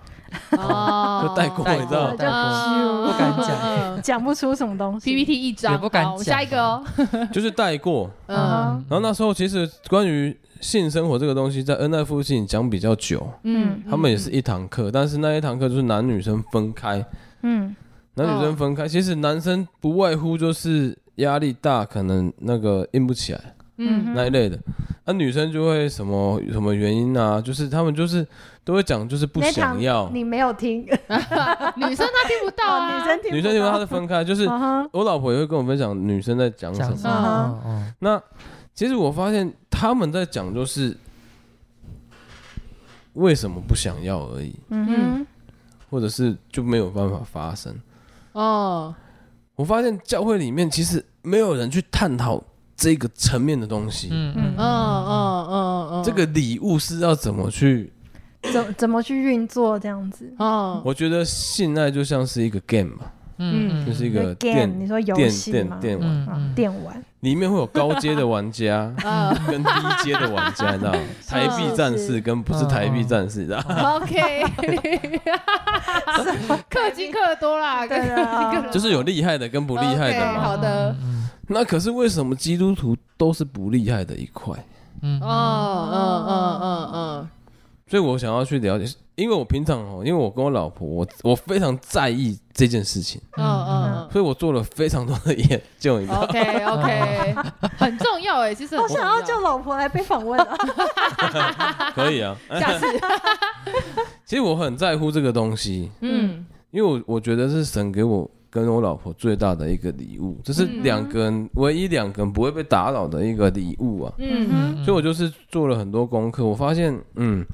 [SPEAKER 2] 嗯，哦
[SPEAKER 4] 就带过，
[SPEAKER 3] 带
[SPEAKER 4] 你知道
[SPEAKER 3] 过
[SPEAKER 4] 吗。
[SPEAKER 5] 就
[SPEAKER 2] 嗯
[SPEAKER 3] 不敢讲
[SPEAKER 2] 嗯嗯
[SPEAKER 5] 讲不出什么东西。
[SPEAKER 2] PPT 一张，
[SPEAKER 3] 也不敢
[SPEAKER 2] 好我们下一
[SPEAKER 3] 讲
[SPEAKER 2] 个哦，
[SPEAKER 4] 就是带过。
[SPEAKER 3] 啊
[SPEAKER 2] 嗯
[SPEAKER 5] 嗯
[SPEAKER 4] 然后那时候其实关于性生活这个东西，在恩爱附近讲比较久，
[SPEAKER 2] 嗯，
[SPEAKER 4] 他们也是一堂课，但是那一堂课就是男女生分开，
[SPEAKER 5] 嗯，
[SPEAKER 4] 男女生
[SPEAKER 5] 哦
[SPEAKER 4] 分开。其实男生不外乎就是压力大，可能那个硬不起来
[SPEAKER 2] 嗯，
[SPEAKER 4] 那一类的。那、女生就会什么什么原因啊？就是他们就是都会讲，就是不
[SPEAKER 5] 那
[SPEAKER 4] 想
[SPEAKER 5] 堂
[SPEAKER 4] 要。
[SPEAKER 5] 你没有听，
[SPEAKER 2] 女生她听不 到
[SPEAKER 1] 哦
[SPEAKER 2] 啊，
[SPEAKER 5] 女生听不到，
[SPEAKER 4] 女生因为她是分开，就是
[SPEAKER 5] 啊哈
[SPEAKER 4] 我老婆也会跟我分享女生在讲什
[SPEAKER 3] 讲
[SPEAKER 4] 么
[SPEAKER 3] 什。
[SPEAKER 5] 嗯
[SPEAKER 3] 么？哦
[SPEAKER 4] 那其实我发现他们在讲就是为什么不想要而已，
[SPEAKER 5] 嗯
[SPEAKER 4] 或者是就没有办法发生。
[SPEAKER 2] 哦，
[SPEAKER 4] 我发现教会里面其实没有人去探讨这个层面的东西。
[SPEAKER 3] 嗯
[SPEAKER 2] 嗯嗯嗯嗯，
[SPEAKER 4] 这个礼物是要怎么去？
[SPEAKER 5] 嗯怎怎么去运作这样子？
[SPEAKER 2] 哦，
[SPEAKER 4] 我觉得性爱就像是一个 game 嘛，
[SPEAKER 5] 嗯
[SPEAKER 4] 就是一个
[SPEAKER 5] game，
[SPEAKER 4] 电
[SPEAKER 5] 你说游
[SPEAKER 4] 电
[SPEAKER 5] 戏吗
[SPEAKER 4] 电？电玩，
[SPEAKER 3] 嗯
[SPEAKER 5] 啊，电玩，
[SPEAKER 4] 里面会有高阶的玩家
[SPEAKER 2] 嗯
[SPEAKER 4] 跟低阶的玩家，你 知道
[SPEAKER 3] 啊
[SPEAKER 4] 吗？台币战士跟
[SPEAKER 3] 嗯
[SPEAKER 4] 不是台币战士，你知道吗？
[SPEAKER 2] ，OK，氪金氪得多 啦，
[SPEAKER 5] 对
[SPEAKER 2] 跟
[SPEAKER 5] 啊
[SPEAKER 4] 就是有厉害的跟不厉害的
[SPEAKER 2] OK，
[SPEAKER 4] 嘛。
[SPEAKER 2] 哦好的，
[SPEAKER 4] 那可是为什么基督徒都是不厉害的一块？
[SPEAKER 2] 哦，嗯嗯嗯嗯，
[SPEAKER 4] 所以我想要去了解，因为我平常哦，因为我跟我老婆，我我非常在意这件事情，
[SPEAKER 2] 嗯嗯
[SPEAKER 4] 所以我做了非常多的研究，你知道吗。
[SPEAKER 2] ，OK OK，很重要哎，其实
[SPEAKER 5] 我想要叫老婆来被访问 啊！
[SPEAKER 4] 可以啊，哎
[SPEAKER 2] 下次，
[SPEAKER 4] 其实我很在乎这个东西，
[SPEAKER 2] 嗯
[SPEAKER 4] 因为我我觉得是神给我跟我老婆最大的一个礼物，这是两个人唯一两个人不会被打扰的一个礼物啊。
[SPEAKER 2] 嗯
[SPEAKER 4] 所以我就是做了很多功课，我发现，嗯，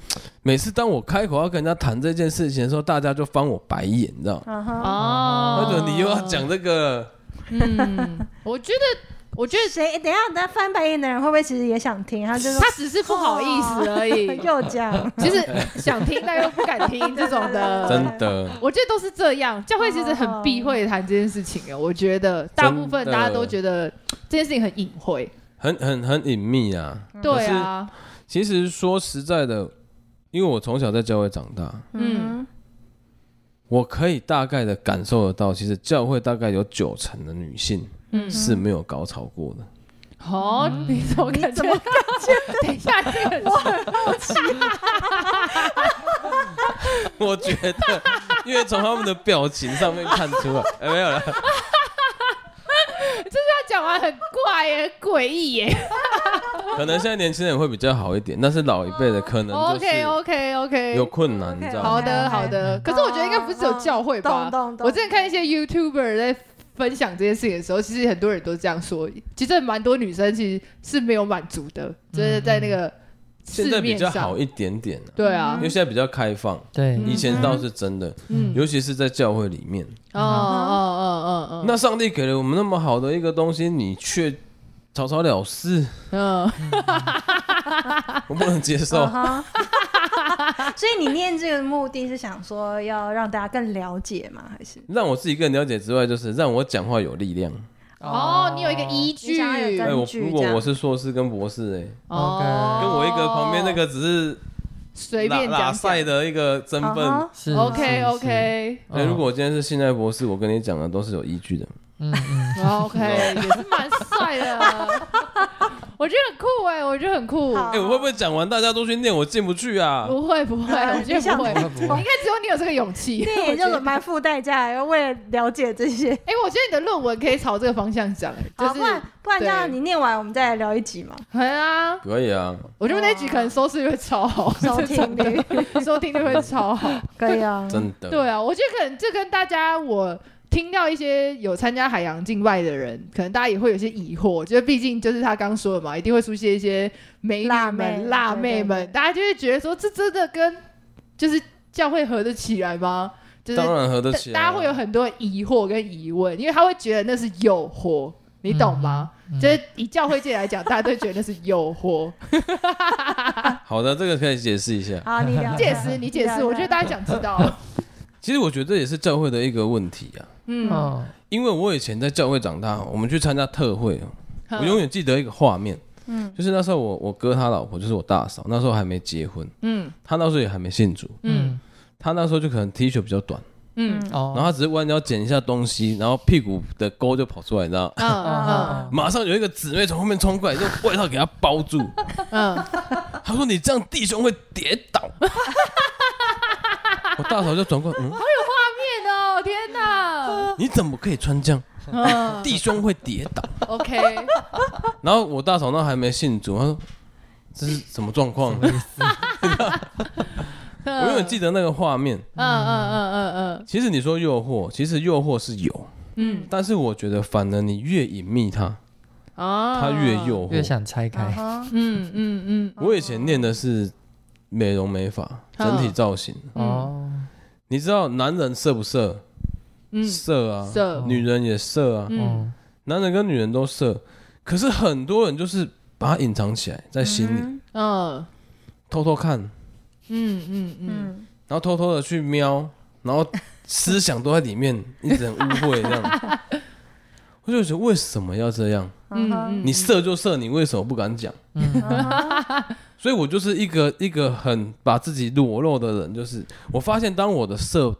[SPEAKER 4] 每次当我开口要跟人家谈这件事情的时候，大家就翻我白眼，你知道吗？
[SPEAKER 5] 啊哈，
[SPEAKER 2] 哦，
[SPEAKER 4] 或者你又要讲这个，
[SPEAKER 2] 嗯，我觉得，我觉得
[SPEAKER 5] 谁？等一下，等一下翻白眼的人会不会其实也想听？他就说。
[SPEAKER 2] 他只是哦不好意思而已
[SPEAKER 5] 又讲，
[SPEAKER 2] 其实想听但又不敢听这种的，
[SPEAKER 4] 真的，
[SPEAKER 2] 我觉得都是这样。教会其实很避讳谈这件事情啊，我觉得大部分
[SPEAKER 4] 真的
[SPEAKER 2] 大家都觉得这件事情很隐晦。
[SPEAKER 4] 很很很隐秘啊。
[SPEAKER 2] 对啊，
[SPEAKER 4] 其实说实在的，因为我从小在教会长大，
[SPEAKER 2] 嗯
[SPEAKER 5] 嗯，
[SPEAKER 4] 我可以大概的感受得到，其实教会大概有九成的女性
[SPEAKER 2] 嗯，
[SPEAKER 4] 是没有高潮过的。
[SPEAKER 2] 好，嗯
[SPEAKER 4] 嗯
[SPEAKER 2] 你怎么感觉？等一下，这个
[SPEAKER 4] 我觉得，因为从他们的表情上面看出来，哎、没有了。
[SPEAKER 2] 他讲完很怪耶，很诡异耶。
[SPEAKER 4] 可能现在年轻人会比较好一点，但是老一辈的可能就
[SPEAKER 2] 哦 OK
[SPEAKER 4] 是
[SPEAKER 2] OK
[SPEAKER 4] 有啊
[SPEAKER 2] OK。
[SPEAKER 4] 困难，你知道
[SPEAKER 2] 好
[SPEAKER 4] 吗？
[SPEAKER 2] 的，
[SPEAKER 5] OK，OK
[SPEAKER 2] 好的。可是我觉得应该不是只有教会吧
[SPEAKER 5] 懂？懂懂。
[SPEAKER 2] 我之前看一些 YouTuber 在分享这件事情的时候，其实很多人都这样说，其实蛮多女生其实是没有满足的，就是在那个
[SPEAKER 4] 嗯现
[SPEAKER 2] 市
[SPEAKER 4] 在比
[SPEAKER 2] 面
[SPEAKER 4] 较
[SPEAKER 2] 上
[SPEAKER 4] 好。一点点、啊，
[SPEAKER 2] 对啊
[SPEAKER 4] 因为，现在比较开放，
[SPEAKER 3] 对，
[SPEAKER 4] 以前倒是真的，
[SPEAKER 2] 嗯，
[SPEAKER 4] 尤其是在教会里面。
[SPEAKER 2] 哦哦哦哦哦，
[SPEAKER 4] 那上帝给了我们那么好的一个东西，你却草草了事，
[SPEAKER 2] 嗯，
[SPEAKER 4] 我不能接受
[SPEAKER 5] 啊。哈， 所以你念这个目的是想说要让大家更了解吗？还是
[SPEAKER 4] 让我自己更了解之外，就是让我讲话有力量。
[SPEAKER 2] 哦，你有一个依
[SPEAKER 5] 你
[SPEAKER 2] 据，
[SPEAKER 5] 想要有
[SPEAKER 4] 哎，
[SPEAKER 5] 根
[SPEAKER 4] 我
[SPEAKER 5] 据
[SPEAKER 4] 如果
[SPEAKER 5] 这样
[SPEAKER 4] 我是硕士跟博士、哎、
[SPEAKER 2] 哦，
[SPEAKER 4] 跟我一个旁边那个只是
[SPEAKER 2] 随便
[SPEAKER 4] 拉拉
[SPEAKER 2] 讲
[SPEAKER 4] 赛的一个争
[SPEAKER 5] 啊
[SPEAKER 4] 分。
[SPEAKER 5] 哈，
[SPEAKER 3] 是
[SPEAKER 2] OK OK
[SPEAKER 4] 哎，如果我今天是信赖博士，我跟你讲的都是有依据
[SPEAKER 2] 啊
[SPEAKER 4] 的。
[SPEAKER 3] 嗯嗯
[SPEAKER 2] 哦 OK，也是蛮帅的， 我觉得很酷哎，我觉得很酷，
[SPEAKER 5] 好
[SPEAKER 4] 哎、我会不会讲完大家都去念，我进不去啊？
[SPEAKER 2] 不会不会，我觉得不会，
[SPEAKER 3] 不会不
[SPEAKER 2] 应
[SPEAKER 3] 会，
[SPEAKER 2] 该只有你有这个勇气。
[SPEAKER 5] 电 影就是蛮付代价，要为了了解这些。
[SPEAKER 2] 哎、我觉得你的论文可以朝这个方向讲、哎
[SPEAKER 5] 好，
[SPEAKER 2] 就是
[SPEAKER 5] 不然不然这样，
[SPEAKER 2] 对
[SPEAKER 5] 你念完我们再来聊一 集嘛，
[SPEAKER 2] 很啊，
[SPEAKER 4] 可以啊，
[SPEAKER 2] 我觉得那集可能收视率会超好，
[SPEAKER 5] 收听率
[SPEAKER 2] 收听率会超好。
[SPEAKER 5] 可以啊。
[SPEAKER 4] 真的。
[SPEAKER 2] 对啊，我觉得可能这跟大家我听到一些有参加海洋境外的人，可能大家也会有些疑惑，就是毕竟就是他刚说的嘛，一定会出现一些美女
[SPEAKER 5] 辣妹
[SPEAKER 2] 们、辣妹们，
[SPEAKER 5] 对对对
[SPEAKER 2] 大家就会觉得说，这真的跟就是教会合得起来吗？就是
[SPEAKER 4] 当然合得起来啊。
[SPEAKER 2] 大家会有很多疑惑跟疑问，因为他会觉得那是诱惑，你懂吗？就是以教会界来讲，大家都觉得那是诱惑。
[SPEAKER 4] 好的，这个可以解释一下。
[SPEAKER 5] 好，你聊
[SPEAKER 2] 解释，你解释，我觉得大家想知道。
[SPEAKER 4] 其实我觉得这也是教会的一个问题啊，
[SPEAKER 2] 嗯，
[SPEAKER 3] 哦，
[SPEAKER 4] 因为我以前在教会长大，我们去参加特会哦，
[SPEAKER 2] 嗯
[SPEAKER 4] 我永远记得一个画面，嗯，就是那时候我我哥他老婆就是我大嫂，那时候还没结婚，
[SPEAKER 2] 嗯
[SPEAKER 4] 他那时候也还没信主，
[SPEAKER 2] 嗯
[SPEAKER 4] 他那时候就可能 T 恤比较短，
[SPEAKER 2] 嗯嗯
[SPEAKER 3] 哦，
[SPEAKER 4] 然后他只是弯腰捡一下东西，然后屁股的沟就跑出来，你知
[SPEAKER 2] 哦
[SPEAKER 4] 道。
[SPEAKER 3] 哦啊
[SPEAKER 2] 嗯
[SPEAKER 4] 马上有一个姊妹从后面冲过来，用外套给他包住。
[SPEAKER 2] 嗯，
[SPEAKER 4] 他说：“你这样弟兄会跌倒。” 我大嫂就转过来，嗯，
[SPEAKER 2] 面哦，天哪！
[SPEAKER 4] 你怎么可以穿这样？
[SPEAKER 2] 嗯
[SPEAKER 4] 弟兄会跌倒。
[SPEAKER 2] ，OK，嗯
[SPEAKER 4] 然后我大嫂那还没信主，她说这是什么状况？我
[SPEAKER 2] 我
[SPEAKER 4] 永远记得那个画面。
[SPEAKER 2] 嗯嗯嗯
[SPEAKER 4] 其实你说诱惑，其实诱惑是有，
[SPEAKER 2] 嗯
[SPEAKER 4] 但是我觉得反而你越隐秘它，
[SPEAKER 2] 嗯啊
[SPEAKER 4] 它越诱惑。
[SPEAKER 3] 越想拆
[SPEAKER 5] 啊
[SPEAKER 3] 开，
[SPEAKER 5] 哈，
[SPEAKER 2] 嗯嗯
[SPEAKER 4] 我以前念的是美容美
[SPEAKER 2] 啊
[SPEAKER 4] 发、整体造型，
[SPEAKER 2] 嗯
[SPEAKER 3] 哦，
[SPEAKER 4] 你知道男人色不色？
[SPEAKER 2] 嗯嗯，
[SPEAKER 4] 色啊，
[SPEAKER 2] 色
[SPEAKER 4] 女人也色啊，
[SPEAKER 2] 嗯
[SPEAKER 3] 嗯
[SPEAKER 4] 男人跟女人都色。可是很多人就是把它隐藏起来，在心里、
[SPEAKER 5] 嗯
[SPEAKER 2] 嗯
[SPEAKER 4] 偷偷看，然
[SPEAKER 2] 嗯嗯嗯，
[SPEAKER 5] 嗯，
[SPEAKER 4] 后偷偷的去瞄，然后思想都在里面，一直很污秽这样。我就觉得为什么要这样？
[SPEAKER 2] 嗯
[SPEAKER 5] 嗯
[SPEAKER 2] 嗯
[SPEAKER 5] 哼
[SPEAKER 4] 你射就射，你为什么不敢讲？所以我就是一个一个很把自己裸露的人，就是我发现当我的射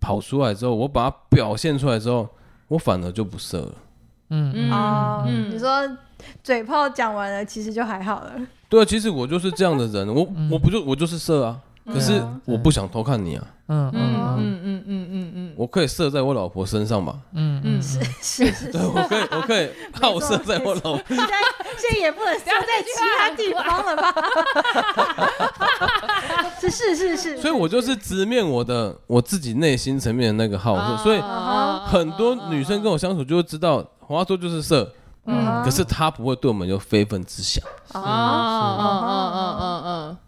[SPEAKER 4] 跑出来之后，我把它表现出来之后，我反而就不射了。
[SPEAKER 3] 嗯
[SPEAKER 2] 嗯
[SPEAKER 3] 嗯，
[SPEAKER 5] 哦，
[SPEAKER 2] 嗯
[SPEAKER 5] 你说嘴炮讲完了，其实就还好了，
[SPEAKER 4] 对啊，其实我就是这样的人，我我不就我就是射啊，可是
[SPEAKER 5] 嗯
[SPEAKER 4] 我不想偷看你啊，
[SPEAKER 3] 嗯
[SPEAKER 2] 嗯
[SPEAKER 3] 嗯嗯
[SPEAKER 2] 嗯嗯嗯嗯嗯，
[SPEAKER 4] 我可以射在我老婆身上吧？
[SPEAKER 3] 嗯嗯，
[SPEAKER 2] 嗯
[SPEAKER 5] 是是是，
[SPEAKER 4] 对，我可以我可以好射在我老婆，
[SPEAKER 5] 现在现在也不能射在其他地方了吧？ 是是是是，
[SPEAKER 4] 所以我就是直面我的我自己内心层面的那个好
[SPEAKER 2] 啊
[SPEAKER 4] 色，所以
[SPEAKER 2] 啊
[SPEAKER 4] 很多女生跟我相处就会知道，华说就是射，
[SPEAKER 5] 嗯
[SPEAKER 4] 可是她不会对我们有非分之想。
[SPEAKER 2] 啊啊啊啊啊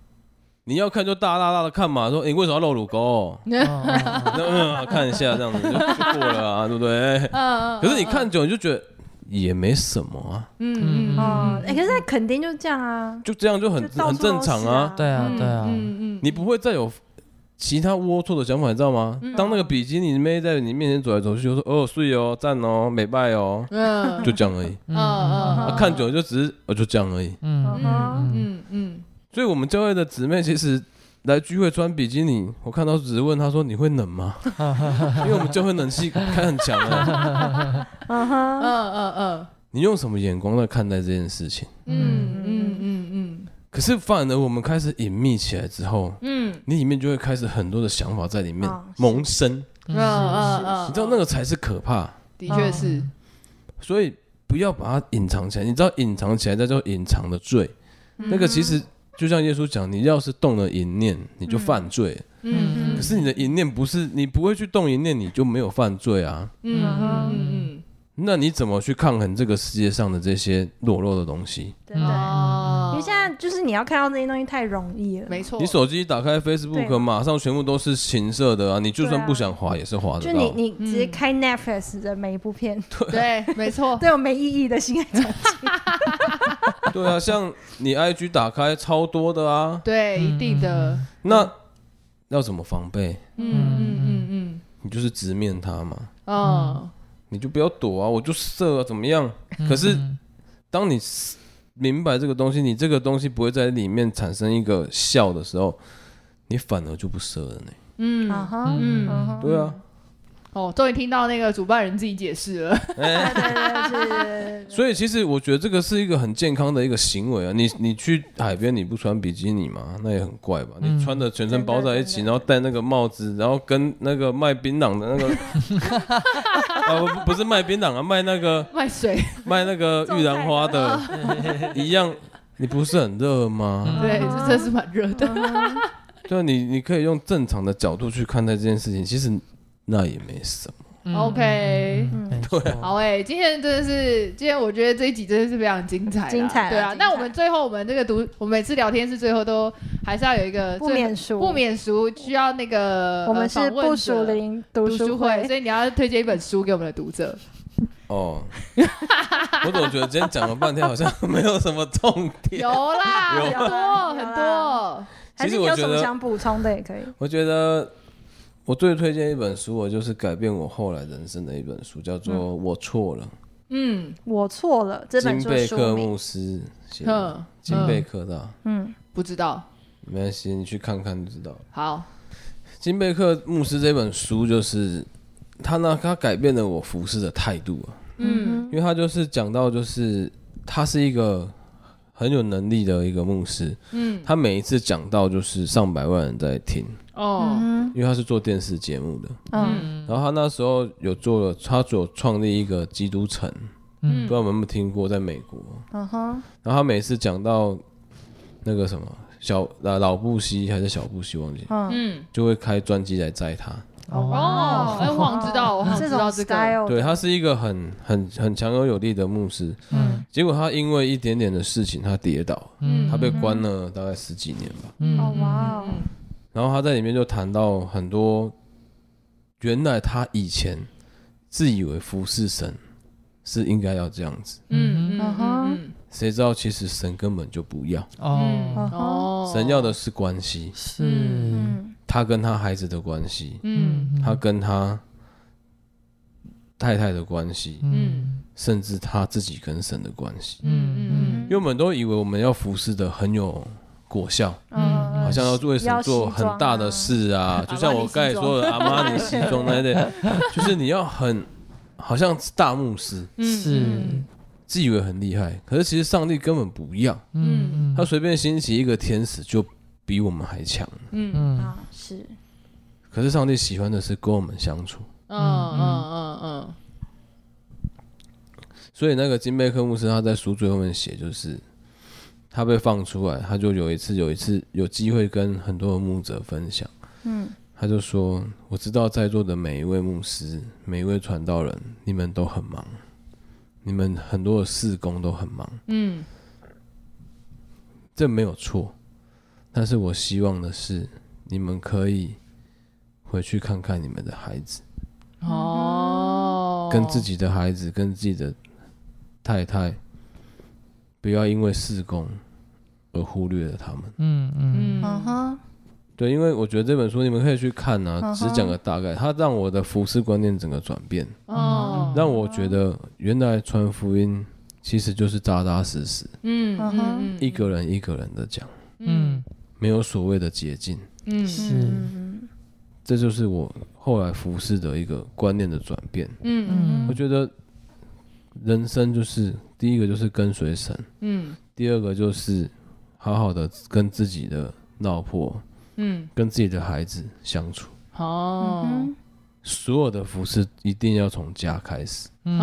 [SPEAKER 4] 你要看就大大大的看嘛，说诶你为什么要露乳 沟？
[SPEAKER 3] 嗯
[SPEAKER 4] 那嗯，看一下这样子就就过 了啊，对不对？
[SPEAKER 2] 啊
[SPEAKER 4] 可是你看久了你就觉得也没什么啊，
[SPEAKER 2] 嗯
[SPEAKER 5] 哦，哎，可是在垦丁就这样啊，
[SPEAKER 4] 就这样就很
[SPEAKER 5] 就到
[SPEAKER 4] 很
[SPEAKER 5] 处都
[SPEAKER 4] 正常
[SPEAKER 5] 是
[SPEAKER 4] 啊，
[SPEAKER 3] 对啊对啊，
[SPEAKER 2] 嗯嗯，
[SPEAKER 4] 你不会再有其他龌龊的想法，你知道吗？
[SPEAKER 2] 嗯
[SPEAKER 4] 当那个比基尼妹在你面前走来走去，就说哦睡哦赞哦美拜 哦，
[SPEAKER 2] 嗯
[SPEAKER 4] 就这样而已。
[SPEAKER 2] 嗯嗯
[SPEAKER 4] 啊、看久了就只是呃就这样而已。
[SPEAKER 3] 嗯
[SPEAKER 2] 嗯嗯
[SPEAKER 4] 所以我们教会的姊妹其实来聚会穿比基尼，我看到只是问她说你会 冷吗？因为我们教会冷气开很强的，
[SPEAKER 5] 嗯
[SPEAKER 2] 嗯
[SPEAKER 5] 哼，
[SPEAKER 2] 嗯嗯
[SPEAKER 4] 你用什么眼光在看待这件事情？
[SPEAKER 2] 嗯嗯嗯
[SPEAKER 4] 可是反而我们开始隐秘起来之后，
[SPEAKER 2] 嗯
[SPEAKER 4] 你里面就会开始很多的想法在里面
[SPEAKER 5] 哦是
[SPEAKER 4] 萌生，
[SPEAKER 2] 嗯嗯，
[SPEAKER 4] 你知道那个才是可怕。
[SPEAKER 2] 的确是，嗯
[SPEAKER 4] 所以不要把它隐藏起来。你知道隐藏起来，那叫隐藏的罪。
[SPEAKER 5] 嗯
[SPEAKER 4] 那个其实就像耶稣讲，你要是动了淫念，你就犯罪。
[SPEAKER 2] 嗯
[SPEAKER 4] 可是你的淫念不是你不会去动淫念，你就没有犯罪啊。
[SPEAKER 2] 嗯嗯
[SPEAKER 4] 那你怎么去抗衡这个世界上的这些裸露的东西？
[SPEAKER 5] 真
[SPEAKER 2] 嗯
[SPEAKER 5] 的，
[SPEAKER 2] 哦
[SPEAKER 5] 因为现在就是你要看到这些东西太容易了，
[SPEAKER 2] 没错，
[SPEAKER 4] 你手机一打开
[SPEAKER 5] 对
[SPEAKER 4] Facebook，马上全部都是情色的啊！你就算不想滑，也是滑
[SPEAKER 5] 就
[SPEAKER 4] 得
[SPEAKER 5] 你
[SPEAKER 4] 到。
[SPEAKER 5] 你直接
[SPEAKER 2] 嗯
[SPEAKER 5] 开 Netflix 的每一部片，
[SPEAKER 2] 对，没错，
[SPEAKER 5] 都有没意义的心爱转
[SPEAKER 4] 对啊，像你 IG 打开超多的啊，
[SPEAKER 2] 对，一定的，
[SPEAKER 4] 那要怎么防备？
[SPEAKER 2] 嗯嗯嗯
[SPEAKER 4] 你就是直面它嘛。
[SPEAKER 2] 嗯，哦，
[SPEAKER 4] 你就不要躲啊，我就射啊，怎么样？可是当你 s- 明白这个东西，你这个东西不会在里面产生一个笑的时候，你反而就不射了呢。
[SPEAKER 2] 嗯
[SPEAKER 5] 啊哈，
[SPEAKER 2] 嗯
[SPEAKER 5] 嗯哼，
[SPEAKER 4] 对啊，
[SPEAKER 2] 哦，终于听到那个主办人自己解释了。
[SPEAKER 4] 哎、
[SPEAKER 5] 对对对对对，
[SPEAKER 4] 所以其实我觉得这个是一个很健康的一个行为啊。你你去海边你不穿比基尼嘛，那也很怪吧？你穿的全身包在一起，
[SPEAKER 5] 真的真的
[SPEAKER 4] 然后戴那个帽子，然后跟那个 卖槟榔的那个，啊不不是卖槟榔啊，卖那个
[SPEAKER 2] 卖水，
[SPEAKER 4] 卖那个玉兰花的
[SPEAKER 5] 哦
[SPEAKER 4] 一样，你不是很热吗？
[SPEAKER 2] 对，这真是蛮热的。
[SPEAKER 4] 对啊，你你可以用正常的角度去看待这件事情，其实那也没什么。
[SPEAKER 2] 嗯 OK，
[SPEAKER 3] 对，
[SPEAKER 2] 好诶、今天真的是，今天我觉得这一集真的是非常精彩啦，
[SPEAKER 5] 精彩啦
[SPEAKER 2] 对啊
[SPEAKER 5] 精。彩
[SPEAKER 2] 那我们最后，我们这个读，我们每次聊天是最后都还是要有一个
[SPEAKER 5] 不
[SPEAKER 2] 最
[SPEAKER 5] 免俗，
[SPEAKER 2] 不，免俗，需要那个
[SPEAKER 5] 我们
[SPEAKER 2] 呃
[SPEAKER 5] 是
[SPEAKER 2] 访问
[SPEAKER 5] 不属
[SPEAKER 2] 者
[SPEAKER 5] 灵
[SPEAKER 2] 读
[SPEAKER 5] 读
[SPEAKER 2] 书
[SPEAKER 5] 书
[SPEAKER 2] 会，
[SPEAKER 5] 会，
[SPEAKER 2] 所以你要推荐一本书给我们的读 者。
[SPEAKER 4] 哦，我总觉得今天讲了半天，好像没有什么重点
[SPEAKER 2] 有。啦，
[SPEAKER 4] 有
[SPEAKER 2] 很多
[SPEAKER 5] 有啦啊
[SPEAKER 2] 很
[SPEAKER 5] 有
[SPEAKER 2] 多
[SPEAKER 5] 啦，还
[SPEAKER 4] 其
[SPEAKER 5] 是
[SPEAKER 4] 实
[SPEAKER 5] 你有
[SPEAKER 4] 我
[SPEAKER 5] 什
[SPEAKER 4] 觉
[SPEAKER 5] 么
[SPEAKER 4] 得，
[SPEAKER 5] 想补充的也可以。
[SPEAKER 4] 我觉得我最推荐一本书，我就是改变我后来人生的一本书，叫做《我错了
[SPEAKER 2] 嗯》，
[SPEAKER 5] 我错了，这本
[SPEAKER 4] 金
[SPEAKER 5] 书
[SPEAKER 4] 贝克
[SPEAKER 5] 书名
[SPEAKER 4] 牧师写的，
[SPEAKER 2] 哼，
[SPEAKER 4] 金贝克的啊，
[SPEAKER 2] 不知道，
[SPEAKER 4] 没关系，你去看看就知道了。
[SPEAKER 2] 好，
[SPEAKER 4] 金贝克牧师这本书就是他呢，他改变了我服侍的态度啊。
[SPEAKER 2] 嗯
[SPEAKER 4] 因为他就是讲到，就是他是一个很有能力的一个牧师，
[SPEAKER 2] 嗯，
[SPEAKER 4] 他每一次讲到就是上百万人在听，
[SPEAKER 2] 哦，
[SPEAKER 4] 因为他是做电视节目的。
[SPEAKER 2] 嗯
[SPEAKER 4] 然后他那时候有做了，他所创立一个基督城，不
[SPEAKER 2] 嗯
[SPEAKER 4] 知道你们有没有听过，在美国。
[SPEAKER 5] 嗯哼，
[SPEAKER 4] 然后他每次讲到那个什么小呃老布希还是小布希忘记，
[SPEAKER 5] 嗯，
[SPEAKER 2] 嗯，
[SPEAKER 4] 就会开专机来载他。
[SPEAKER 2] 哦，哎，我好像知道，我好像
[SPEAKER 5] 这
[SPEAKER 2] 知道
[SPEAKER 5] 种
[SPEAKER 2] 这
[SPEAKER 5] style，
[SPEAKER 2] 个，
[SPEAKER 1] 哦
[SPEAKER 5] 的
[SPEAKER 4] 对，他是一个很很很强而有力的牧师。
[SPEAKER 3] 嗯
[SPEAKER 4] 结果他因为一点点的事情，他跌倒，
[SPEAKER 3] 嗯
[SPEAKER 4] 他被关了大概十几年吧。
[SPEAKER 5] 哦
[SPEAKER 3] 嗯
[SPEAKER 5] 哇哦，
[SPEAKER 4] 然后他在里面就谈到很多，原来他以前自以为服侍神是应该要这样子，
[SPEAKER 2] 嗯嗯嗯嗯
[SPEAKER 4] 谁知道其实神根本就不要，
[SPEAKER 2] 嗯
[SPEAKER 5] Uh-huh
[SPEAKER 3] 哦，
[SPEAKER 2] 哦
[SPEAKER 4] 神要的是关系，
[SPEAKER 3] 是，
[SPEAKER 1] 嗯
[SPEAKER 4] 他跟他孩子的关系，
[SPEAKER 2] 嗯
[SPEAKER 4] 他跟他太太的关系，
[SPEAKER 2] 嗯
[SPEAKER 4] 甚至他自己跟神的关系。
[SPEAKER 2] 嗯
[SPEAKER 4] 因为我们都以为我们要服侍的很有果效，
[SPEAKER 2] 嗯
[SPEAKER 4] 好像要为神做很大的事啊，
[SPEAKER 2] 要
[SPEAKER 4] 就
[SPEAKER 2] 西装啊
[SPEAKER 4] 像我刚才说的阿玛尼西装那一类，就是你要很好像是大牧师，
[SPEAKER 2] 嗯
[SPEAKER 3] 是，
[SPEAKER 4] 自以为很厉害，可是其实上帝根本不要，
[SPEAKER 3] 嗯
[SPEAKER 4] 他随便兴起一个天使就比我们还强。
[SPEAKER 2] 嗯嗯
[SPEAKER 3] 嗯
[SPEAKER 5] 啊，是
[SPEAKER 4] 可是上帝喜欢的是跟我们相处，
[SPEAKER 2] 嗯嗯
[SPEAKER 4] 所以那个金贝克牧师他在书最后面写，就是他被放出来，他就有一次有一次有机会跟很多的牧者分享，
[SPEAKER 5] 嗯，
[SPEAKER 4] 他就说：“我知道在座的每一位牧师、每一位传道人，你们都很忙，你们很多的事工都很忙，
[SPEAKER 2] 嗯
[SPEAKER 4] 这没有错。但是我希望的是，你们可以回去看看你们的孩子，
[SPEAKER 2] 嗯哦，
[SPEAKER 4] 跟自己的孩子，跟自己的太太，不要因为事工而忽略了他们。”
[SPEAKER 3] 嗯嗯
[SPEAKER 2] 嗯
[SPEAKER 5] 嗯哼，
[SPEAKER 4] 对，因为我觉得这本书你们可以去看啊，
[SPEAKER 5] 嗯
[SPEAKER 4] 只
[SPEAKER 5] 哼
[SPEAKER 4] 讲个大概，它让我的服饰观念整个转变，
[SPEAKER 2] 哦，
[SPEAKER 4] 让我觉得原来传福音其实就是扎扎实实，
[SPEAKER 2] 嗯嗯
[SPEAKER 4] 一个人一个人的讲，
[SPEAKER 3] 嗯
[SPEAKER 4] 没有所谓的捷径，
[SPEAKER 2] 嗯
[SPEAKER 3] 是，
[SPEAKER 5] 嗯
[SPEAKER 4] 这就是我后来服饰的一个观念的转变。
[SPEAKER 2] 嗯
[SPEAKER 4] 我觉得人生就是第一个就是跟随神，
[SPEAKER 2] 嗯
[SPEAKER 4] 第二个就是好好的跟自己的老婆、
[SPEAKER 2] 嗯
[SPEAKER 4] 跟自己的孩子相处，
[SPEAKER 2] 哦
[SPEAKER 5] 嗯
[SPEAKER 4] 所有的服饰一定要从家开始。
[SPEAKER 2] 嗯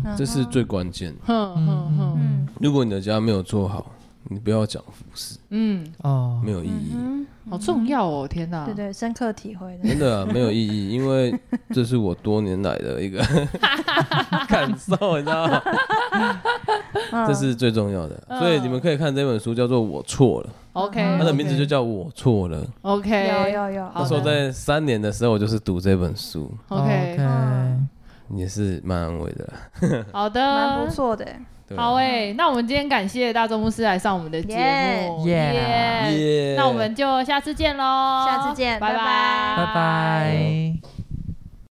[SPEAKER 5] 哼，
[SPEAKER 4] 这是最关键的。
[SPEAKER 2] 哼哼哼
[SPEAKER 5] 嗯
[SPEAKER 4] 如果你的家没有做好，你不要讲服侍，
[SPEAKER 2] 嗯，
[SPEAKER 3] 哦
[SPEAKER 4] 没有意义，
[SPEAKER 5] 嗯哼，
[SPEAKER 2] 好重要哦，天哪！
[SPEAKER 5] 对对，深刻体会的，
[SPEAKER 4] 真的啊、没有意义，因为这是我多年来的一个 感受，你知道吗？ 这
[SPEAKER 5] 嗯
[SPEAKER 4] 是最重要的。所以你们可以看这本书，叫做《我错了》，
[SPEAKER 2] OK，
[SPEAKER 4] 它的名字就叫《我错了》。
[SPEAKER 5] 有
[SPEAKER 2] OK
[SPEAKER 5] 有有，
[SPEAKER 4] 那时候在三年的时候，我就是读这本书，
[SPEAKER 2] OK，
[SPEAKER 4] 也是蛮安慰的啦。
[SPEAKER 2] 好
[SPEAKER 5] 蛮不
[SPEAKER 2] 的。
[SPEAKER 5] 错的，
[SPEAKER 4] 对啊
[SPEAKER 2] 好诶、那我们今天感谢大众牧师来上我们的节目，
[SPEAKER 3] Yeah
[SPEAKER 2] 耶
[SPEAKER 4] 耶
[SPEAKER 2] 那我们就下次见喽，
[SPEAKER 5] 下次见
[SPEAKER 2] 拜
[SPEAKER 5] 拜拜
[SPEAKER 3] 拜拜。